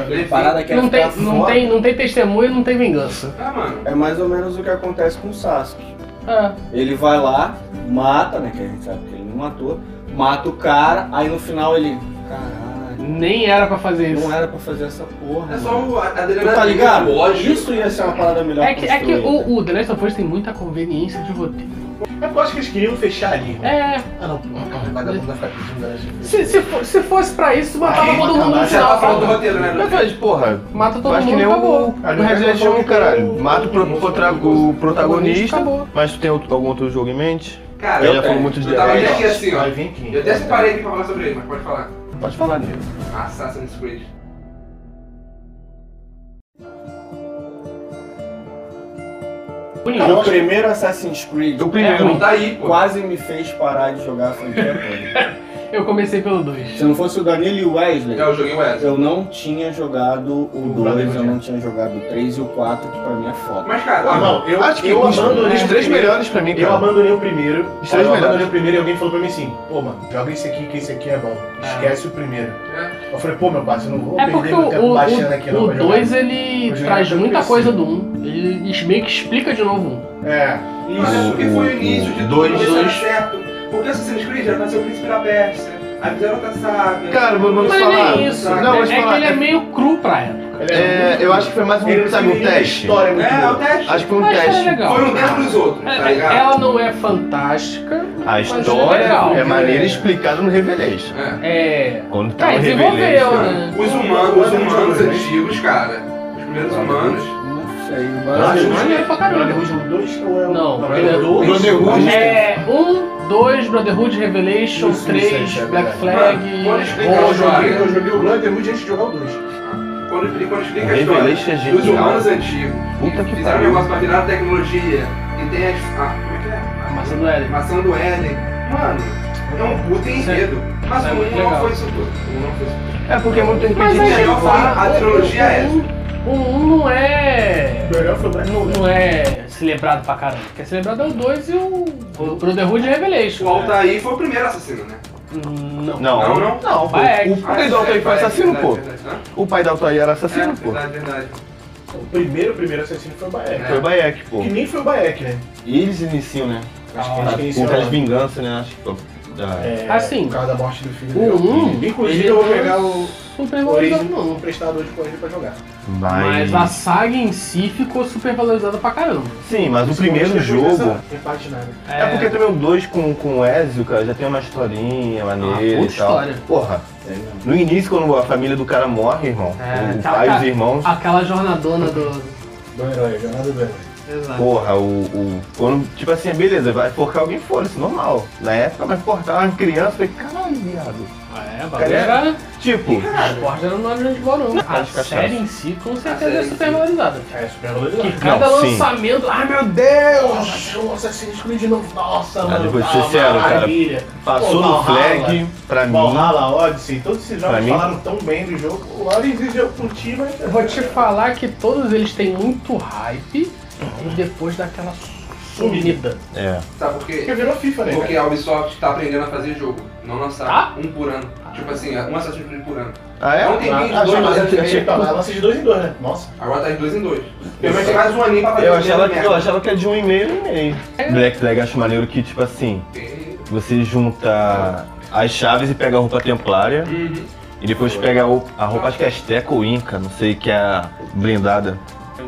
[SPEAKER 1] Levi.
[SPEAKER 6] Parada que é
[SPEAKER 5] Não tem,
[SPEAKER 6] ficar
[SPEAKER 5] não,
[SPEAKER 6] fora.
[SPEAKER 5] tem, não tem testemunha, não tem vingança.
[SPEAKER 1] Ah, mano.
[SPEAKER 6] É mais ou menos o que acontece com o Sasuke.
[SPEAKER 5] É.
[SPEAKER 6] Ele vai lá, mata, né? Que a gente sabe que ele não matou. Mata o cara, aí no final ele. Caralho,
[SPEAKER 5] Nem era pra fazer isso.
[SPEAKER 6] não era pra fazer essa porra.
[SPEAKER 1] É só
[SPEAKER 6] mano."
[SPEAKER 1] o a- a
[SPEAKER 6] Tu
[SPEAKER 1] adrenalina,
[SPEAKER 6] tá ligado?
[SPEAKER 1] o ódio.
[SPEAKER 6] Isso ia ser uma parada melhor
[SPEAKER 5] É que, é que
[SPEAKER 6] construída.
[SPEAKER 5] o, o The Last of Us tem muita conveniência de roteiro.
[SPEAKER 3] É porque eu acho que eles queriam fechar ali. né?
[SPEAKER 5] É,
[SPEAKER 3] Ah, não, pô, vagabundo vai ficar pedindo. né?
[SPEAKER 5] se, se, fo- se fosse pra isso, matava
[SPEAKER 3] Aí,
[SPEAKER 5] todo mundo no
[SPEAKER 3] acabar,
[SPEAKER 1] Você tava
[SPEAKER 5] final.
[SPEAKER 1] falando do
[SPEAKER 5] sabe?
[SPEAKER 1] roteiro, né?
[SPEAKER 4] Eu
[SPEAKER 1] Levi?
[SPEAKER 4] falei, porra,
[SPEAKER 5] Mata todo
[SPEAKER 4] faz que
[SPEAKER 5] mundo e
[SPEAKER 4] nem o,
[SPEAKER 5] acabou.
[SPEAKER 4] o Resident Evil, caralho. Mata o pro- protra- o protagonista,
[SPEAKER 5] Acabou.
[SPEAKER 4] mas tu tem outro- algum outro jogo em mente?
[SPEAKER 1] Cara,
[SPEAKER 4] Eu já
[SPEAKER 1] eu,
[SPEAKER 4] falo muito de
[SPEAKER 1] eu tava até aqui
[SPEAKER 4] Dead.
[SPEAKER 1] assim, ó.
[SPEAKER 3] Vai vir aqui.
[SPEAKER 1] Eu até separei aqui pra falar sobre ele, mas pode falar.
[SPEAKER 4] Pode falar, nego.
[SPEAKER 1] Assassin's Creed.
[SPEAKER 6] O primeiro Assassin's Creed
[SPEAKER 4] O
[SPEAKER 1] É,
[SPEAKER 4] primeiro.
[SPEAKER 1] não tá aí, pô.
[SPEAKER 6] quase me fez parar de jogar a franquia toda.
[SPEAKER 5] Eu comecei pelo 2.
[SPEAKER 6] Se não fosse o Danilo e o Wesley,
[SPEAKER 1] É o joguinho Wesley.
[SPEAKER 6] eu não tinha jogado o
[SPEAKER 3] Brotherhood,
[SPEAKER 6] 2, eu não
[SPEAKER 3] né?
[SPEAKER 6] tinha jogado o 3 e o 4, que pra mim é foda.
[SPEAKER 1] é. Mas, cara,
[SPEAKER 3] Ah,
[SPEAKER 4] Tá
[SPEAKER 1] ó,
[SPEAKER 3] não, eu,
[SPEAKER 4] Acho que
[SPEAKER 3] eu
[SPEAKER 4] os,
[SPEAKER 3] abandonei
[SPEAKER 4] os
[SPEAKER 3] o
[SPEAKER 4] três
[SPEAKER 3] primeiro.
[SPEAKER 4] melhores pra mim,
[SPEAKER 3] Eu
[SPEAKER 4] cara.
[SPEAKER 3] abandonei o primeiro.
[SPEAKER 4] Os
[SPEAKER 3] Eu
[SPEAKER 4] três
[SPEAKER 3] abandonei
[SPEAKER 4] melhores.
[SPEAKER 3] o primeiro e alguém falou pra mim assim: pô, mano, joga esse aqui, que esse aqui é bom. Esquece o primeiro.
[SPEAKER 1] é,
[SPEAKER 3] Eu falei, pô, meu parceiro, não vou
[SPEAKER 5] É porque
[SPEAKER 3] perder
[SPEAKER 5] o
[SPEAKER 3] meu tempo baixando aqui, não.
[SPEAKER 5] o é
[SPEAKER 3] pra
[SPEAKER 5] 2
[SPEAKER 3] jogar.
[SPEAKER 5] ele
[SPEAKER 3] Vou jogar
[SPEAKER 5] traz
[SPEAKER 3] pelo
[SPEAKER 5] muita
[SPEAKER 3] PC.
[SPEAKER 5] coisa do 1. Um. Ele es- meio que explica de novo um.
[SPEAKER 3] É,
[SPEAKER 1] mas é porque foi o início de
[SPEAKER 4] Um, Dois,
[SPEAKER 1] tudo, isso era
[SPEAKER 4] dois.
[SPEAKER 1] certo. Porque Assassin's Creed era pra ser o príncipe da Pérsia. Aí fizeram outra saga.
[SPEAKER 4] Cara, vou- vou te
[SPEAKER 5] Mas
[SPEAKER 4] falar.
[SPEAKER 5] ele é isso.
[SPEAKER 4] Não,
[SPEAKER 5] é
[SPEAKER 4] vou te
[SPEAKER 5] é que
[SPEAKER 4] falar.
[SPEAKER 5] ele é meio cru pra época.
[SPEAKER 3] ele é
[SPEAKER 4] É,
[SPEAKER 3] muito-
[SPEAKER 4] eu acho que foi mais
[SPEAKER 3] ele
[SPEAKER 4] um, sabe, um
[SPEAKER 3] tem uma
[SPEAKER 4] teste.
[SPEAKER 3] História muito
[SPEAKER 1] É, é o
[SPEAKER 3] boa.
[SPEAKER 1] teste.
[SPEAKER 4] Acho que foi um
[SPEAKER 5] Mas é
[SPEAKER 4] teste.
[SPEAKER 5] legal.
[SPEAKER 1] Foi um dentro dos outros, tá
[SPEAKER 5] É,
[SPEAKER 1] ligado?
[SPEAKER 5] Ela não é fantástica.
[SPEAKER 4] A
[SPEAKER 5] mas
[SPEAKER 4] história
[SPEAKER 5] é legal.
[SPEAKER 4] é maneira explicada no Revelation.
[SPEAKER 1] É.
[SPEAKER 5] É.
[SPEAKER 4] Quando tá
[SPEAKER 5] Tá,
[SPEAKER 4] no
[SPEAKER 5] desenvolveu,
[SPEAKER 4] Revelation.
[SPEAKER 5] né?
[SPEAKER 1] Os humanos, os humanos antigos, cara. Os primeiros humanos.
[SPEAKER 6] Não sei,
[SPEAKER 3] Eu
[SPEAKER 6] mas
[SPEAKER 3] acho
[SPEAKER 5] Não,
[SPEAKER 3] que-
[SPEAKER 5] é pra caramba.
[SPEAKER 3] Brotherhood é o dois ou é o-
[SPEAKER 5] Não,
[SPEAKER 3] Brotherhood
[SPEAKER 5] Brotherhood.
[SPEAKER 3] dois?
[SPEAKER 4] Brotherhood.
[SPEAKER 5] É 1, 2, Brotherhood, Revelation,
[SPEAKER 3] Isso, isso
[SPEAKER 5] 3,
[SPEAKER 3] aí, é
[SPEAKER 5] Black
[SPEAKER 3] verdade.
[SPEAKER 5] Flag,
[SPEAKER 1] Pode explicar a
[SPEAKER 3] Eu
[SPEAKER 5] Rojo.
[SPEAKER 1] história.
[SPEAKER 3] joguei, eu joguei o Brotherhood antes de jogar o 2.
[SPEAKER 1] Quando, quando
[SPEAKER 4] O
[SPEAKER 1] explica a história.
[SPEAKER 4] Revelation é
[SPEAKER 1] Os
[SPEAKER 4] genial.
[SPEAKER 1] humanos antigos.
[SPEAKER 4] Puta que
[SPEAKER 1] Fizeram um
[SPEAKER 4] pariu.
[SPEAKER 1] negócio pra virar tecnologia. E tem as. Ah, como é que é?
[SPEAKER 5] Maçã do Éden.
[SPEAKER 1] Maçã do Éden. Mano, é um puta enredo. Mas
[SPEAKER 5] Isso é
[SPEAKER 1] o
[SPEAKER 5] muito
[SPEAKER 1] 1 não
[SPEAKER 5] legal.
[SPEAKER 1] foi isso tudo. O 1 não foi isso tudo.
[SPEAKER 5] É porque muito
[SPEAKER 1] Mas aí que tá, a trilogia é essa.
[SPEAKER 5] O 1 não é. Não, não é celebrado pra caramba. O que é celebrado é o 2 e o. O Brotherhood e Revelation. É.
[SPEAKER 1] O Altair foi o primeiro assassino, né?
[SPEAKER 5] Não.
[SPEAKER 1] Não, não.
[SPEAKER 7] Não, pô.
[SPEAKER 5] Ah, é.
[SPEAKER 7] O pai do Altair foi
[SPEAKER 1] é,
[SPEAKER 7] assassino,
[SPEAKER 1] verdade,
[SPEAKER 7] pô.
[SPEAKER 1] verdade, né?
[SPEAKER 7] O pai da Altair era assassino,
[SPEAKER 1] É,
[SPEAKER 7] pô.
[SPEAKER 1] verdade, verdade.
[SPEAKER 3] O primeiro, primeiro assassino foi o Baek.
[SPEAKER 1] É.
[SPEAKER 4] Foi o Bayek, pô.
[SPEAKER 3] Que nem foi o Baek, né?
[SPEAKER 4] E eles iniciam, né?
[SPEAKER 3] Acho
[SPEAKER 4] Ah,
[SPEAKER 3] que
[SPEAKER 4] Contra as
[SPEAKER 3] iniciou.
[SPEAKER 4] vinganças, né? Acho que. da-
[SPEAKER 3] É,
[SPEAKER 5] Assim.
[SPEAKER 3] Por causa da morte do filho
[SPEAKER 5] O 1.
[SPEAKER 3] dele. Inclusive, eu vou pegar o
[SPEAKER 5] Super
[SPEAKER 3] Origem
[SPEAKER 5] valorizado,
[SPEAKER 3] no
[SPEAKER 5] não.
[SPEAKER 3] prestador de corrida pra jogar.
[SPEAKER 4] Mas.
[SPEAKER 5] Mas a saga em si ficou super valorizada pra caramba.
[SPEAKER 4] Sim, mas o
[SPEAKER 3] Principalmente
[SPEAKER 4] primeiro
[SPEAKER 3] depois
[SPEAKER 4] jogo.
[SPEAKER 3] dessa repaginada.
[SPEAKER 4] É porque também o 2 com, com o Ezio, cara, já tem uma historinha maneira
[SPEAKER 5] Ah, puta
[SPEAKER 4] e tal.
[SPEAKER 5] história.
[SPEAKER 4] Porra, no início, quando a família do cara morre, irmão,
[SPEAKER 5] É,
[SPEAKER 4] o
[SPEAKER 5] tá-
[SPEAKER 4] pai e
[SPEAKER 5] tá-
[SPEAKER 4] Hum, os irmãos,
[SPEAKER 5] Aquela jornadona do.
[SPEAKER 3] Do herói, jornada do herói.
[SPEAKER 5] Exato.
[SPEAKER 4] porra, o, o- Quando, tipo assim, beleza, vai forcar alguém fora, isso é normal. Na época, mas forcar uma criança, eu falei, caralho, viado.
[SPEAKER 5] É,
[SPEAKER 4] Cara,
[SPEAKER 5] bagulho
[SPEAKER 4] é-
[SPEAKER 5] era.
[SPEAKER 4] Tipo,
[SPEAKER 5] Esporte era não era de boa, não. A
[SPEAKER 4] acho que
[SPEAKER 5] série
[SPEAKER 4] cachaça.
[SPEAKER 5] em si, com
[SPEAKER 1] série
[SPEAKER 5] certeza, é
[SPEAKER 1] em
[SPEAKER 5] super
[SPEAKER 1] si.
[SPEAKER 5] valorizada.
[SPEAKER 3] É, super valorizado.
[SPEAKER 5] Cada
[SPEAKER 4] Não, sim.
[SPEAKER 5] lançamento. Ai meu Deus!
[SPEAKER 3] Nossa, o Assassin's Creed novo. Nossa,
[SPEAKER 4] Cara,
[SPEAKER 3] mano.
[SPEAKER 4] eu vou ser
[SPEAKER 3] tá uma
[SPEAKER 4] sincero, cara.
[SPEAKER 3] maravilha.
[SPEAKER 4] passou
[SPEAKER 3] Pô,
[SPEAKER 4] no
[SPEAKER 3] Valhalla.
[SPEAKER 4] flag, pra mim.
[SPEAKER 3] Valhalla, Odyssey, todos esses
[SPEAKER 4] Pra
[SPEAKER 3] jogos
[SPEAKER 4] mim-
[SPEAKER 3] falaram tão bem do jogo. O Odyssey eu curti, mas...
[SPEAKER 5] Eu vou te falar que todos eles têm muito hype e depois daquela sumida.
[SPEAKER 4] É.
[SPEAKER 1] Sabe por quê?
[SPEAKER 3] Porque virou FIFA, né?
[SPEAKER 1] Porque
[SPEAKER 3] cara?
[SPEAKER 1] a Ubisoft tá aprendendo a fazer jogo. Não lançar
[SPEAKER 5] Tá?
[SPEAKER 1] um por ano. Tipo assim, um Assassin's Creed por ano.
[SPEAKER 4] Ah, é?
[SPEAKER 1] Não tem vídeo,
[SPEAKER 4] Ah,
[SPEAKER 1] dois,
[SPEAKER 4] achei-
[SPEAKER 1] mas
[SPEAKER 4] achei-
[SPEAKER 1] eu
[SPEAKER 4] achei-
[SPEAKER 3] Eita, tá lá, lança de dois em dois, né? Nossa.
[SPEAKER 1] Agora tá de dois em dois. Pelo menos tem mais um aninho pra fazer
[SPEAKER 4] Eu
[SPEAKER 1] o mesmo
[SPEAKER 4] achava, que,
[SPEAKER 1] merda.
[SPEAKER 4] eu achava que era de um e meio, um e meio.
[SPEAKER 5] É.
[SPEAKER 4] Black Flag acho maneiro que, tipo assim,
[SPEAKER 1] Tem-
[SPEAKER 4] você junta as chaves e pega a roupa templária.
[SPEAKER 1] Uhum.
[SPEAKER 4] E depois pega o- a roupa, acho que é Azteca ou Inca, não sei, que é a blindada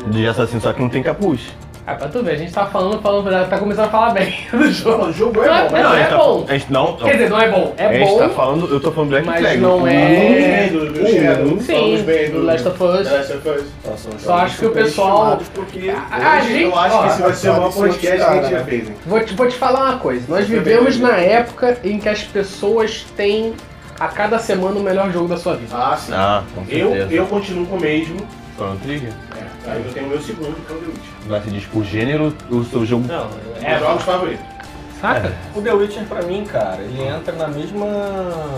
[SPEAKER 4] de assassino, só que não tem capuz.
[SPEAKER 5] Ah, pra tu ver, a gente tá falando, falando, tá começando a falar bem do
[SPEAKER 3] Pô,
[SPEAKER 5] jogo.
[SPEAKER 3] o jogo
[SPEAKER 5] Não é,
[SPEAKER 3] é bom, mas...
[SPEAKER 5] não
[SPEAKER 4] a
[SPEAKER 5] é
[SPEAKER 4] gente tá-
[SPEAKER 5] bom.
[SPEAKER 4] a gente não,
[SPEAKER 5] Quer dizer, não é bom.
[SPEAKER 4] a
[SPEAKER 5] É
[SPEAKER 4] gente tá
[SPEAKER 5] bom,
[SPEAKER 4] falando, eu tô falando Black
[SPEAKER 5] mas
[SPEAKER 4] Flag.
[SPEAKER 5] não é.
[SPEAKER 3] Do- do Shadow,
[SPEAKER 4] um,
[SPEAKER 5] Sim,
[SPEAKER 3] falamos bem do- É.
[SPEAKER 5] do Last of
[SPEAKER 3] The
[SPEAKER 5] Us.
[SPEAKER 3] Last of Us.
[SPEAKER 5] Só acho que o pessoal.
[SPEAKER 3] Porque
[SPEAKER 5] A- Ah, a
[SPEAKER 3] hoje
[SPEAKER 5] gente-
[SPEAKER 3] eu acho
[SPEAKER 5] ó,
[SPEAKER 3] que esse né? vai ser o maior podcast que a gente já fez, hein?
[SPEAKER 5] Vou te, vou te falar uma coisa. Nós vivemos na época em que as pessoas têm a cada semana o melhor jogo da sua vida.
[SPEAKER 3] Ah, sim.
[SPEAKER 4] Ah, com
[SPEAKER 3] eu,
[SPEAKER 4] certeza.
[SPEAKER 3] eu continuo com o mesmo.
[SPEAKER 4] Chrono Trigger?
[SPEAKER 3] Aí eu tenho o meu segundo, que é o The Witcher.
[SPEAKER 4] Lá se diz por gênero, o seu jogo.
[SPEAKER 5] Não,
[SPEAKER 3] Meus jogos favoritos.
[SPEAKER 5] Saca?
[SPEAKER 2] O The Witcher pra mim, cara, ele entra na mesma.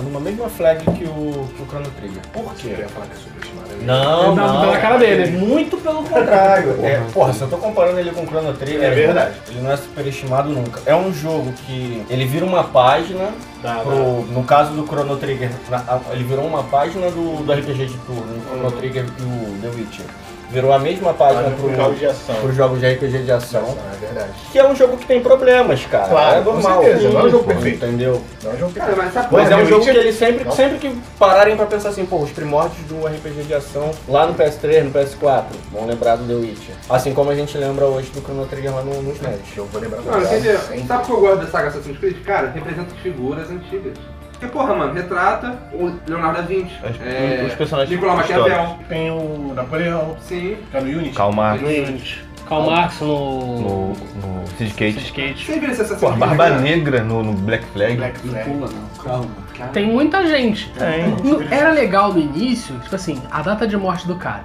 [SPEAKER 2] numa mesma flag que o, que o Chrono Trigger. Por
[SPEAKER 3] Eu
[SPEAKER 2] quê?
[SPEAKER 3] ia falar que é superestimado. né?
[SPEAKER 2] Não,
[SPEAKER 5] Tá
[SPEAKER 2] não.
[SPEAKER 5] pela cara dele.
[SPEAKER 2] Muito pelo contrário. É, porra, se eu tô comparando ele com o Chrono Trigger,
[SPEAKER 3] É verdade.
[SPEAKER 2] Ele não é superestimado nunca. É um jogo que ele vira uma página
[SPEAKER 3] Dá- dá-
[SPEAKER 2] Pro- no caso do Chrono Trigger, na- a- ele virou uma página do, do RPG de turno, do Chrono Trigger e o The Witcher. Virou a mesma página
[SPEAKER 3] dá-
[SPEAKER 2] pro,
[SPEAKER 3] Uhum. pro jogo de ação.
[SPEAKER 2] pro jogo de RPG de ação.
[SPEAKER 3] Ah, É verdade.
[SPEAKER 2] Que é um jogo que tem problemas, cara.
[SPEAKER 3] Claro,
[SPEAKER 2] é
[SPEAKER 3] com
[SPEAKER 2] normal.
[SPEAKER 3] certeza, não é um jogo
[SPEAKER 2] Pô,
[SPEAKER 3] perfeito.
[SPEAKER 2] Entendeu?
[SPEAKER 3] Não é um jogo que-
[SPEAKER 1] Cara, mas essa
[SPEAKER 2] Mas
[SPEAKER 1] porra.
[SPEAKER 2] é um
[SPEAKER 3] The
[SPEAKER 2] jogo
[SPEAKER 3] Witcher-
[SPEAKER 2] que eles sempre,
[SPEAKER 3] Não.
[SPEAKER 2] sempre que pararem pra pensar assim, pô, os primórdios do RPG de ação lá no PS3, no PS4, vão lembrar do The Witcher. Assim como a gente lembra hoje do Chrono Trigger lá no, nos
[SPEAKER 3] Eu
[SPEAKER 2] nerds.
[SPEAKER 3] vou lembrar
[SPEAKER 1] Mano,
[SPEAKER 3] pra
[SPEAKER 1] quer
[SPEAKER 3] vocês.
[SPEAKER 1] dizer, sabe o
[SPEAKER 5] Tá-
[SPEAKER 1] que eu gosto da saga Assassin's Creed? Cara, representa as figuras antigas. Porque, porra, mano, retrata o Leonardo da Vinci.
[SPEAKER 4] As-
[SPEAKER 1] é,
[SPEAKER 4] os personagens
[SPEAKER 1] Nicolau Maquiavel.
[SPEAKER 3] Tem o Napoleão,
[SPEAKER 1] Sim.
[SPEAKER 3] que é no Unity.
[SPEAKER 4] Calma
[SPEAKER 1] No Unity.
[SPEAKER 5] Karl Marx no.
[SPEAKER 4] no, no Sid Cage.
[SPEAKER 5] skate.
[SPEAKER 1] Sem ver esse Assassin's
[SPEAKER 4] Pô, a
[SPEAKER 1] Creed. né?
[SPEAKER 4] Barba
[SPEAKER 1] cara.
[SPEAKER 4] Negra no, no Black Flag.
[SPEAKER 3] Black Flag.
[SPEAKER 5] Tem muita gente.
[SPEAKER 3] Então, tipo,
[SPEAKER 5] No- Era legal no início, tipo assim, a data de morte do cara.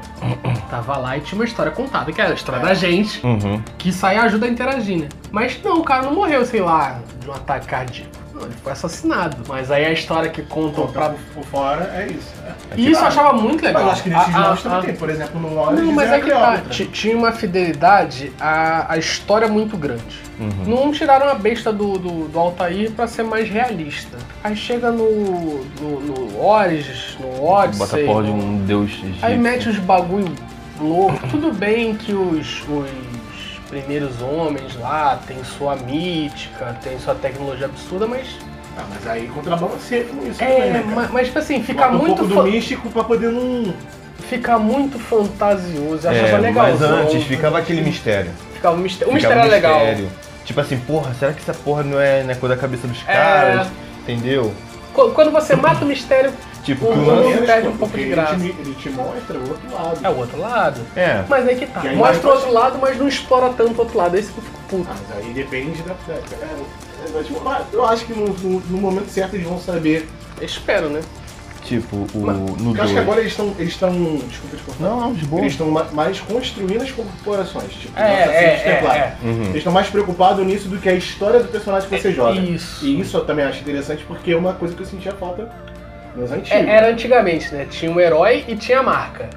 [SPEAKER 5] Tava lá e tinha uma história contada, que era a história da gente,
[SPEAKER 4] Uhum.
[SPEAKER 5] que isso aí ajuda a interagir, né? Mas não, o cara não morreu, sei lá, de um ataque cardíaco. Não, ele foi assassinado. Mas aí a história que contam
[SPEAKER 3] Então, pra
[SPEAKER 5] pra.
[SPEAKER 3] por fora, é isso.
[SPEAKER 5] E isso eu achava muito legal.
[SPEAKER 3] É, Mas eu acho que
[SPEAKER 5] A-
[SPEAKER 3] nesses
[SPEAKER 5] a-
[SPEAKER 3] jogos
[SPEAKER 5] a-
[SPEAKER 3] também tem. Por exemplo, no Odyssey
[SPEAKER 5] Ah, Não, mas
[SPEAKER 3] é
[SPEAKER 5] é que tá, ti- tinha uma fidelidade à, à história muito grande.
[SPEAKER 4] Uhum.
[SPEAKER 5] Não tiraram a besta do, do, do Altair pra ser mais realista. Aí chega no, no, no Origins, no
[SPEAKER 4] Bota
[SPEAKER 5] Odyssey,
[SPEAKER 4] a porra de um deus.
[SPEAKER 5] aí
[SPEAKER 4] egípcio.
[SPEAKER 5] mete uns bagulho louco. Tudo bem que os, os primeiros homens lá tem sua mítica, tem sua tecnologia absurda, mas...
[SPEAKER 3] Ah, mas aí contrabalanceia com isso também,
[SPEAKER 5] É,
[SPEAKER 3] né, cara?
[SPEAKER 5] mas, mas tipo assim, fica
[SPEAKER 3] Bota um
[SPEAKER 5] muito,
[SPEAKER 3] pouco
[SPEAKER 5] fa-
[SPEAKER 3] do místico pra poder não...
[SPEAKER 5] fica muito fantasioso. Eu achava
[SPEAKER 4] É,
[SPEAKER 5] legal.
[SPEAKER 4] mas antes ficava aquele mistério.
[SPEAKER 5] Ficava um mistério, um
[SPEAKER 4] Ficava
[SPEAKER 5] mistério era legal.
[SPEAKER 4] Tipo assim, porra, será que essa porra não é na cor da cabeça dos caras? Entendeu?
[SPEAKER 5] Qu- Quando você mata o mistério,
[SPEAKER 4] Tipo,
[SPEAKER 5] O
[SPEAKER 4] que o
[SPEAKER 5] jogo-
[SPEAKER 4] lance.
[SPEAKER 5] perde um
[SPEAKER 3] porque
[SPEAKER 5] pouco de
[SPEAKER 3] ele te-
[SPEAKER 5] graça.
[SPEAKER 3] Ele te, mostra o outro lado.
[SPEAKER 5] é o outro lado.
[SPEAKER 4] É.
[SPEAKER 5] Mas aí que tá.
[SPEAKER 3] E aí
[SPEAKER 5] Mostra o
[SPEAKER 3] vai-
[SPEAKER 5] outro lado, mas não explora tanto o outro lado. É isso que eu fico
[SPEAKER 3] Ah,
[SPEAKER 5] puto.
[SPEAKER 3] mas aí depende da... da- é, é, mas, tipo, Eu acho que no, no- no momento certo eles vão saber
[SPEAKER 5] Eu espero, né?
[SPEAKER 4] Tipo, o. No
[SPEAKER 3] Porque eu acho que
[SPEAKER 5] é
[SPEAKER 4] 2.
[SPEAKER 3] agora eles estão. Eles estão. Desculpa te cortar.
[SPEAKER 4] Não, não, de boa.
[SPEAKER 3] Eles estão ma- mais construindo as corporações. Tipo,
[SPEAKER 5] É,
[SPEAKER 3] nossa,
[SPEAKER 5] é,
[SPEAKER 3] Sirius
[SPEAKER 5] é,
[SPEAKER 3] Templar.
[SPEAKER 5] é.
[SPEAKER 4] Uhum.
[SPEAKER 3] Eles estão mais preocupados nisso do que a história do personagem que você joga.
[SPEAKER 5] Isso.
[SPEAKER 3] E isso eu também acho interessante porque é uma coisa que eu sentia falta nos antigos.
[SPEAKER 5] É, era antigamente, né? Tinha o herói e tinha a marca.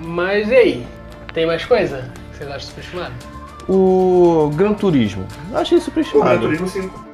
[SPEAKER 5] Mas e aí? Tem mais coisa? que Vocês acham superestimado?
[SPEAKER 4] O Gran Turismo. Eu achei
[SPEAKER 1] O Gran
[SPEAKER 4] superestimado.
[SPEAKER 1] Turismo 5.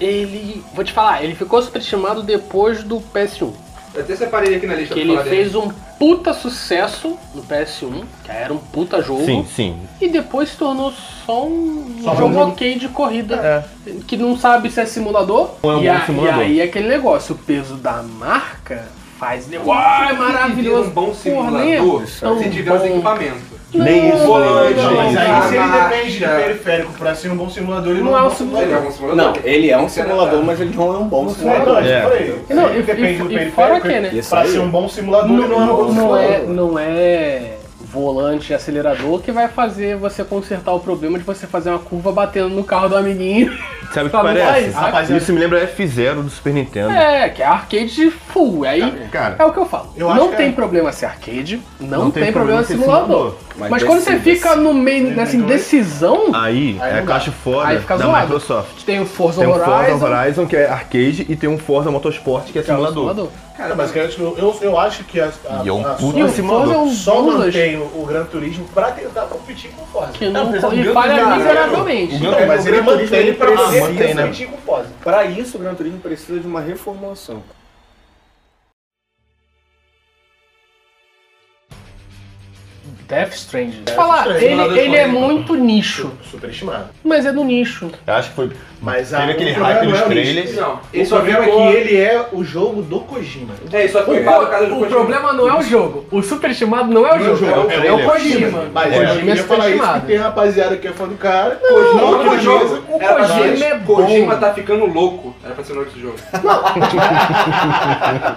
[SPEAKER 5] Ele. Vou te falar, ele ficou superestimado depois do PS1.
[SPEAKER 1] Eu até separei ele aqui na lista
[SPEAKER 5] Que
[SPEAKER 1] pra
[SPEAKER 5] ele
[SPEAKER 1] falar dele.
[SPEAKER 5] fez um puta sucesso no PS1, que era um puta jogo.
[SPEAKER 4] Sim, sim.
[SPEAKER 5] E depois se tornou só um
[SPEAKER 3] Só um
[SPEAKER 5] jogo
[SPEAKER 3] jogo.
[SPEAKER 5] ok de corrida.
[SPEAKER 4] É.
[SPEAKER 5] Que não sabe se é simulador.
[SPEAKER 4] Ou é um
[SPEAKER 5] e,
[SPEAKER 4] bom
[SPEAKER 5] a-
[SPEAKER 4] simulador.
[SPEAKER 5] e aí aquele negócio, o peso da marca faz negócio. Uai, maravilhoso.
[SPEAKER 1] Um bom
[SPEAKER 5] Porra, nem é
[SPEAKER 1] simulador
[SPEAKER 5] tão
[SPEAKER 1] se tiver um os
[SPEAKER 5] bom.
[SPEAKER 1] equipamentos.
[SPEAKER 4] Nem isso,
[SPEAKER 1] Não,
[SPEAKER 4] nem
[SPEAKER 3] Não,
[SPEAKER 4] isso.
[SPEAKER 3] mas
[SPEAKER 4] gente.
[SPEAKER 3] aí
[SPEAKER 1] Ah,
[SPEAKER 3] se ele
[SPEAKER 1] marcha.
[SPEAKER 3] depende de periférico pra ser um bom simulador, ele
[SPEAKER 5] Não
[SPEAKER 3] não,
[SPEAKER 5] é um
[SPEAKER 1] Ele é
[SPEAKER 3] bom
[SPEAKER 1] um
[SPEAKER 5] simulador.
[SPEAKER 1] bom
[SPEAKER 6] Não,
[SPEAKER 1] simulador.
[SPEAKER 6] ele é um simulador,
[SPEAKER 1] Tem que tá?
[SPEAKER 6] mas ele não é um bom
[SPEAKER 3] É,
[SPEAKER 6] simulador.
[SPEAKER 3] não,
[SPEAKER 4] É.
[SPEAKER 3] eu falei.
[SPEAKER 5] Não,
[SPEAKER 3] Se ele
[SPEAKER 5] e-
[SPEAKER 3] depende do
[SPEAKER 5] e- e fora
[SPEAKER 3] periférico,
[SPEAKER 5] que, né?
[SPEAKER 6] Isso
[SPEAKER 3] pra
[SPEAKER 6] aí.
[SPEAKER 3] ser um bom simulador,
[SPEAKER 5] Não,
[SPEAKER 3] ele não é um bom
[SPEAKER 5] não, não é,
[SPEAKER 3] simulador.
[SPEAKER 5] não é volante e acelerador que vai fazer você consertar o problema de você fazer uma curva batendo no carro do amiguinho.
[SPEAKER 4] Sabe o que
[SPEAKER 5] Só não faz,
[SPEAKER 4] parece?
[SPEAKER 5] sabe?
[SPEAKER 3] Rapaziada.
[SPEAKER 4] Isso me lembra F0 do Super Nintendo.
[SPEAKER 5] É, que é arcade full. Aí
[SPEAKER 4] Cara,
[SPEAKER 5] é o que eu falo.
[SPEAKER 3] Eu acho
[SPEAKER 5] não
[SPEAKER 3] que
[SPEAKER 5] tem
[SPEAKER 3] é-
[SPEAKER 5] problema ser arcade, não,
[SPEAKER 4] Não
[SPEAKER 5] tem,
[SPEAKER 4] tem problema
[SPEAKER 5] problema ser
[SPEAKER 4] ser
[SPEAKER 5] simulador.
[SPEAKER 4] simulador.
[SPEAKER 5] Mas,
[SPEAKER 6] Mas
[SPEAKER 5] quando você
[SPEAKER 6] decide,
[SPEAKER 5] fica no meio nessa
[SPEAKER 3] Então,
[SPEAKER 5] indecisão,
[SPEAKER 4] aí,
[SPEAKER 3] Aí
[SPEAKER 4] é
[SPEAKER 3] não
[SPEAKER 4] a
[SPEAKER 3] dá.
[SPEAKER 4] caixa fora
[SPEAKER 5] Aí fica
[SPEAKER 4] da
[SPEAKER 5] zoado.
[SPEAKER 4] Microsoft.
[SPEAKER 5] tem o Forza
[SPEAKER 4] Tem o
[SPEAKER 5] Horizon,
[SPEAKER 4] Forza Horizon, que é arcade, e tem um Forza Motorsport, que é
[SPEAKER 5] que é o
[SPEAKER 4] simulador.
[SPEAKER 3] Cara, mas que eu, eu, eu acho que a, a,
[SPEAKER 7] E é um
[SPEAKER 3] a
[SPEAKER 7] puta
[SPEAKER 5] E o
[SPEAKER 3] Sony
[SPEAKER 5] Forza é um
[SPEAKER 3] só
[SPEAKER 5] bônus
[SPEAKER 3] mantém o, o Gran Turismo pra tentar competir com o Forza. É,
[SPEAKER 5] que não
[SPEAKER 6] apesar do
[SPEAKER 5] e
[SPEAKER 6] Gran
[SPEAKER 5] falha
[SPEAKER 6] Turismo-
[SPEAKER 5] miseravelmente.
[SPEAKER 3] Não, mas
[SPEAKER 6] o Gran
[SPEAKER 3] ele
[SPEAKER 6] Turismo,
[SPEAKER 3] mantém
[SPEAKER 6] ele
[SPEAKER 3] pra
[SPEAKER 6] precisa
[SPEAKER 3] competir
[SPEAKER 5] né?
[SPEAKER 4] competir
[SPEAKER 3] com o Forza.
[SPEAKER 6] Para isso, o Gran Turismo precisa de uma reformulação.
[SPEAKER 5] Death Stranding. Falar,
[SPEAKER 3] Stranding,
[SPEAKER 5] ele,
[SPEAKER 3] simulador
[SPEAKER 5] ele é
[SPEAKER 3] correndo.
[SPEAKER 5] muito nicho,
[SPEAKER 3] Superestimado.
[SPEAKER 5] mas é do nicho.
[SPEAKER 4] Eu acho que foi.
[SPEAKER 3] Mas a-
[SPEAKER 4] teve aquele
[SPEAKER 3] o problema
[SPEAKER 4] hype
[SPEAKER 3] não
[SPEAKER 4] dos
[SPEAKER 3] é o
[SPEAKER 4] trailers.
[SPEAKER 3] lixo.
[SPEAKER 1] Não, ele
[SPEAKER 3] O
[SPEAKER 1] só
[SPEAKER 3] problema é
[SPEAKER 1] ficou-
[SPEAKER 3] que ele é o jogo do Kojima.
[SPEAKER 1] É, isso só
[SPEAKER 5] O,
[SPEAKER 1] foi para casa do
[SPEAKER 5] o
[SPEAKER 1] Kojima.
[SPEAKER 5] problema não é o jogo. O superestimado não é o
[SPEAKER 3] Não é o
[SPEAKER 5] jogo.
[SPEAKER 3] jogo,
[SPEAKER 5] É
[SPEAKER 3] é
[SPEAKER 5] o,
[SPEAKER 3] o
[SPEAKER 4] trailer.
[SPEAKER 5] Kojima.
[SPEAKER 3] Mas
[SPEAKER 5] o Kojima é
[SPEAKER 3] eu queria falar isso, que
[SPEAKER 5] superestimado.
[SPEAKER 3] tem rapaziada que é fã do cara, pois
[SPEAKER 1] Não,
[SPEAKER 3] não,
[SPEAKER 1] não, tá
[SPEAKER 3] que
[SPEAKER 1] jogo.
[SPEAKER 3] beleza, com
[SPEAKER 1] Era pra
[SPEAKER 5] Kojima
[SPEAKER 1] ser-
[SPEAKER 5] é bom.
[SPEAKER 1] Kojima tá ficando louco. Era pra ser o nome desse jogo.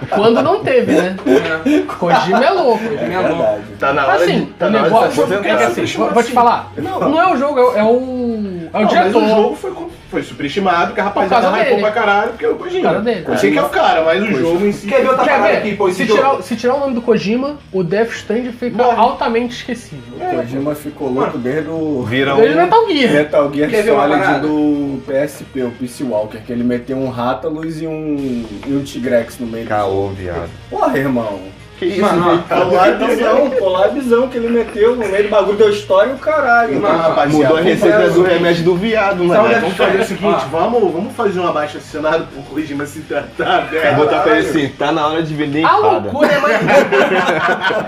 [SPEAKER 5] Quando não teve, né?
[SPEAKER 1] É,
[SPEAKER 5] Kojima é louco.
[SPEAKER 1] Kojima é louco.
[SPEAKER 3] Tá na hora
[SPEAKER 5] Assim,
[SPEAKER 3] de. Tá
[SPEAKER 5] o
[SPEAKER 3] na hora de se
[SPEAKER 5] negócio é que
[SPEAKER 3] aposentar.
[SPEAKER 5] assim, vou, vou te falar. Não, é o jogo, é o- é o. É o
[SPEAKER 3] Não, mas
[SPEAKER 5] diretor.
[SPEAKER 3] o jogo foi, com- foi superestimado, porque a
[SPEAKER 5] causa
[SPEAKER 3] rapaziada hypou
[SPEAKER 5] dele.
[SPEAKER 3] pra caralho, porque é o Kojima.
[SPEAKER 5] Por causa dele.
[SPEAKER 3] Eu sei que é o cara, mas o jogo em si.
[SPEAKER 1] Quer ver outra
[SPEAKER 5] Quer
[SPEAKER 1] parada
[SPEAKER 5] ver?
[SPEAKER 1] aqui, pô, esse
[SPEAKER 5] se,
[SPEAKER 1] jogo?
[SPEAKER 5] tirar, se tirar o nome do Kojima, o Death Strand fica
[SPEAKER 3] Morre.
[SPEAKER 5] altamente esquecível.
[SPEAKER 6] O Kojima ficou louco desde o
[SPEAKER 4] Viram.
[SPEAKER 5] Ele não é tão guia.
[SPEAKER 6] Metal Gear
[SPEAKER 1] Quer ver uma parada?
[SPEAKER 6] Solid do PSP, o Peace Walker, que ele meteu um Rátalos e um, e um Tigrex no meio.
[SPEAKER 4] Caô, viado.
[SPEAKER 6] Porra, irmão.
[SPEAKER 4] Que isso,
[SPEAKER 1] Mano,
[SPEAKER 3] Tá
[SPEAKER 6] A Labizão, pô, Labizão que ele meteu no meio do bagulho deu história e o caralho. Tá
[SPEAKER 1] Não,
[SPEAKER 3] rapaziada,
[SPEAKER 4] Ah, Mudou a
[SPEAKER 3] vamos
[SPEAKER 4] receita
[SPEAKER 3] fazer
[SPEAKER 4] do
[SPEAKER 3] o seguinte.
[SPEAKER 4] remédio do viado,
[SPEAKER 3] Então,
[SPEAKER 4] mano.
[SPEAKER 3] né, vamos fazer o seguinte,
[SPEAKER 1] Ah.
[SPEAKER 3] vamos, vamos fazer um abaixo assinado pro Kojima se tratar,
[SPEAKER 4] Vou
[SPEAKER 3] velho.
[SPEAKER 4] botar pra ele assim, tá na hora de vender
[SPEAKER 5] A
[SPEAKER 4] empada.
[SPEAKER 5] loucura é mais. A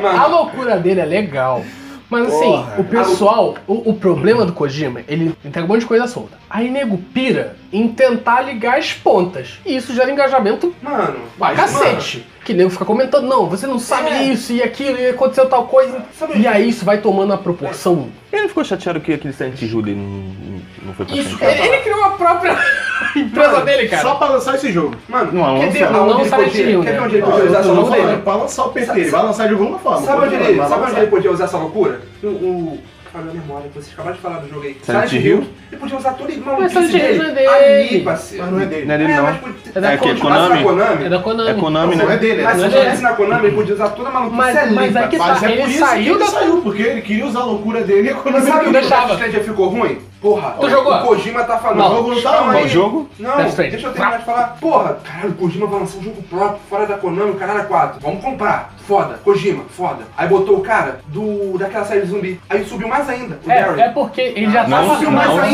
[SPEAKER 1] Mano,
[SPEAKER 5] loucura dele é legal. Mas assim,
[SPEAKER 6] Porra.
[SPEAKER 5] o pessoal, o, o problema do Kojima, ele entrega um monte de coisa solta. Aí nego pira em tentar ligar as pontas. E isso gera engajamento
[SPEAKER 1] mano.
[SPEAKER 5] pra
[SPEAKER 1] mas,
[SPEAKER 5] cacete. Que nego fica comentando, não, você não sabe isso e aquilo, e aconteceu tal coisa. E aí isso vai tomando a proporção.
[SPEAKER 4] Ele ficou chateado que aquele Silent Hill dele não, não foi pra
[SPEAKER 5] É. Isso,
[SPEAKER 4] frente.
[SPEAKER 5] ele, ele criou a própria empresa dele, cara.
[SPEAKER 3] Só pra lançar esse jogo.
[SPEAKER 1] Mano,
[SPEAKER 4] Não,
[SPEAKER 1] mano quer
[SPEAKER 4] não
[SPEAKER 1] ver
[SPEAKER 4] sabe.
[SPEAKER 5] Não,
[SPEAKER 1] aonde ele
[SPEAKER 5] sabe
[SPEAKER 1] podia-
[SPEAKER 5] tio,
[SPEAKER 1] quer
[SPEAKER 5] né?
[SPEAKER 1] ver onde ele
[SPEAKER 3] Não,
[SPEAKER 1] podia usar
[SPEAKER 3] eu
[SPEAKER 1] essa
[SPEAKER 3] tô falando,
[SPEAKER 1] loucura?
[SPEAKER 3] Pra lançar o PT, ele vai lançar de alguma forma.
[SPEAKER 1] Sabe onde
[SPEAKER 3] pode
[SPEAKER 1] ele,
[SPEAKER 3] falar, vai
[SPEAKER 1] sabe onde
[SPEAKER 3] lançar.
[SPEAKER 1] ele podia usar essa loucura? O. o... Cara, minha memória, vocês acabaram de falar do jogo aí.
[SPEAKER 4] Silent Hill?
[SPEAKER 1] Ele podia usar todo igual maluquice
[SPEAKER 5] Silent Hill não é dele.
[SPEAKER 1] Ali, parceiro.
[SPEAKER 3] Mas não é dele.
[SPEAKER 4] Não é dele, não.
[SPEAKER 1] mas podia-
[SPEAKER 5] É da
[SPEAKER 4] É que é
[SPEAKER 1] Mas na
[SPEAKER 4] Konami?
[SPEAKER 1] Konami?
[SPEAKER 5] É da Konami.
[SPEAKER 4] É Konami,
[SPEAKER 3] Não é
[SPEAKER 4] né?
[SPEAKER 3] dele,
[SPEAKER 1] Mas
[SPEAKER 3] é
[SPEAKER 1] se
[SPEAKER 5] Não
[SPEAKER 3] dele.
[SPEAKER 5] é
[SPEAKER 1] tivesse na Konami, ele podia usar toda a maluquice
[SPEAKER 5] Mas-
[SPEAKER 1] ali.
[SPEAKER 5] mas é que
[SPEAKER 1] parceiro.
[SPEAKER 5] tá, ele saiu da-
[SPEAKER 3] ele saiu, porque ele queria usar a loucura dele e a
[SPEAKER 1] Mas
[SPEAKER 3] economia
[SPEAKER 1] sabe o
[SPEAKER 3] dele.
[SPEAKER 1] que o
[SPEAKER 5] deixava.
[SPEAKER 1] Death Stranding ficou ruim? Porra,
[SPEAKER 5] Tu jogou?
[SPEAKER 1] o Kojima tá falando.
[SPEAKER 5] Não.
[SPEAKER 1] o jogo não tá
[SPEAKER 3] Qual
[SPEAKER 1] ruim.
[SPEAKER 4] O jogo?
[SPEAKER 1] Não,
[SPEAKER 5] Death Stranding.
[SPEAKER 1] deixa eu terminar de falar. Porra, caralho, o Kojima vai lançar um jogo próprio, fora da Konami, caralho, 4. Vamos comprar. Foda, Kojima, foda. Aí botou o cara do daquela série de zumbi. Aí subiu mais ainda, o Daryl.
[SPEAKER 5] É, é porque ele já
[SPEAKER 4] Não,
[SPEAKER 5] tá
[SPEAKER 1] não só
[SPEAKER 5] Vamos lá,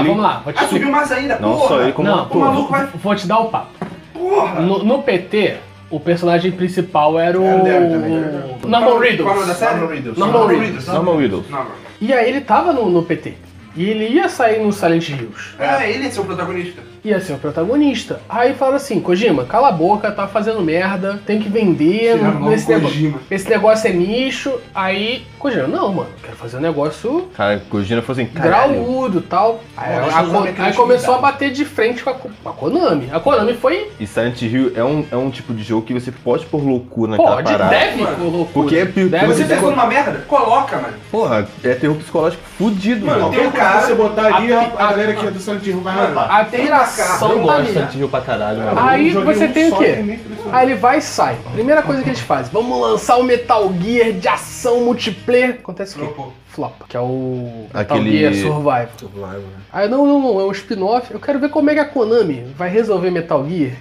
[SPEAKER 4] ele.
[SPEAKER 5] vamos lá. Vou te
[SPEAKER 1] Aí subiu
[SPEAKER 5] explicar.
[SPEAKER 1] mais ainda,
[SPEAKER 4] Não
[SPEAKER 1] porra.
[SPEAKER 4] só ele, como
[SPEAKER 5] Não,
[SPEAKER 1] O maluco
[SPEAKER 5] vou,
[SPEAKER 1] vai. Ah.
[SPEAKER 5] vou te dar o papo.
[SPEAKER 1] Porra!
[SPEAKER 5] No, no PT, o personagem principal era o.
[SPEAKER 3] Era o Daryl também, né?
[SPEAKER 5] Norman
[SPEAKER 1] Qual é o nome da
[SPEAKER 5] Reedus.
[SPEAKER 1] série?
[SPEAKER 3] Norman Reedus.
[SPEAKER 5] Norman Reedus.
[SPEAKER 4] Normal Widows.
[SPEAKER 1] Não, mano.
[SPEAKER 5] E aí ele tava no, no PT. E ele ia sair no Silent Hills.
[SPEAKER 1] É, ele é seu protagonista.
[SPEAKER 5] Ia ser o protagonista. Aí falaram assim: Kojima, cala a boca, tá fazendo merda, tem que vender.
[SPEAKER 1] Tirar
[SPEAKER 5] não-
[SPEAKER 1] logo
[SPEAKER 5] esse, negócio,
[SPEAKER 1] Kojima.
[SPEAKER 5] esse negócio é nicho. Aí, Kojima, não, mano, quero fazer um negócio
[SPEAKER 4] Cara, o Kojima falou assim, caralho.
[SPEAKER 5] graúdo e tal. Aí, a-
[SPEAKER 3] Bom, deixa eu usar
[SPEAKER 5] a-
[SPEAKER 3] minha
[SPEAKER 5] aí
[SPEAKER 3] criatividade.
[SPEAKER 5] começou a bater de frente com a, com a Konami. A Konami foi.
[SPEAKER 4] E Silent Hill é um, é um tipo de jogo que você pode pôr loucura naquela
[SPEAKER 5] Pode,
[SPEAKER 4] parada.
[SPEAKER 5] deve,
[SPEAKER 1] mano.
[SPEAKER 5] loucura.
[SPEAKER 4] Porque é pior.
[SPEAKER 5] Deve,
[SPEAKER 1] Você
[SPEAKER 5] deve.
[SPEAKER 1] pensou numa merda? Coloca, mano.
[SPEAKER 4] Porra, é terror psicológico fudido,
[SPEAKER 1] Mano,
[SPEAKER 4] mano.
[SPEAKER 1] tem um
[SPEAKER 3] qualquer
[SPEAKER 1] cara,
[SPEAKER 3] você botar ali,
[SPEAKER 5] a-
[SPEAKER 3] a,
[SPEAKER 5] a-
[SPEAKER 3] a galera que é do Santinho vai
[SPEAKER 1] Mano,
[SPEAKER 3] arrancar.
[SPEAKER 5] A
[SPEAKER 4] um
[SPEAKER 5] piração
[SPEAKER 1] Não
[SPEAKER 5] tá
[SPEAKER 8] Gosto de
[SPEAKER 5] ali.
[SPEAKER 8] Silent Hill pra caralho, mano.
[SPEAKER 5] Aí
[SPEAKER 3] Eu joguei
[SPEAKER 5] você
[SPEAKER 3] um
[SPEAKER 5] tem o
[SPEAKER 3] só
[SPEAKER 5] quê?
[SPEAKER 3] e nem impressionou.
[SPEAKER 5] Aí ele vai e sai. Primeira coisa que eles fazem, vamos lançar o Metal Gear de ação multiplayer. Acontece o quê?
[SPEAKER 1] Flopou.
[SPEAKER 5] Flop, que é o
[SPEAKER 4] Aquele-
[SPEAKER 5] Metal Gear Survival. Aí não, não, não, é um spin-off. Eu quero ver como é que a Konami vai resolver Metal Gear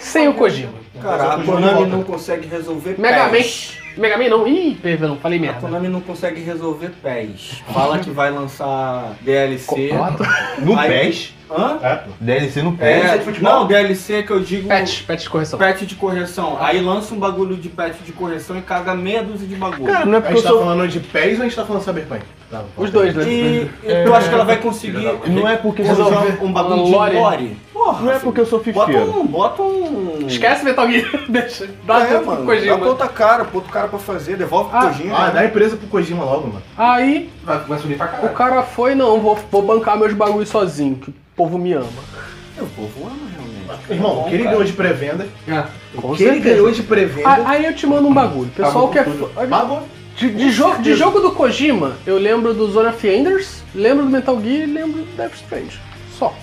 [SPEAKER 5] sem o Kojima.
[SPEAKER 6] Caraca, a Konami não consegue resolver
[SPEAKER 5] Mega Man.
[SPEAKER 6] pés.
[SPEAKER 5] Mega Man não. Ih, perdão, falei
[SPEAKER 6] A
[SPEAKER 5] merda.
[SPEAKER 6] Konami não consegue resolver pés. Fala que vai lançar DLC.
[SPEAKER 5] Quatro.
[SPEAKER 4] No
[SPEAKER 6] Aí-
[SPEAKER 4] PES?
[SPEAKER 6] Hã?
[SPEAKER 3] É, pô.
[SPEAKER 4] DLC no PES?
[SPEAKER 6] É,
[SPEAKER 1] de futebol?
[SPEAKER 6] não, DLC que eu digo
[SPEAKER 5] Patch, patch de correção.
[SPEAKER 6] patch de correção. Aí lança um bagulho de patch de correção e caga meia dúzia de bagulho.
[SPEAKER 4] Cara, não é
[SPEAKER 3] A
[SPEAKER 4] porque eu
[SPEAKER 3] gente tá
[SPEAKER 4] sou.
[SPEAKER 3] falando de pés ou a gente tá falando de Cyberpunk? Tá,
[SPEAKER 5] Os dois, né?
[SPEAKER 6] E eu acho que ela vai conseguir
[SPEAKER 4] Não é porque eu sou.
[SPEAKER 6] resolver um bagulho de
[SPEAKER 5] Lore.
[SPEAKER 6] lore. Porra,
[SPEAKER 4] Não é porque eu sou
[SPEAKER 6] bota
[SPEAKER 4] fifeiro.
[SPEAKER 6] um, bota um...
[SPEAKER 5] Esquece Metal Gear. Deixa. Dá
[SPEAKER 9] é,
[SPEAKER 5] tempo pro
[SPEAKER 9] mano. Dá pra
[SPEAKER 5] Kojima.
[SPEAKER 9] outra cara, pro outro cara pra fazer,
[SPEAKER 4] né?
[SPEAKER 9] devolve pro
[SPEAKER 5] Ah.
[SPEAKER 9] Kojima.
[SPEAKER 3] Ah, dá a empresa pro Kojima logo, mano.
[SPEAKER 5] Aí
[SPEAKER 1] Vai, vai subir pra
[SPEAKER 5] o
[SPEAKER 1] caralho.
[SPEAKER 5] cara foi, não, vou, vou bancar meus bagulhos sozinho, que o povo me ama.
[SPEAKER 6] Eu vou voando realmente.
[SPEAKER 3] Irmão, o que ele ganhou de pré-venda,
[SPEAKER 5] Com
[SPEAKER 3] o que ele ganhou de pré-venda,
[SPEAKER 5] A- Aí eu te mando um bagulho. Pessoal que é. fã-
[SPEAKER 3] babou.
[SPEAKER 5] De, de jogo, de jogo do Kojima, eu lembro do Zone of Enders, lembro do Metal Gear e lembro do Death Strange. Só.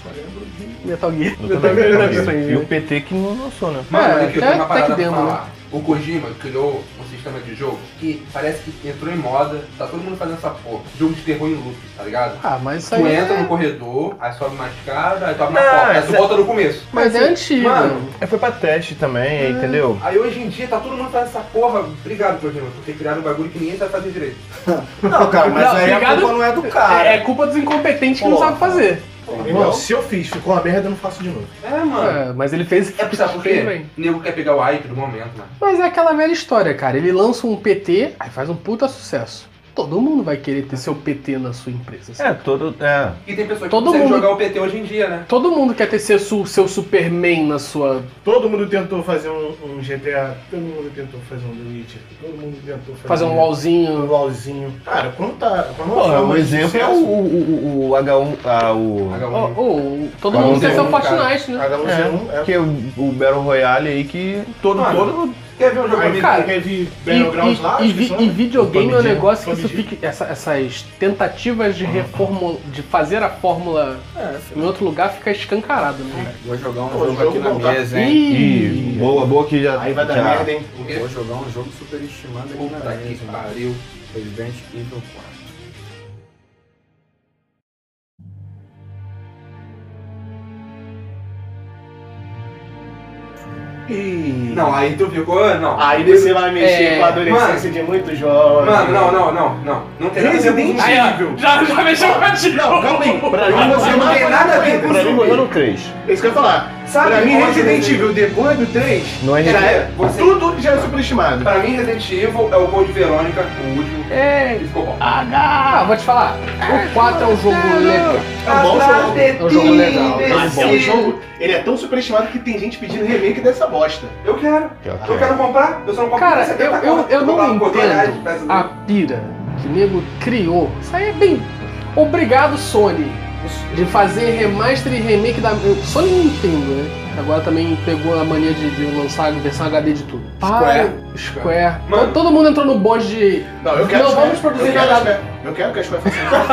[SPEAKER 5] Eu só lembro de. Metal Gear. Metal Gear e Death Strange.
[SPEAKER 8] E o PT que não lançou, né?
[SPEAKER 1] Mano, olha
[SPEAKER 5] É,
[SPEAKER 1] aqui, eu tenho
[SPEAKER 5] até-
[SPEAKER 1] uma
[SPEAKER 5] até que
[SPEAKER 1] parada pra
[SPEAKER 5] demo, né?
[SPEAKER 1] falar. O Kojima criou um sistema de jogo que parece que entrou em moda, tá todo mundo fazendo essa porra. Jogo de terror em loop, tá ligado?
[SPEAKER 5] Ah, mas isso
[SPEAKER 1] Tu
[SPEAKER 5] aí.
[SPEAKER 1] entra
[SPEAKER 5] é-
[SPEAKER 1] no corredor, aí sobe uma escada, aí sobe uma
[SPEAKER 4] Não,
[SPEAKER 1] porta, aí tu
[SPEAKER 4] essa-
[SPEAKER 1] volta no começo.
[SPEAKER 5] Mas é antigo.
[SPEAKER 1] Mano,
[SPEAKER 4] É, foi pra teste também,
[SPEAKER 5] Ah.
[SPEAKER 4] entendeu?
[SPEAKER 1] aí hoje em dia tá todo mundo fazendo essa porra. Obrigado, Kojima, por ter criado um bagulho que ninguém sabe fazer direito.
[SPEAKER 9] Não, cara, mas
[SPEAKER 5] Não,
[SPEAKER 9] aí a
[SPEAKER 5] obrigado.
[SPEAKER 9] culpa não é do cara.
[SPEAKER 5] É, é culpa dos incompetentes que não
[SPEAKER 9] Porra.
[SPEAKER 5] sabe fazer.
[SPEAKER 3] Irmão, se eu fiz, ficou uma merda, eu não faço de novo.
[SPEAKER 1] É, mano.
[SPEAKER 5] É, mas ele fez.
[SPEAKER 1] É, porque sabe por
[SPEAKER 5] fez
[SPEAKER 1] quê?
[SPEAKER 5] bem.
[SPEAKER 1] O nego quer pegar o hype do momento, mano.
[SPEAKER 5] Mas é aquela velha história, cara. Ele lança um PT, aí faz um puta sucesso. Todo mundo vai querer ter seu PT na sua empresa. assim.
[SPEAKER 4] É, todo. É.
[SPEAKER 1] E tem pessoas que
[SPEAKER 5] Todo
[SPEAKER 1] conseguem
[SPEAKER 5] mundo-
[SPEAKER 1] jogar o PT hoje em dia, né?
[SPEAKER 5] É. Todo mundo quer ter seu, su- seu Superman na sua.
[SPEAKER 3] Todo mundo tentou fazer um, um GTA, todo mundo tentou fazer um The Witcher, todo mundo tentou fazer,
[SPEAKER 5] fazer um
[SPEAKER 3] um
[SPEAKER 5] LOLzinho.
[SPEAKER 3] LOLzinho. Cara, quando tá. Quando
[SPEAKER 4] Pô,
[SPEAKER 3] tá
[SPEAKER 4] o
[SPEAKER 3] um
[SPEAKER 4] exemplo é o,
[SPEAKER 3] sucesso,
[SPEAKER 4] o, o, o H1. Ah, o.
[SPEAKER 1] H1.
[SPEAKER 5] Ou- ou- todo
[SPEAKER 4] Cada um
[SPEAKER 5] mundo quer
[SPEAKER 4] tem
[SPEAKER 5] ser
[SPEAKER 1] Uhum. um,
[SPEAKER 5] o Fortnite, né?
[SPEAKER 3] H1Z1 é.
[SPEAKER 4] Que é o, o Battle Royale aí que todo,
[SPEAKER 1] Mano,
[SPEAKER 4] todo
[SPEAKER 1] Quer ver um jogo
[SPEAKER 3] Aí
[SPEAKER 1] amigo?
[SPEAKER 5] cara,
[SPEAKER 3] cara, teve
[SPEAKER 5] E,
[SPEAKER 3] Battlegrounds lá,
[SPEAKER 5] e- e
[SPEAKER 3] acho que
[SPEAKER 5] vi-
[SPEAKER 3] são,
[SPEAKER 5] e
[SPEAKER 3] né?
[SPEAKER 5] videogame é um
[SPEAKER 3] PUBG,
[SPEAKER 5] negócio que isso
[SPEAKER 3] PUBG.
[SPEAKER 5] fica. essa- essas tentativas de reformula, de fazer a fórmula em outro lugar fica escancarado, né?
[SPEAKER 6] Vou jogar um
[SPEAKER 3] Pô,
[SPEAKER 6] jogo
[SPEAKER 3] jogo
[SPEAKER 6] aqui na
[SPEAKER 3] bom, tá?
[SPEAKER 6] mesa, hein?
[SPEAKER 4] Ih, é. boa, boa que já.
[SPEAKER 3] Aí vai dar
[SPEAKER 4] já-
[SPEAKER 3] merda, hein?
[SPEAKER 1] O quê?
[SPEAKER 6] Vou jogar um jogo superestimado aqui na
[SPEAKER 1] Puta que
[SPEAKER 6] mesa.
[SPEAKER 1] pariu.
[SPEAKER 6] Resident Evil 4.
[SPEAKER 1] Não, aí tu ficou. Não.
[SPEAKER 3] Aí você vai mexer
[SPEAKER 5] É,
[SPEAKER 3] com a adolescência de muito jovem.
[SPEAKER 1] Mano, não, não, não, não. Não tem nada a ver com
[SPEAKER 3] Resident
[SPEAKER 1] isso.
[SPEAKER 3] Evil.
[SPEAKER 5] já, já mexeu com a
[SPEAKER 3] Não, calma aí. Pra mim você
[SPEAKER 1] Não
[SPEAKER 3] não
[SPEAKER 1] tem nada a ver com
[SPEAKER 4] Pra mim,
[SPEAKER 1] isso.
[SPEAKER 4] morreu no 3.
[SPEAKER 3] É isso que eu ia falar.
[SPEAKER 1] Sabe,
[SPEAKER 3] pra mim,
[SPEAKER 1] ótimo,
[SPEAKER 3] Resident
[SPEAKER 5] é?
[SPEAKER 1] né?
[SPEAKER 3] Evil depois do 3,
[SPEAKER 4] Não é
[SPEAKER 3] já
[SPEAKER 4] Resident
[SPEAKER 3] é,
[SPEAKER 1] Você-
[SPEAKER 3] tudo já é superestimado.
[SPEAKER 1] Pra mim, Resident Evil é o Code Verônica, o último. É, ele ficou bom.
[SPEAKER 5] Ah, vou te falar. O 4 é um jogo legal.
[SPEAKER 3] É um bom jogo.
[SPEAKER 5] É um jogo legal.
[SPEAKER 3] Mas é um jogo, ele é tão superestimado que tem gente pedindo remake dessa bosta.
[SPEAKER 1] Eu quero.
[SPEAKER 4] Já
[SPEAKER 1] Eu quero comprar, eu só não compro por
[SPEAKER 5] Cara, eu,
[SPEAKER 1] 70
[SPEAKER 5] eu,
[SPEAKER 1] conto.
[SPEAKER 5] eu
[SPEAKER 1] Vou
[SPEAKER 5] não
[SPEAKER 1] comprar por 10 reais,
[SPEAKER 5] entendo
[SPEAKER 1] peço
[SPEAKER 5] a
[SPEAKER 1] dele.
[SPEAKER 5] pira que o nego criou. Isso aí é bem. Obrigado, Sony, de fazer remaster e remake da. Sony e Nintendo, né? Agora também pegou a mania de, de lançar versão HD de tudo.
[SPEAKER 6] Square.
[SPEAKER 5] Para- Square.
[SPEAKER 1] Mano.
[SPEAKER 5] To- Todo mundo entrou no bonde de.
[SPEAKER 3] Não, eu quero
[SPEAKER 5] Não,
[SPEAKER 3] Square.
[SPEAKER 5] vamos produzir
[SPEAKER 3] eu quero
[SPEAKER 5] nada.
[SPEAKER 3] Square. Eu quero que a Square faça isso.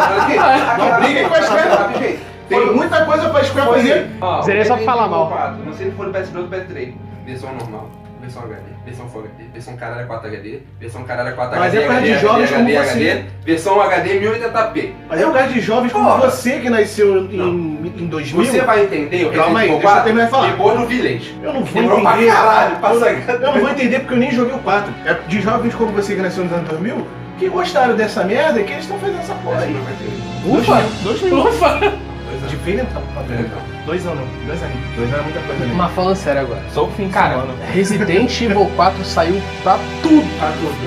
[SPEAKER 1] Mano, aqui,
[SPEAKER 3] Não
[SPEAKER 1] aqui,
[SPEAKER 3] briguem com a Square, não.
[SPEAKER 1] aqui, gente.
[SPEAKER 3] Tem muita coisa pra Square fazer.
[SPEAKER 1] Ó,
[SPEAKER 5] Seria só pra
[SPEAKER 1] Resident
[SPEAKER 5] falar
[SPEAKER 1] Evil
[SPEAKER 5] mal.
[SPEAKER 1] 4, Não sei se for do PS2 ou do PS3. Versão normal, versão HD, versão Full HD, versão caralho 4 HD, versão caralho 4
[SPEAKER 3] Mas
[SPEAKER 1] HD,
[SPEAKER 3] é por causa de
[SPEAKER 1] HD,
[SPEAKER 3] jogos como
[SPEAKER 1] HD,
[SPEAKER 3] você.
[SPEAKER 1] HD, versão HD 1080p.
[SPEAKER 3] Mas é um lugar de jovens como
[SPEAKER 1] Porra.
[SPEAKER 3] você que nasceu em, em 2000.
[SPEAKER 1] Você vai entender o
[SPEAKER 3] Tipo, Calma
[SPEAKER 1] Resident
[SPEAKER 3] aí,
[SPEAKER 1] Evil
[SPEAKER 3] deixa eu
[SPEAKER 1] 4
[SPEAKER 3] terminar de falar.
[SPEAKER 1] depois do Village.
[SPEAKER 3] Eu não vou
[SPEAKER 1] Demorou pra
[SPEAKER 3] entender.
[SPEAKER 1] caralho, pra
[SPEAKER 3] Eu-
[SPEAKER 1] sacar.
[SPEAKER 3] Eu não vou entender porque eu nem joguei o 4. É de jovens como você que nasceu nos anos 2000 que gostaram dessa merda e que eles estão fazendo essa porra aí.
[SPEAKER 5] Ufa! Ufa!
[SPEAKER 3] De filha, tá? Dois anos, dois anos. Dois anos é muita coisa, né?
[SPEAKER 5] Mas falando sério agora.
[SPEAKER 8] Só o fim de
[SPEAKER 5] Cara,
[SPEAKER 8] semana.
[SPEAKER 5] Resident Evil 4 saiu pra tudo.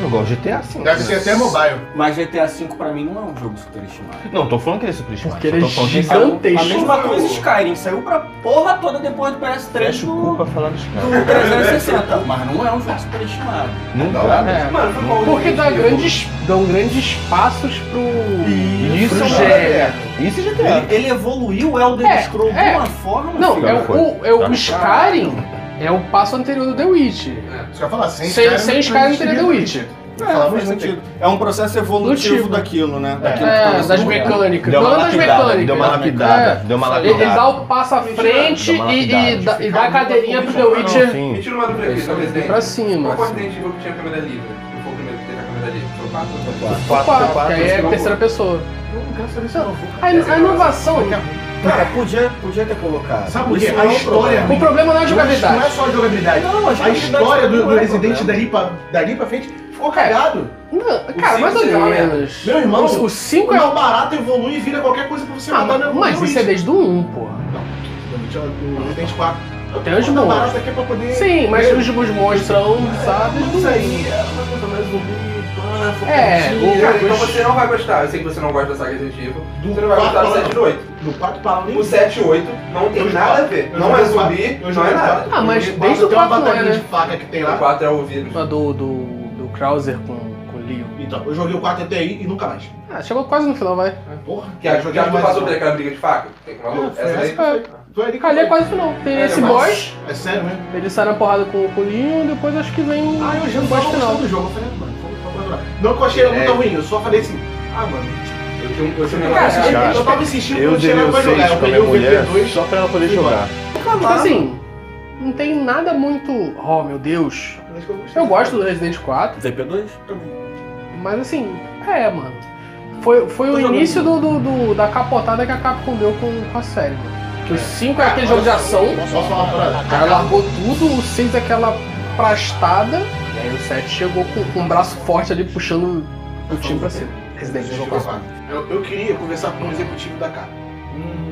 [SPEAKER 4] Eu gosto de assim. GTA V.
[SPEAKER 3] Deve ser até mobile.
[SPEAKER 6] Mas GTA V pra mim não é um jogo superestimado.
[SPEAKER 4] Não, tô falando que ele é superestimado.
[SPEAKER 5] Porque
[SPEAKER 4] só
[SPEAKER 5] ele é
[SPEAKER 4] tô falando que ele
[SPEAKER 6] A
[SPEAKER 5] gigantesco.
[SPEAKER 6] mesma coisa Skyrim, saiu pra porra toda depois do PS3
[SPEAKER 4] fecha o cu
[SPEAKER 6] do,
[SPEAKER 4] pra falar dos caras.
[SPEAKER 6] do 360. um Mas não é um jogo superestimado.
[SPEAKER 4] Nunca.
[SPEAKER 5] É.
[SPEAKER 1] Mano, foi bom,
[SPEAKER 5] Porque
[SPEAKER 1] gente,
[SPEAKER 5] dá
[SPEAKER 1] eu-
[SPEAKER 5] grandes, dão grandes passos pro.
[SPEAKER 9] um
[SPEAKER 4] Isso,
[SPEAKER 5] pro
[SPEAKER 4] já é.
[SPEAKER 5] gênero.
[SPEAKER 4] Isso é GTA.
[SPEAKER 6] Ele, ele evoluiu o Elder
[SPEAKER 5] É,
[SPEAKER 6] Scrolls
[SPEAKER 5] é.
[SPEAKER 6] de uma forma.
[SPEAKER 5] Não,
[SPEAKER 6] filho.
[SPEAKER 5] é
[SPEAKER 4] Não foi.
[SPEAKER 5] o, é o,
[SPEAKER 4] Tá.
[SPEAKER 5] o Skyrim é o passo anterior do The Witch.
[SPEAKER 3] Isso que eu ia falar, sem
[SPEAKER 5] Sem, sem Skyrim teria The
[SPEAKER 3] Witch.
[SPEAKER 5] Witch.
[SPEAKER 3] Não fala
[SPEAKER 9] faz
[SPEAKER 3] muito, né?
[SPEAKER 9] sentido. É um processo evolutivo
[SPEAKER 5] Motivo.
[SPEAKER 9] daquilo, né? Daquilo que
[SPEAKER 5] É,
[SPEAKER 9] tava se
[SPEAKER 5] das
[SPEAKER 9] movendo.
[SPEAKER 5] mecânicas.
[SPEAKER 4] Deu uma
[SPEAKER 5] Falando das
[SPEAKER 4] lapidada,
[SPEAKER 5] mecânicas.
[SPEAKER 4] deu uma lapidada,
[SPEAKER 5] É.
[SPEAKER 4] deu uma
[SPEAKER 5] Ele, ele
[SPEAKER 4] lapidada.
[SPEAKER 5] dá o passo à frente
[SPEAKER 4] Deu uma
[SPEAKER 5] e, e,
[SPEAKER 4] lapidada.
[SPEAKER 5] dá- e dá a cadeirinha pro The Witcher
[SPEAKER 4] Sim.
[SPEAKER 1] Me tira uma dúvida aqui, seu presidente.
[SPEAKER 5] pra cima.
[SPEAKER 1] Qual foi o
[SPEAKER 5] Assim.
[SPEAKER 1] Resident Evil que tinha câmera livre? Quem foi o primeiro que teve a câmera livre? Foi o 4 ou foi o 4?
[SPEAKER 5] Opa,
[SPEAKER 3] Quatro,
[SPEAKER 5] que aí é
[SPEAKER 1] quatro,
[SPEAKER 5] terceira pessoa.
[SPEAKER 4] Não quero saber se eu não vou.
[SPEAKER 5] A, a inovação.
[SPEAKER 9] Cara, podia, podia ter colocado.
[SPEAKER 3] Sabe por quê?
[SPEAKER 9] Isso
[SPEAKER 3] A
[SPEAKER 9] não é um
[SPEAKER 3] história.
[SPEAKER 9] problema.
[SPEAKER 5] O problema não é a
[SPEAKER 3] Não é
[SPEAKER 5] jogabilidade.
[SPEAKER 3] só a jogabilidade.
[SPEAKER 9] Não,
[SPEAKER 3] a história
[SPEAKER 6] um
[SPEAKER 3] do, do
[SPEAKER 9] não é
[SPEAKER 3] Resident
[SPEAKER 9] problema. É.
[SPEAKER 3] dali pra, dali pra frente ficou cagado.
[SPEAKER 5] Não, cara,
[SPEAKER 1] cinco
[SPEAKER 5] mais ou
[SPEAKER 1] seria uma merda.
[SPEAKER 5] menos.
[SPEAKER 3] Meu irmão,
[SPEAKER 5] o 5 é.
[SPEAKER 3] Não, barato evolui e vira qualquer coisa pra você
[SPEAKER 5] Ah,
[SPEAKER 3] matar. né?
[SPEAKER 5] mas
[SPEAKER 3] Não
[SPEAKER 5] isso é desde o 1, um, porra.
[SPEAKER 3] O Resident 4.
[SPEAKER 5] Tem os
[SPEAKER 3] Bota
[SPEAKER 5] monstros.
[SPEAKER 3] barato aqui pra poder...
[SPEAKER 5] Sim, mas os, os monstrão, sabe?
[SPEAKER 3] Isso aí é uma coisa mais zumbi, pá,
[SPEAKER 5] É,
[SPEAKER 3] fofinho.
[SPEAKER 1] Cara, então você não vai gostar. Eu sei que você não gosta da saga Resident Evil.
[SPEAKER 3] Do
[SPEAKER 1] Você não vai gostar do
[SPEAKER 3] um quatro
[SPEAKER 1] 7 e do 8.
[SPEAKER 3] Do 4 para lá, nem
[SPEAKER 1] O 7 e 8 não tem nada a ver. Não é zumbi, não é nada.
[SPEAKER 5] Ah, mas Ah. desde o
[SPEAKER 3] tem uma
[SPEAKER 5] quatro
[SPEAKER 3] batalha
[SPEAKER 5] é, né?
[SPEAKER 3] de faca que tem
[SPEAKER 1] O
[SPEAKER 3] lá.
[SPEAKER 1] 4 é o vírus.
[SPEAKER 5] A do, do, do Krauser com, com o Leon.
[SPEAKER 3] Então, eu joguei o 4 até aí e nunca mais.
[SPEAKER 5] Ah, chegou quase no final, vai.
[SPEAKER 3] Porra,
[SPEAKER 1] Que a
[SPEAKER 3] eu
[SPEAKER 1] que
[SPEAKER 3] joguei
[SPEAKER 1] a- tu
[SPEAKER 3] mais um.
[SPEAKER 1] passou
[SPEAKER 3] uma.
[SPEAKER 1] por Ah, aquela briga de faca? Tem que maluco?
[SPEAKER 3] É,
[SPEAKER 1] Essa daí?
[SPEAKER 5] Essa Ah, foi.
[SPEAKER 3] Foi ali que
[SPEAKER 5] Cara, ele é
[SPEAKER 3] eu-
[SPEAKER 5] quase no final. Tem
[SPEAKER 1] É,
[SPEAKER 5] esse
[SPEAKER 1] mas-
[SPEAKER 5] boss,
[SPEAKER 3] É sério mesmo?
[SPEAKER 5] ele sai na porrada com, com o Leon, depois acho que vem o
[SPEAKER 3] Ah, eu já não
[SPEAKER 5] boss
[SPEAKER 3] tava
[SPEAKER 5] final.
[SPEAKER 3] gostando do jogo. Eu falei, ah, mano, vamos- vamos adorar. Não que eu achei muito ruim, eu só falei assim, ah, mano.
[SPEAKER 1] Eu tinha um- eu tinha um
[SPEAKER 5] Cara,
[SPEAKER 1] negócio.
[SPEAKER 3] eu-
[SPEAKER 4] cara,
[SPEAKER 3] eu tava insistindo
[SPEAKER 4] Eu
[SPEAKER 3] não tinha
[SPEAKER 4] dei
[SPEAKER 3] nada
[SPEAKER 4] o
[SPEAKER 3] pra jogar.
[SPEAKER 4] 6
[SPEAKER 3] Eu
[SPEAKER 4] pra
[SPEAKER 3] peguei
[SPEAKER 4] minha
[SPEAKER 3] o
[SPEAKER 4] é mulher
[SPEAKER 3] VP2.
[SPEAKER 4] só pra ela poder jogar.
[SPEAKER 5] Tipo assim, não tem nada muito. Oh meu Deus.
[SPEAKER 3] Acho que eu gostei.
[SPEAKER 5] Eu gosto do Resident 4,
[SPEAKER 6] VP2?
[SPEAKER 5] mas assim, é, mano. Foi, foi o início do, do- do- da capotada que a Capcom deu com, com a série, mano. Que o 5 é aquele jogo de ação,
[SPEAKER 3] Posso falar uma parada?
[SPEAKER 5] o cara largou tudo, o 6 é aquela prastada, e aí o 7 chegou com, com um braço forte ali puxando o time pra cima. Resident Evil 4.
[SPEAKER 3] Eu, eu queria conversar com o executivo da Capcom.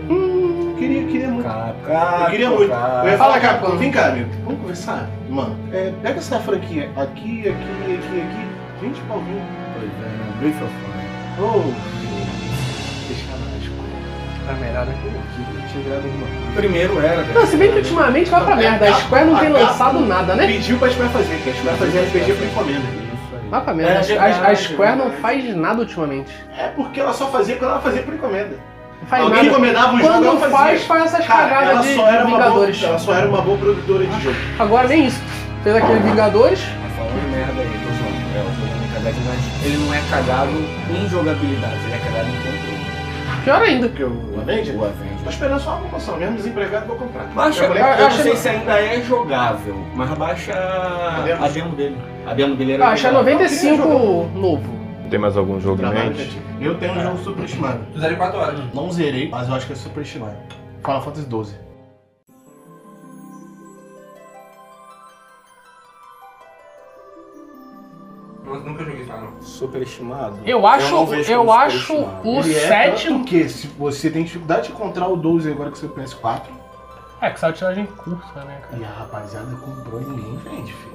[SPEAKER 5] Hum,
[SPEAKER 3] Eu queria, queria muito.
[SPEAKER 9] Caraca,
[SPEAKER 3] Eu queria muito.
[SPEAKER 9] cara.
[SPEAKER 3] Eu ia falar, Capcom, vem cá, amigo. Vamos conversar? Mano, é, pega essa franquia aqui, aqui, aqui, tipo, aqui. 20 palminhos.
[SPEAKER 6] Pois é, bem fofinho.
[SPEAKER 3] Oh, deixa lá,
[SPEAKER 5] tá melhor, né?
[SPEAKER 9] Primeiro era.
[SPEAKER 5] Não, se bem que ultimamente vai pra merda, a Square não tem lançado nada, né?
[SPEAKER 3] Pediu pra gente vai fazer, que a gente vai fazer RPG por encomenda.
[SPEAKER 5] Vai pra merda,
[SPEAKER 6] É,
[SPEAKER 5] a, a- a
[SPEAKER 6] verdade,
[SPEAKER 5] Square não
[SPEAKER 6] verdade.
[SPEAKER 5] faz nada ultimamente.
[SPEAKER 3] É porque ela só fazia quando ela fazia por encomenda.
[SPEAKER 5] Não faz
[SPEAKER 3] Alguém
[SPEAKER 5] nada.
[SPEAKER 3] encomendava um jogo,
[SPEAKER 5] Quando
[SPEAKER 3] ela fazia.
[SPEAKER 5] faz, faz essas
[SPEAKER 3] Cara, ela
[SPEAKER 5] cagadas de
[SPEAKER 3] só, era uma boa,
[SPEAKER 5] Vingadores.
[SPEAKER 3] ela só era uma boa produtora de jogo.
[SPEAKER 5] Agora nem isso. Fez aquele Vingadores.
[SPEAKER 6] Tá Falando merda aí, tô zoando. É, o jogo não é cagado, mas ele não é cagado em jogabilidade, ele é cagado em controle.
[SPEAKER 5] Pior ainda.
[SPEAKER 6] O
[SPEAKER 3] Avengers?
[SPEAKER 6] O Avengers.
[SPEAKER 3] Tô esperando só uma promoção, mesmo desempregado vou comprar. Eu
[SPEAKER 6] Baixa, eu,
[SPEAKER 3] falei,
[SPEAKER 5] eu
[SPEAKER 6] não
[SPEAKER 5] achei-
[SPEAKER 6] sei se ainda é jogável, mas baixa a
[SPEAKER 3] demo.
[SPEAKER 6] demo, dele. A demo dele
[SPEAKER 2] é
[SPEAKER 6] era
[SPEAKER 5] Ah, achei
[SPEAKER 6] jogável.
[SPEAKER 5] 95 novo.
[SPEAKER 4] Tem mais algum jogo em
[SPEAKER 3] trabalho
[SPEAKER 4] mente?
[SPEAKER 3] criativo. Eu tenho um jogo superestimado.
[SPEAKER 1] Tu zera em 4 horas.
[SPEAKER 3] Não zerei, mas eu acho que é superestimado. Final Fantasy XII.
[SPEAKER 1] Eu Nunca joguei isso lá, não.
[SPEAKER 9] Superestimado.
[SPEAKER 5] Eu acho,
[SPEAKER 9] não
[SPEAKER 5] eu,
[SPEAKER 9] vejo como
[SPEAKER 5] acho
[SPEAKER 9] superestimado.
[SPEAKER 5] o
[SPEAKER 3] Ele é
[SPEAKER 5] sétimo.
[SPEAKER 3] tanto que se você tem dificuldade de encontrar o 12 agora que você PS4.
[SPEAKER 5] É, que saiu tiragem curta, né, cara?
[SPEAKER 3] E a rapaziada comprou e ninguém vende, filho.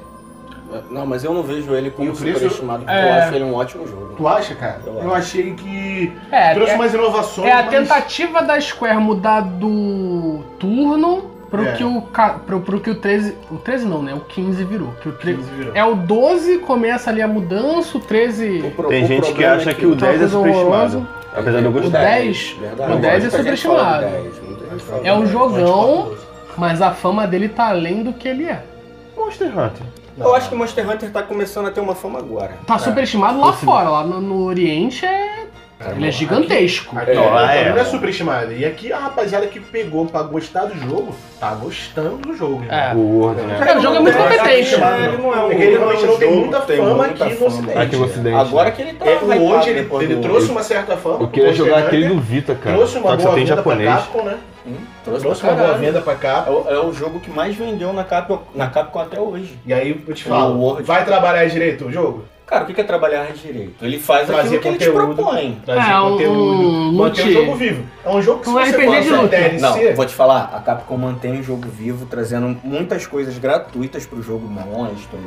[SPEAKER 2] Não, mas eu não vejo ele
[SPEAKER 3] E
[SPEAKER 2] como
[SPEAKER 3] o preço-
[SPEAKER 2] superestimado, porque
[SPEAKER 5] É.
[SPEAKER 2] eu acho ele um ótimo jogo.
[SPEAKER 3] Tu acha, cara?
[SPEAKER 2] Eu
[SPEAKER 3] Eu,
[SPEAKER 2] acho.
[SPEAKER 3] achei que trouxe
[SPEAKER 5] É,
[SPEAKER 3] mais inovações.
[SPEAKER 5] é, é a
[SPEAKER 3] mas-
[SPEAKER 5] tentativa da Square mudar do turno pro
[SPEAKER 3] É.
[SPEAKER 5] que o ca- pro, pro que o 13, o 13 não, né? O 15 virou, que o 13
[SPEAKER 3] 15 virou.
[SPEAKER 5] é o 12 começa ali a mudança, o 13
[SPEAKER 2] pro-
[SPEAKER 4] Tem gente que
[SPEAKER 2] problema
[SPEAKER 4] acha
[SPEAKER 2] é
[SPEAKER 4] que o
[SPEAKER 5] tá uma
[SPEAKER 4] 10 é
[SPEAKER 5] coisa
[SPEAKER 4] superestimado.
[SPEAKER 5] horrorosa.
[SPEAKER 4] Apesar de eu
[SPEAKER 2] O
[SPEAKER 5] o
[SPEAKER 4] gostar.
[SPEAKER 5] 10
[SPEAKER 2] Verdade.
[SPEAKER 5] O 10
[SPEAKER 2] Muita
[SPEAKER 5] é
[SPEAKER 2] gente fala do
[SPEAKER 5] superestimado.
[SPEAKER 2] 10, muita gente fala
[SPEAKER 5] é um
[SPEAKER 2] do 10.
[SPEAKER 5] jogão, mas a fama dele tá além do que ele é.
[SPEAKER 4] Monster Hunter.
[SPEAKER 2] Eu acho que o Monster Hunter tá começando a ter uma fama agora.
[SPEAKER 5] Tá superestimado lá fora, lá no, no Oriente é. ele é gigantesco.
[SPEAKER 3] Aqui,
[SPEAKER 4] É,
[SPEAKER 3] ó,
[SPEAKER 4] lá é.
[SPEAKER 3] Não é superestimado. E aqui a rapaziada que pegou pra gostar do jogo, tá gostando do jogo.
[SPEAKER 5] É.
[SPEAKER 4] O World, né?
[SPEAKER 5] Cara, o jogo é muito competente.
[SPEAKER 3] mano.
[SPEAKER 9] Ele não é um
[SPEAKER 3] Porque ele realmente não tem
[SPEAKER 9] jogo,
[SPEAKER 3] muita fama aqui no Ocidente. né?
[SPEAKER 4] Aqui no Ocidente.
[SPEAKER 2] Agora que ele tá
[SPEAKER 3] É, o
[SPEAKER 2] hypado
[SPEAKER 3] hoje ele,
[SPEAKER 2] depois
[SPEAKER 3] ele
[SPEAKER 2] do-
[SPEAKER 3] trouxe uma certa fama.
[SPEAKER 4] Eu queria
[SPEAKER 3] pro Monster
[SPEAKER 4] jogar aquele
[SPEAKER 3] Hunter,
[SPEAKER 4] do Vita, cara.
[SPEAKER 3] Trouxe uma
[SPEAKER 4] Só que só
[SPEAKER 3] boa
[SPEAKER 4] tem
[SPEAKER 3] venda pra
[SPEAKER 4] japonês.
[SPEAKER 3] Capcom, né?
[SPEAKER 2] Trouxe
[SPEAKER 3] Trouxe
[SPEAKER 2] pra
[SPEAKER 3] uma boa
[SPEAKER 2] caralho.
[SPEAKER 3] venda pra
[SPEAKER 2] É
[SPEAKER 3] cá.
[SPEAKER 2] o, é o jogo que mais vendeu na Capcom, na Capcom até hoje.
[SPEAKER 3] E aí eu te
[SPEAKER 2] O
[SPEAKER 3] falo,
[SPEAKER 2] Word.
[SPEAKER 3] vai trabalhar direito o jogo?
[SPEAKER 2] Cara, o que que é trabalhar direito? Ele faz
[SPEAKER 3] Trazer
[SPEAKER 2] aquilo que ele
[SPEAKER 3] conteúdo.
[SPEAKER 2] te propõe.
[SPEAKER 3] Trazer
[SPEAKER 5] É, um- um
[SPEAKER 3] conteúdo, manter o
[SPEAKER 5] loot.
[SPEAKER 3] jogo vivo. É um jogo que se
[SPEAKER 5] Um
[SPEAKER 3] você
[SPEAKER 5] RPG de
[SPEAKER 3] lança
[SPEAKER 5] loot.
[SPEAKER 3] DLC,
[SPEAKER 6] Não, vou te falar, a Capcom mantém o jogo vivo, trazendo muitas coisas gratuitas pro jogo, monstros,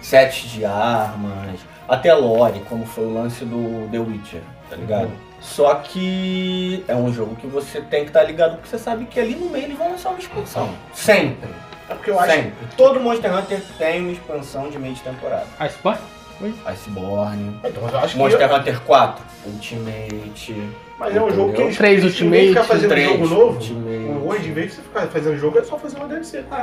[SPEAKER 6] sets de armas, até lore, como foi o lance do The Witcher, tá ligado?
[SPEAKER 5] Uhum.
[SPEAKER 6] Só que é um jogo que você tem que estar ligado, porque você sabe que ali no meio eles vão lançar uma expansão. Sempre.
[SPEAKER 3] é porque eu acho
[SPEAKER 6] Sempre. Todo Monster Hunter tem uma expansão de meio de temporada.
[SPEAKER 5] Iceborne?
[SPEAKER 6] Iceborne,
[SPEAKER 3] Então, eu acho que
[SPEAKER 6] Monster Hunter 4, Ultimate.
[SPEAKER 3] Mas é um jogo que eles-
[SPEAKER 5] Três Ultimate,
[SPEAKER 3] ninguém fica fazendo
[SPEAKER 2] três
[SPEAKER 3] jogo novo.
[SPEAKER 2] Ultimate.
[SPEAKER 3] Um Hoje, em vez de você ficar fazendo jogo, é só fazer uma DLC.
[SPEAKER 2] Tipo,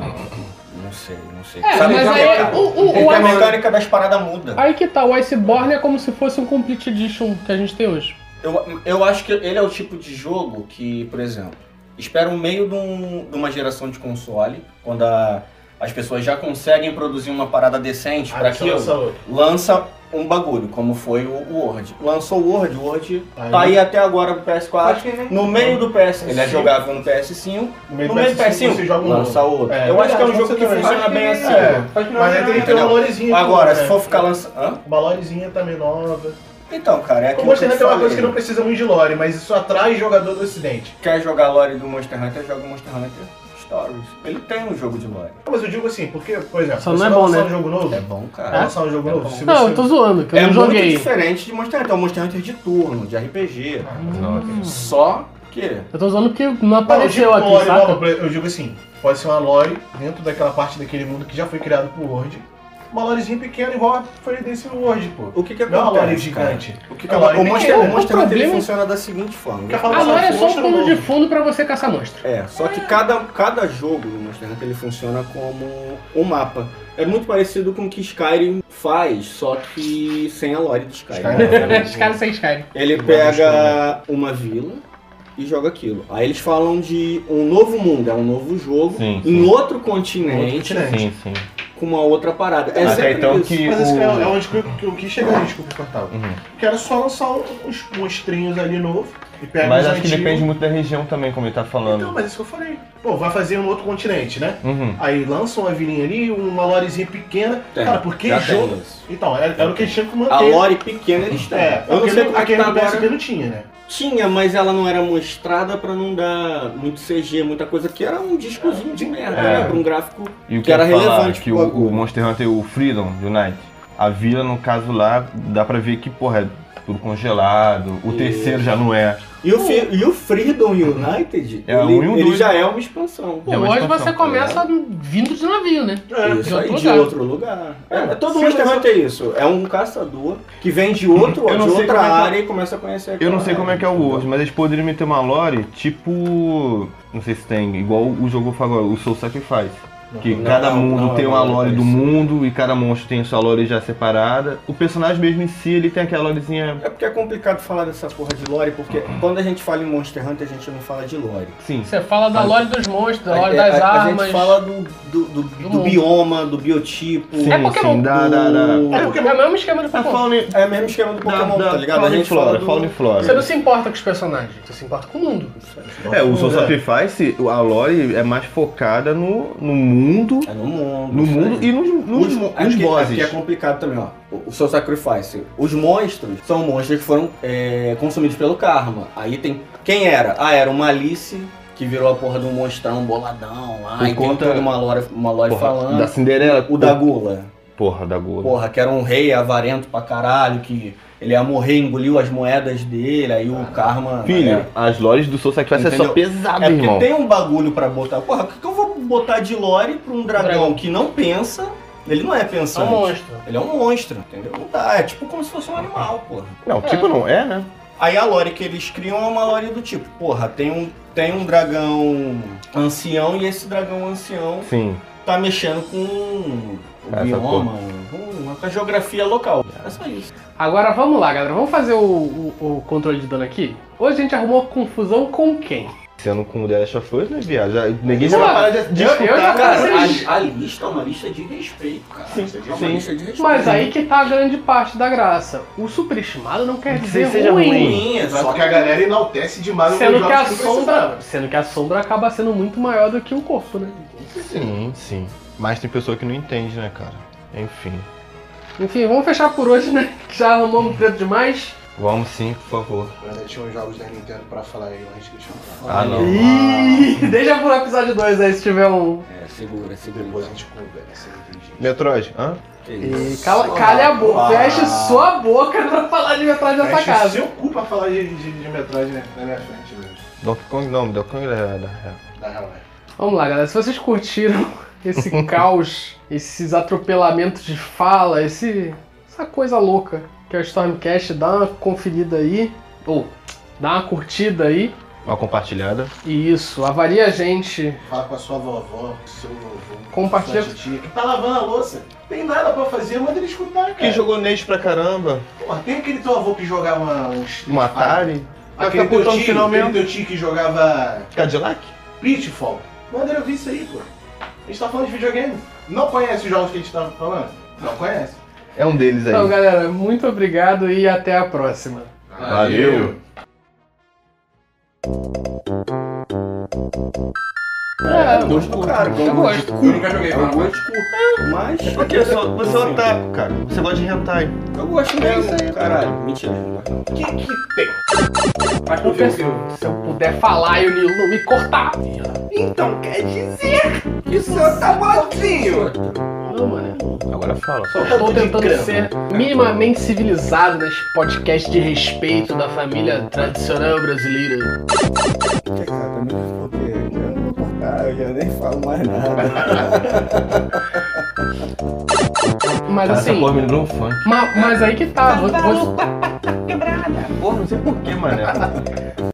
[SPEAKER 2] Não sei, não sei.
[SPEAKER 5] É,
[SPEAKER 2] Sabe
[SPEAKER 5] mas
[SPEAKER 2] que
[SPEAKER 5] aí
[SPEAKER 2] a-
[SPEAKER 5] o, o,
[SPEAKER 2] Tem
[SPEAKER 5] o
[SPEAKER 2] que a
[SPEAKER 5] Ice-
[SPEAKER 2] mecânica das paradas muda.
[SPEAKER 5] Aí que tá, o Iceborne é como se fosse um Complete Edition que a gente tem hoje.
[SPEAKER 2] Eu, eu acho que ele é o tipo de jogo que, por exemplo, espera um meio de, um- de uma geração de console, quando a- as pessoas já conseguem produzir uma parada decente para
[SPEAKER 3] Aí você Ah, lança
[SPEAKER 2] aquilo,
[SPEAKER 3] outro.
[SPEAKER 2] lança um bagulho, como foi o, o Word. Lançou o Word, o Word
[SPEAKER 3] Aí-
[SPEAKER 2] tá aí até agora pro PS4.
[SPEAKER 6] Acho que nem-
[SPEAKER 2] No meio do PS, ele é
[SPEAKER 3] né? Sim.
[SPEAKER 2] jogável no PS5,
[SPEAKER 3] No
[SPEAKER 2] no meio do PS5,
[SPEAKER 3] você joga um
[SPEAKER 2] lança
[SPEAKER 3] novo.
[SPEAKER 2] outro.
[SPEAKER 3] É,
[SPEAKER 2] eu acho que é um
[SPEAKER 3] verdade,
[SPEAKER 2] jogo
[SPEAKER 3] você
[SPEAKER 2] que
[SPEAKER 3] também.
[SPEAKER 2] funciona
[SPEAKER 6] Acho que
[SPEAKER 2] bem assim.
[SPEAKER 3] É.
[SPEAKER 6] Acho que não
[SPEAKER 3] Mas
[SPEAKER 6] é
[SPEAKER 3] aí tem que ter
[SPEAKER 2] Entendeu?
[SPEAKER 3] uma lorezinha.
[SPEAKER 2] Agora,
[SPEAKER 3] também,
[SPEAKER 2] se
[SPEAKER 3] né?
[SPEAKER 2] for ficar lançando... Hã?
[SPEAKER 3] Uma lorezinha também é nova.
[SPEAKER 2] Então, cara, é
[SPEAKER 3] O
[SPEAKER 2] aquilo que
[SPEAKER 3] Monster
[SPEAKER 2] eu
[SPEAKER 3] Hunter é uma coisa
[SPEAKER 2] falei.
[SPEAKER 3] que não precisa muito de lore, mas isso atrai jogador do ocidente.
[SPEAKER 2] quer jogar lore do Monster Hunter, joga o Monster Hunter Stories. Ele tem um jogo de lore.
[SPEAKER 3] Não, Mas eu digo assim, porque, por exemplo,
[SPEAKER 5] Só
[SPEAKER 3] você
[SPEAKER 5] não é
[SPEAKER 3] vai
[SPEAKER 5] bom,
[SPEAKER 3] lançar
[SPEAKER 5] né?
[SPEAKER 3] um jogo novo,
[SPEAKER 2] É bom,
[SPEAKER 3] vai
[SPEAKER 2] cara.
[SPEAKER 3] lançar um jogo novo, se
[SPEAKER 5] Não,
[SPEAKER 3] você...
[SPEAKER 5] eu tô zoando, que eu
[SPEAKER 2] é
[SPEAKER 5] não
[SPEAKER 2] muito
[SPEAKER 5] joguei.
[SPEAKER 2] diferente de Monster Hunter. É um Monster Hunter de turno, de RPG. Só que.
[SPEAKER 5] Eu tô zoando porque não
[SPEAKER 3] Não, eu digo
[SPEAKER 5] apareceu
[SPEAKER 3] lore
[SPEAKER 5] aqui,
[SPEAKER 3] nova,
[SPEAKER 5] saca?
[SPEAKER 3] eu digo assim, pode ser uma lore dentro daquela parte daquele mundo que já foi criado por Word, uma lorezinha pequena igual a foi desse Word, pô.
[SPEAKER 2] O que que
[SPEAKER 3] Não é uma lore
[SPEAKER 2] acontece, cara?
[SPEAKER 3] gigante.
[SPEAKER 2] O que
[SPEAKER 3] É uma lore
[SPEAKER 2] O Monster,
[SPEAKER 5] pequena.
[SPEAKER 2] o Monster
[SPEAKER 5] O
[SPEAKER 2] Hunter ele
[SPEAKER 5] problema-
[SPEAKER 2] funciona da seguinte forma.
[SPEAKER 3] Quer falar assim?
[SPEAKER 5] A lore é só um
[SPEAKER 3] monstro
[SPEAKER 5] pano de
[SPEAKER 3] novo.
[SPEAKER 5] fundo pra você caçar monstro.
[SPEAKER 2] Ah, É, só que cada, cada jogo do Monster Hunter ele funciona como um mapa. É muito parecido com o que Skyrim faz, só que sem a lore de
[SPEAKER 3] é
[SPEAKER 2] É,
[SPEAKER 5] É, Os caras sem Skyrim.
[SPEAKER 2] Ele
[SPEAKER 4] né?
[SPEAKER 2] pega uma vila e joga aquilo. Aí eles falam de um novo mundo, é um novo jogo,
[SPEAKER 4] Sim,
[SPEAKER 2] em
[SPEAKER 4] sim.
[SPEAKER 2] outro continente,
[SPEAKER 4] Sim, sim.
[SPEAKER 2] com uma outra parada. É
[SPEAKER 4] Até
[SPEAKER 2] sempre
[SPEAKER 4] então
[SPEAKER 2] isso.
[SPEAKER 4] que
[SPEAKER 3] Mas esse
[SPEAKER 2] Tipo-
[SPEAKER 3] é, é
[SPEAKER 4] o...
[SPEAKER 3] onde que eu, que eu quis chegar, desculpa, Cortava.
[SPEAKER 4] Uhum.
[SPEAKER 3] Que era só lançar uns monstrinhos ali novo e pega
[SPEAKER 4] Mas
[SPEAKER 3] os
[SPEAKER 4] acho que
[SPEAKER 3] antigos.
[SPEAKER 4] depende muito da região também, como ele tá
[SPEAKER 3] é Então,
[SPEAKER 4] falando.
[SPEAKER 3] mas é isso que eu falei. Pô, vai fazer um outro continente, né?
[SPEAKER 4] Uhum.
[SPEAKER 3] Aí lança uma vilinha ali, uma lorezinha pequena.
[SPEAKER 2] Tem,
[SPEAKER 3] Cara, por que
[SPEAKER 2] É, já
[SPEAKER 3] jogo?
[SPEAKER 2] tem isso.
[SPEAKER 3] Então, era, era o que eles tinham que
[SPEAKER 2] A
[SPEAKER 3] manter.
[SPEAKER 2] lore pequena eles têm.
[SPEAKER 3] É,
[SPEAKER 2] eu não sei como é que
[SPEAKER 3] aquele
[SPEAKER 2] tá
[SPEAKER 3] no PSP
[SPEAKER 2] agora.
[SPEAKER 3] não tinha, né?
[SPEAKER 2] Tinha, mas ela não era mostrada pra não dar muito CG, um muita coisa, que era um discozinho de merda,
[SPEAKER 4] É.
[SPEAKER 2] né? Pra um gráfico.
[SPEAKER 4] E o que,
[SPEAKER 2] Que era
[SPEAKER 4] eu ia falar, é
[SPEAKER 2] relevante
[SPEAKER 4] que
[SPEAKER 2] pro
[SPEAKER 4] o,
[SPEAKER 2] bagulho.
[SPEAKER 4] o Monster Hunter, o Freedom Unite, a vila, no caso lá, dá pra ver que, porra, é tudo congelado. O
[SPEAKER 2] E-
[SPEAKER 4] terceiro já não é.
[SPEAKER 2] E o, fi- e o Freedom United,
[SPEAKER 4] É,
[SPEAKER 2] ele,
[SPEAKER 4] um e um
[SPEAKER 2] ele
[SPEAKER 4] dois.
[SPEAKER 2] já é uma expansão.
[SPEAKER 4] É
[SPEAKER 5] Pô,
[SPEAKER 4] uma
[SPEAKER 5] hoje
[SPEAKER 4] expansão,
[SPEAKER 5] você começa vindo de navio, né?
[SPEAKER 3] É,
[SPEAKER 2] Isso aí, de
[SPEAKER 5] lugar.
[SPEAKER 2] outro lugar. É, todo
[SPEAKER 3] Sim,
[SPEAKER 2] Monster
[SPEAKER 3] mas-
[SPEAKER 2] Hunter é isso. É um caçador que vem de, outro,
[SPEAKER 4] Eu não
[SPEAKER 2] de
[SPEAKER 4] sei
[SPEAKER 2] outra
[SPEAKER 4] como é que é-
[SPEAKER 2] área e começa a conhecer
[SPEAKER 4] Eu
[SPEAKER 2] aquela
[SPEAKER 4] não sei como é que é o World, mas eles poderiam meter uma lore tipo. Não sei se tem, igual o jogo foi agora, o Soul Sacrifice. Que
[SPEAKER 2] Não,
[SPEAKER 4] cada
[SPEAKER 2] não,
[SPEAKER 4] mundo
[SPEAKER 2] não,
[SPEAKER 4] tem
[SPEAKER 2] não,
[SPEAKER 4] uma
[SPEAKER 2] não,
[SPEAKER 4] lore
[SPEAKER 2] não,
[SPEAKER 4] do
[SPEAKER 2] isso.
[SPEAKER 4] mundo e cada monstro tem sua lore já separada. O personagem mesmo em si, ele tem aquela lorezinha.
[SPEAKER 2] É porque é complicado falar dessa porra de lore, porque quando a gente fala em Monster Hunter, a gente não fala de lore.
[SPEAKER 4] Sim.
[SPEAKER 5] Você fala da lore dos monstros, da lore
[SPEAKER 2] a, é,
[SPEAKER 5] das
[SPEAKER 2] a- a
[SPEAKER 5] armas.
[SPEAKER 2] gente fala do, do, do- do
[SPEAKER 5] mundo.
[SPEAKER 2] bioma, do biotipo.
[SPEAKER 4] Sim,
[SPEAKER 5] É Pokémon.
[SPEAKER 4] sim, dá, dá, dá.
[SPEAKER 5] É porque é o mesmo esquema do
[SPEAKER 4] A
[SPEAKER 5] Pokémon.
[SPEAKER 4] fauna,
[SPEAKER 2] É o mesmo esquema do
[SPEAKER 4] da,
[SPEAKER 2] Pokémon,
[SPEAKER 4] da
[SPEAKER 2] tá ligado? A
[SPEAKER 4] fauna e
[SPEAKER 2] gente fala
[SPEAKER 4] flora,
[SPEAKER 2] do...
[SPEAKER 4] fauna e flora.
[SPEAKER 5] Você não se importa com os personagens, você se importa com o mundo. um
[SPEAKER 4] É, o Soul
[SPEAKER 3] Não, né?
[SPEAKER 4] Sacrifice, a lore é mais focada no, no mundo,
[SPEAKER 2] É no mundo.
[SPEAKER 4] no
[SPEAKER 2] isso
[SPEAKER 4] mundo
[SPEAKER 6] né?
[SPEAKER 2] aí.
[SPEAKER 4] e nos, nos,
[SPEAKER 2] mo-
[SPEAKER 4] nos
[SPEAKER 2] aqui-
[SPEAKER 4] bosses.
[SPEAKER 2] aqui é complicado também, ó. O, o seu sacrifício. Os monstros são monstros que foram é, consumidos pelo karma. Aí tem. Quem era? Ah, era uma Alice que virou a porra de um monstrão boladão lá.
[SPEAKER 4] Por
[SPEAKER 2] e
[SPEAKER 4] conta-
[SPEAKER 2] tem toda uma lore, uma lore
[SPEAKER 4] Porra,
[SPEAKER 2] tá falando.
[SPEAKER 4] da Cinderela.
[SPEAKER 2] O da Gula.
[SPEAKER 4] Porra, da Gula.
[SPEAKER 2] Porra, que era um rei avarento pra caralho, que ele ia morrer, engoliu as moedas dele, aí o karma.
[SPEAKER 4] Filho,
[SPEAKER 2] É,
[SPEAKER 4] as lojas do Soul Sacrifice é só
[SPEAKER 2] Entendeu?
[SPEAKER 4] pesado,
[SPEAKER 2] é
[SPEAKER 4] irmão.
[SPEAKER 2] porque tem um bagulho pra botar. Porra, o que, que eu vou botar de lore pra um dragão,
[SPEAKER 5] dragão.
[SPEAKER 2] que não pensa? Ele não é
[SPEAKER 5] É um
[SPEAKER 2] pensante.
[SPEAKER 5] monstro.
[SPEAKER 2] Ele é um monstro, entendeu? Não dá, é tipo como se fosse um animal, porra.
[SPEAKER 4] Não, tipo não é, né?
[SPEAKER 2] Aí a lore que eles criam é uma lore do tipo, porra, tem um, tem um dragão ancião e esse dragão ancião
[SPEAKER 4] Sim.
[SPEAKER 2] tá mexendo com o
[SPEAKER 4] Essa
[SPEAKER 2] bioma, com a- com a geografia local. É só isso.
[SPEAKER 5] Agora vamos lá, galera. Vamos fazer o, o- o controle de dano aqui? Hoje a gente arrumou confusão com quem?
[SPEAKER 4] Sendo com o The Last of Us, né, viado? Já, ninguém já
[SPEAKER 5] Mano,
[SPEAKER 4] vai parar de de
[SPEAKER 5] eu- eu já
[SPEAKER 4] escutar.
[SPEAKER 6] né?
[SPEAKER 2] Cara,
[SPEAKER 5] Mas eles-
[SPEAKER 2] a, a lista é uma lista de respeito, cara. Sim, é uma
[SPEAKER 4] sim.
[SPEAKER 2] lista de respeito.
[SPEAKER 5] Mas aí que tá a grande parte da graça. O superestimado não quer
[SPEAKER 4] Que
[SPEAKER 5] dizer
[SPEAKER 4] seja
[SPEAKER 5] ruim.
[SPEAKER 4] ruim.
[SPEAKER 2] Sim, é
[SPEAKER 3] Só
[SPEAKER 2] só
[SPEAKER 3] que a galera enaltece demais os
[SPEAKER 5] Sendo um que, a
[SPEAKER 3] jogos que precisaram.
[SPEAKER 5] sombra, sendo que a sombra acaba sendo muito maior do que o corpo, né?
[SPEAKER 4] Sim, sim. Mas tem pessoa que não entende, né, cara? Enfim.
[SPEAKER 5] Enfim, vamos fechar por hoje, né? Já arrumamos preto demais.
[SPEAKER 4] Vamos sim, por favor.
[SPEAKER 3] Eu ainda tinha uns jogos da Nintendo pra falar aí, mas a gente deixa pra falar.
[SPEAKER 4] Ah, não.
[SPEAKER 5] Ih, deixa pro episódio 2 aí se tiver um.
[SPEAKER 2] É, segura, segura.
[SPEAKER 3] Depois a gente conversa. entendi.
[SPEAKER 4] Metroid, hã?
[SPEAKER 5] E cala, calha a boca, fecha sua boca pra falar de metade dessa
[SPEAKER 3] Fecha o
[SPEAKER 5] casa.
[SPEAKER 3] seu cu pra falar de, de, de metragem né, na minha frente, velho.
[SPEAKER 4] Donkey Kong não, Donkey Kong é da
[SPEAKER 3] Na real, é.
[SPEAKER 5] Vamos lá, galera. Se vocês curtiram esse caos, esses atropelamentos de fala, esse, essa coisa louca que é o Stormcast, dá uma conferida aí. Ou, Dá uma curtida aí.
[SPEAKER 4] é Uma compartilhada.
[SPEAKER 5] E isso, avalia a gente.
[SPEAKER 3] Fala com a sua vovó, com seu vovô,
[SPEAKER 5] Compartilha.
[SPEAKER 3] sua titia, que tá lavando a louça. Tem nada pra fazer, manda ele escutar, cara.
[SPEAKER 4] Que jogou Nate pra caramba.
[SPEAKER 3] Porra, tem aquele teu avô que jogava uns...
[SPEAKER 4] Um Atari. Vai
[SPEAKER 3] Aquele
[SPEAKER 4] ficar
[SPEAKER 3] teu,
[SPEAKER 4] putão no
[SPEAKER 3] tio,
[SPEAKER 4] final
[SPEAKER 3] aquele
[SPEAKER 4] mesmo.
[SPEAKER 3] teu tio que jogava
[SPEAKER 4] Ah. Cadillac?
[SPEAKER 3] Pitfall. Manda ele ouvir isso aí, pô. A gente tá falando de videogame. Não conhece os jogos que a gente tá falando? Não conhece.
[SPEAKER 4] É um deles aí.
[SPEAKER 5] Então, galera, muito obrigado e até a próxima.
[SPEAKER 4] Valeu.
[SPEAKER 5] É, eu
[SPEAKER 9] Gosto do cara,
[SPEAKER 5] eu gosto.
[SPEAKER 1] Eu nunca joguei,
[SPEAKER 9] Eu
[SPEAKER 1] mano.
[SPEAKER 9] gosto, mas
[SPEAKER 4] Por que você você é um otaku, cara? Você gosta de hentai.
[SPEAKER 9] eu gosto
[SPEAKER 2] É um
[SPEAKER 9] mesmo. Caralho, mentira.
[SPEAKER 3] Que que tem?
[SPEAKER 1] Mas por
[SPEAKER 5] penso-
[SPEAKER 1] que eu-
[SPEAKER 5] Se eu puder falar e o Nilo não me cortar.
[SPEAKER 1] Então quer dizer que o senhor tá bonzinho.
[SPEAKER 5] Não, mano.
[SPEAKER 4] Agora fala.
[SPEAKER 5] Só estou tentando ser minimamente civilizado nesse podcast de respeito da família tradicional brasileira.
[SPEAKER 9] Que cara, porque eu não vou cortar, eu já nem falo mais nada.
[SPEAKER 5] Mas
[SPEAKER 4] Cara,
[SPEAKER 5] assim,
[SPEAKER 4] essa porra me lembrou um funk.
[SPEAKER 5] ma- mas aí que tá. vo- vo-
[SPEAKER 4] Porra, não sei porquê, mano.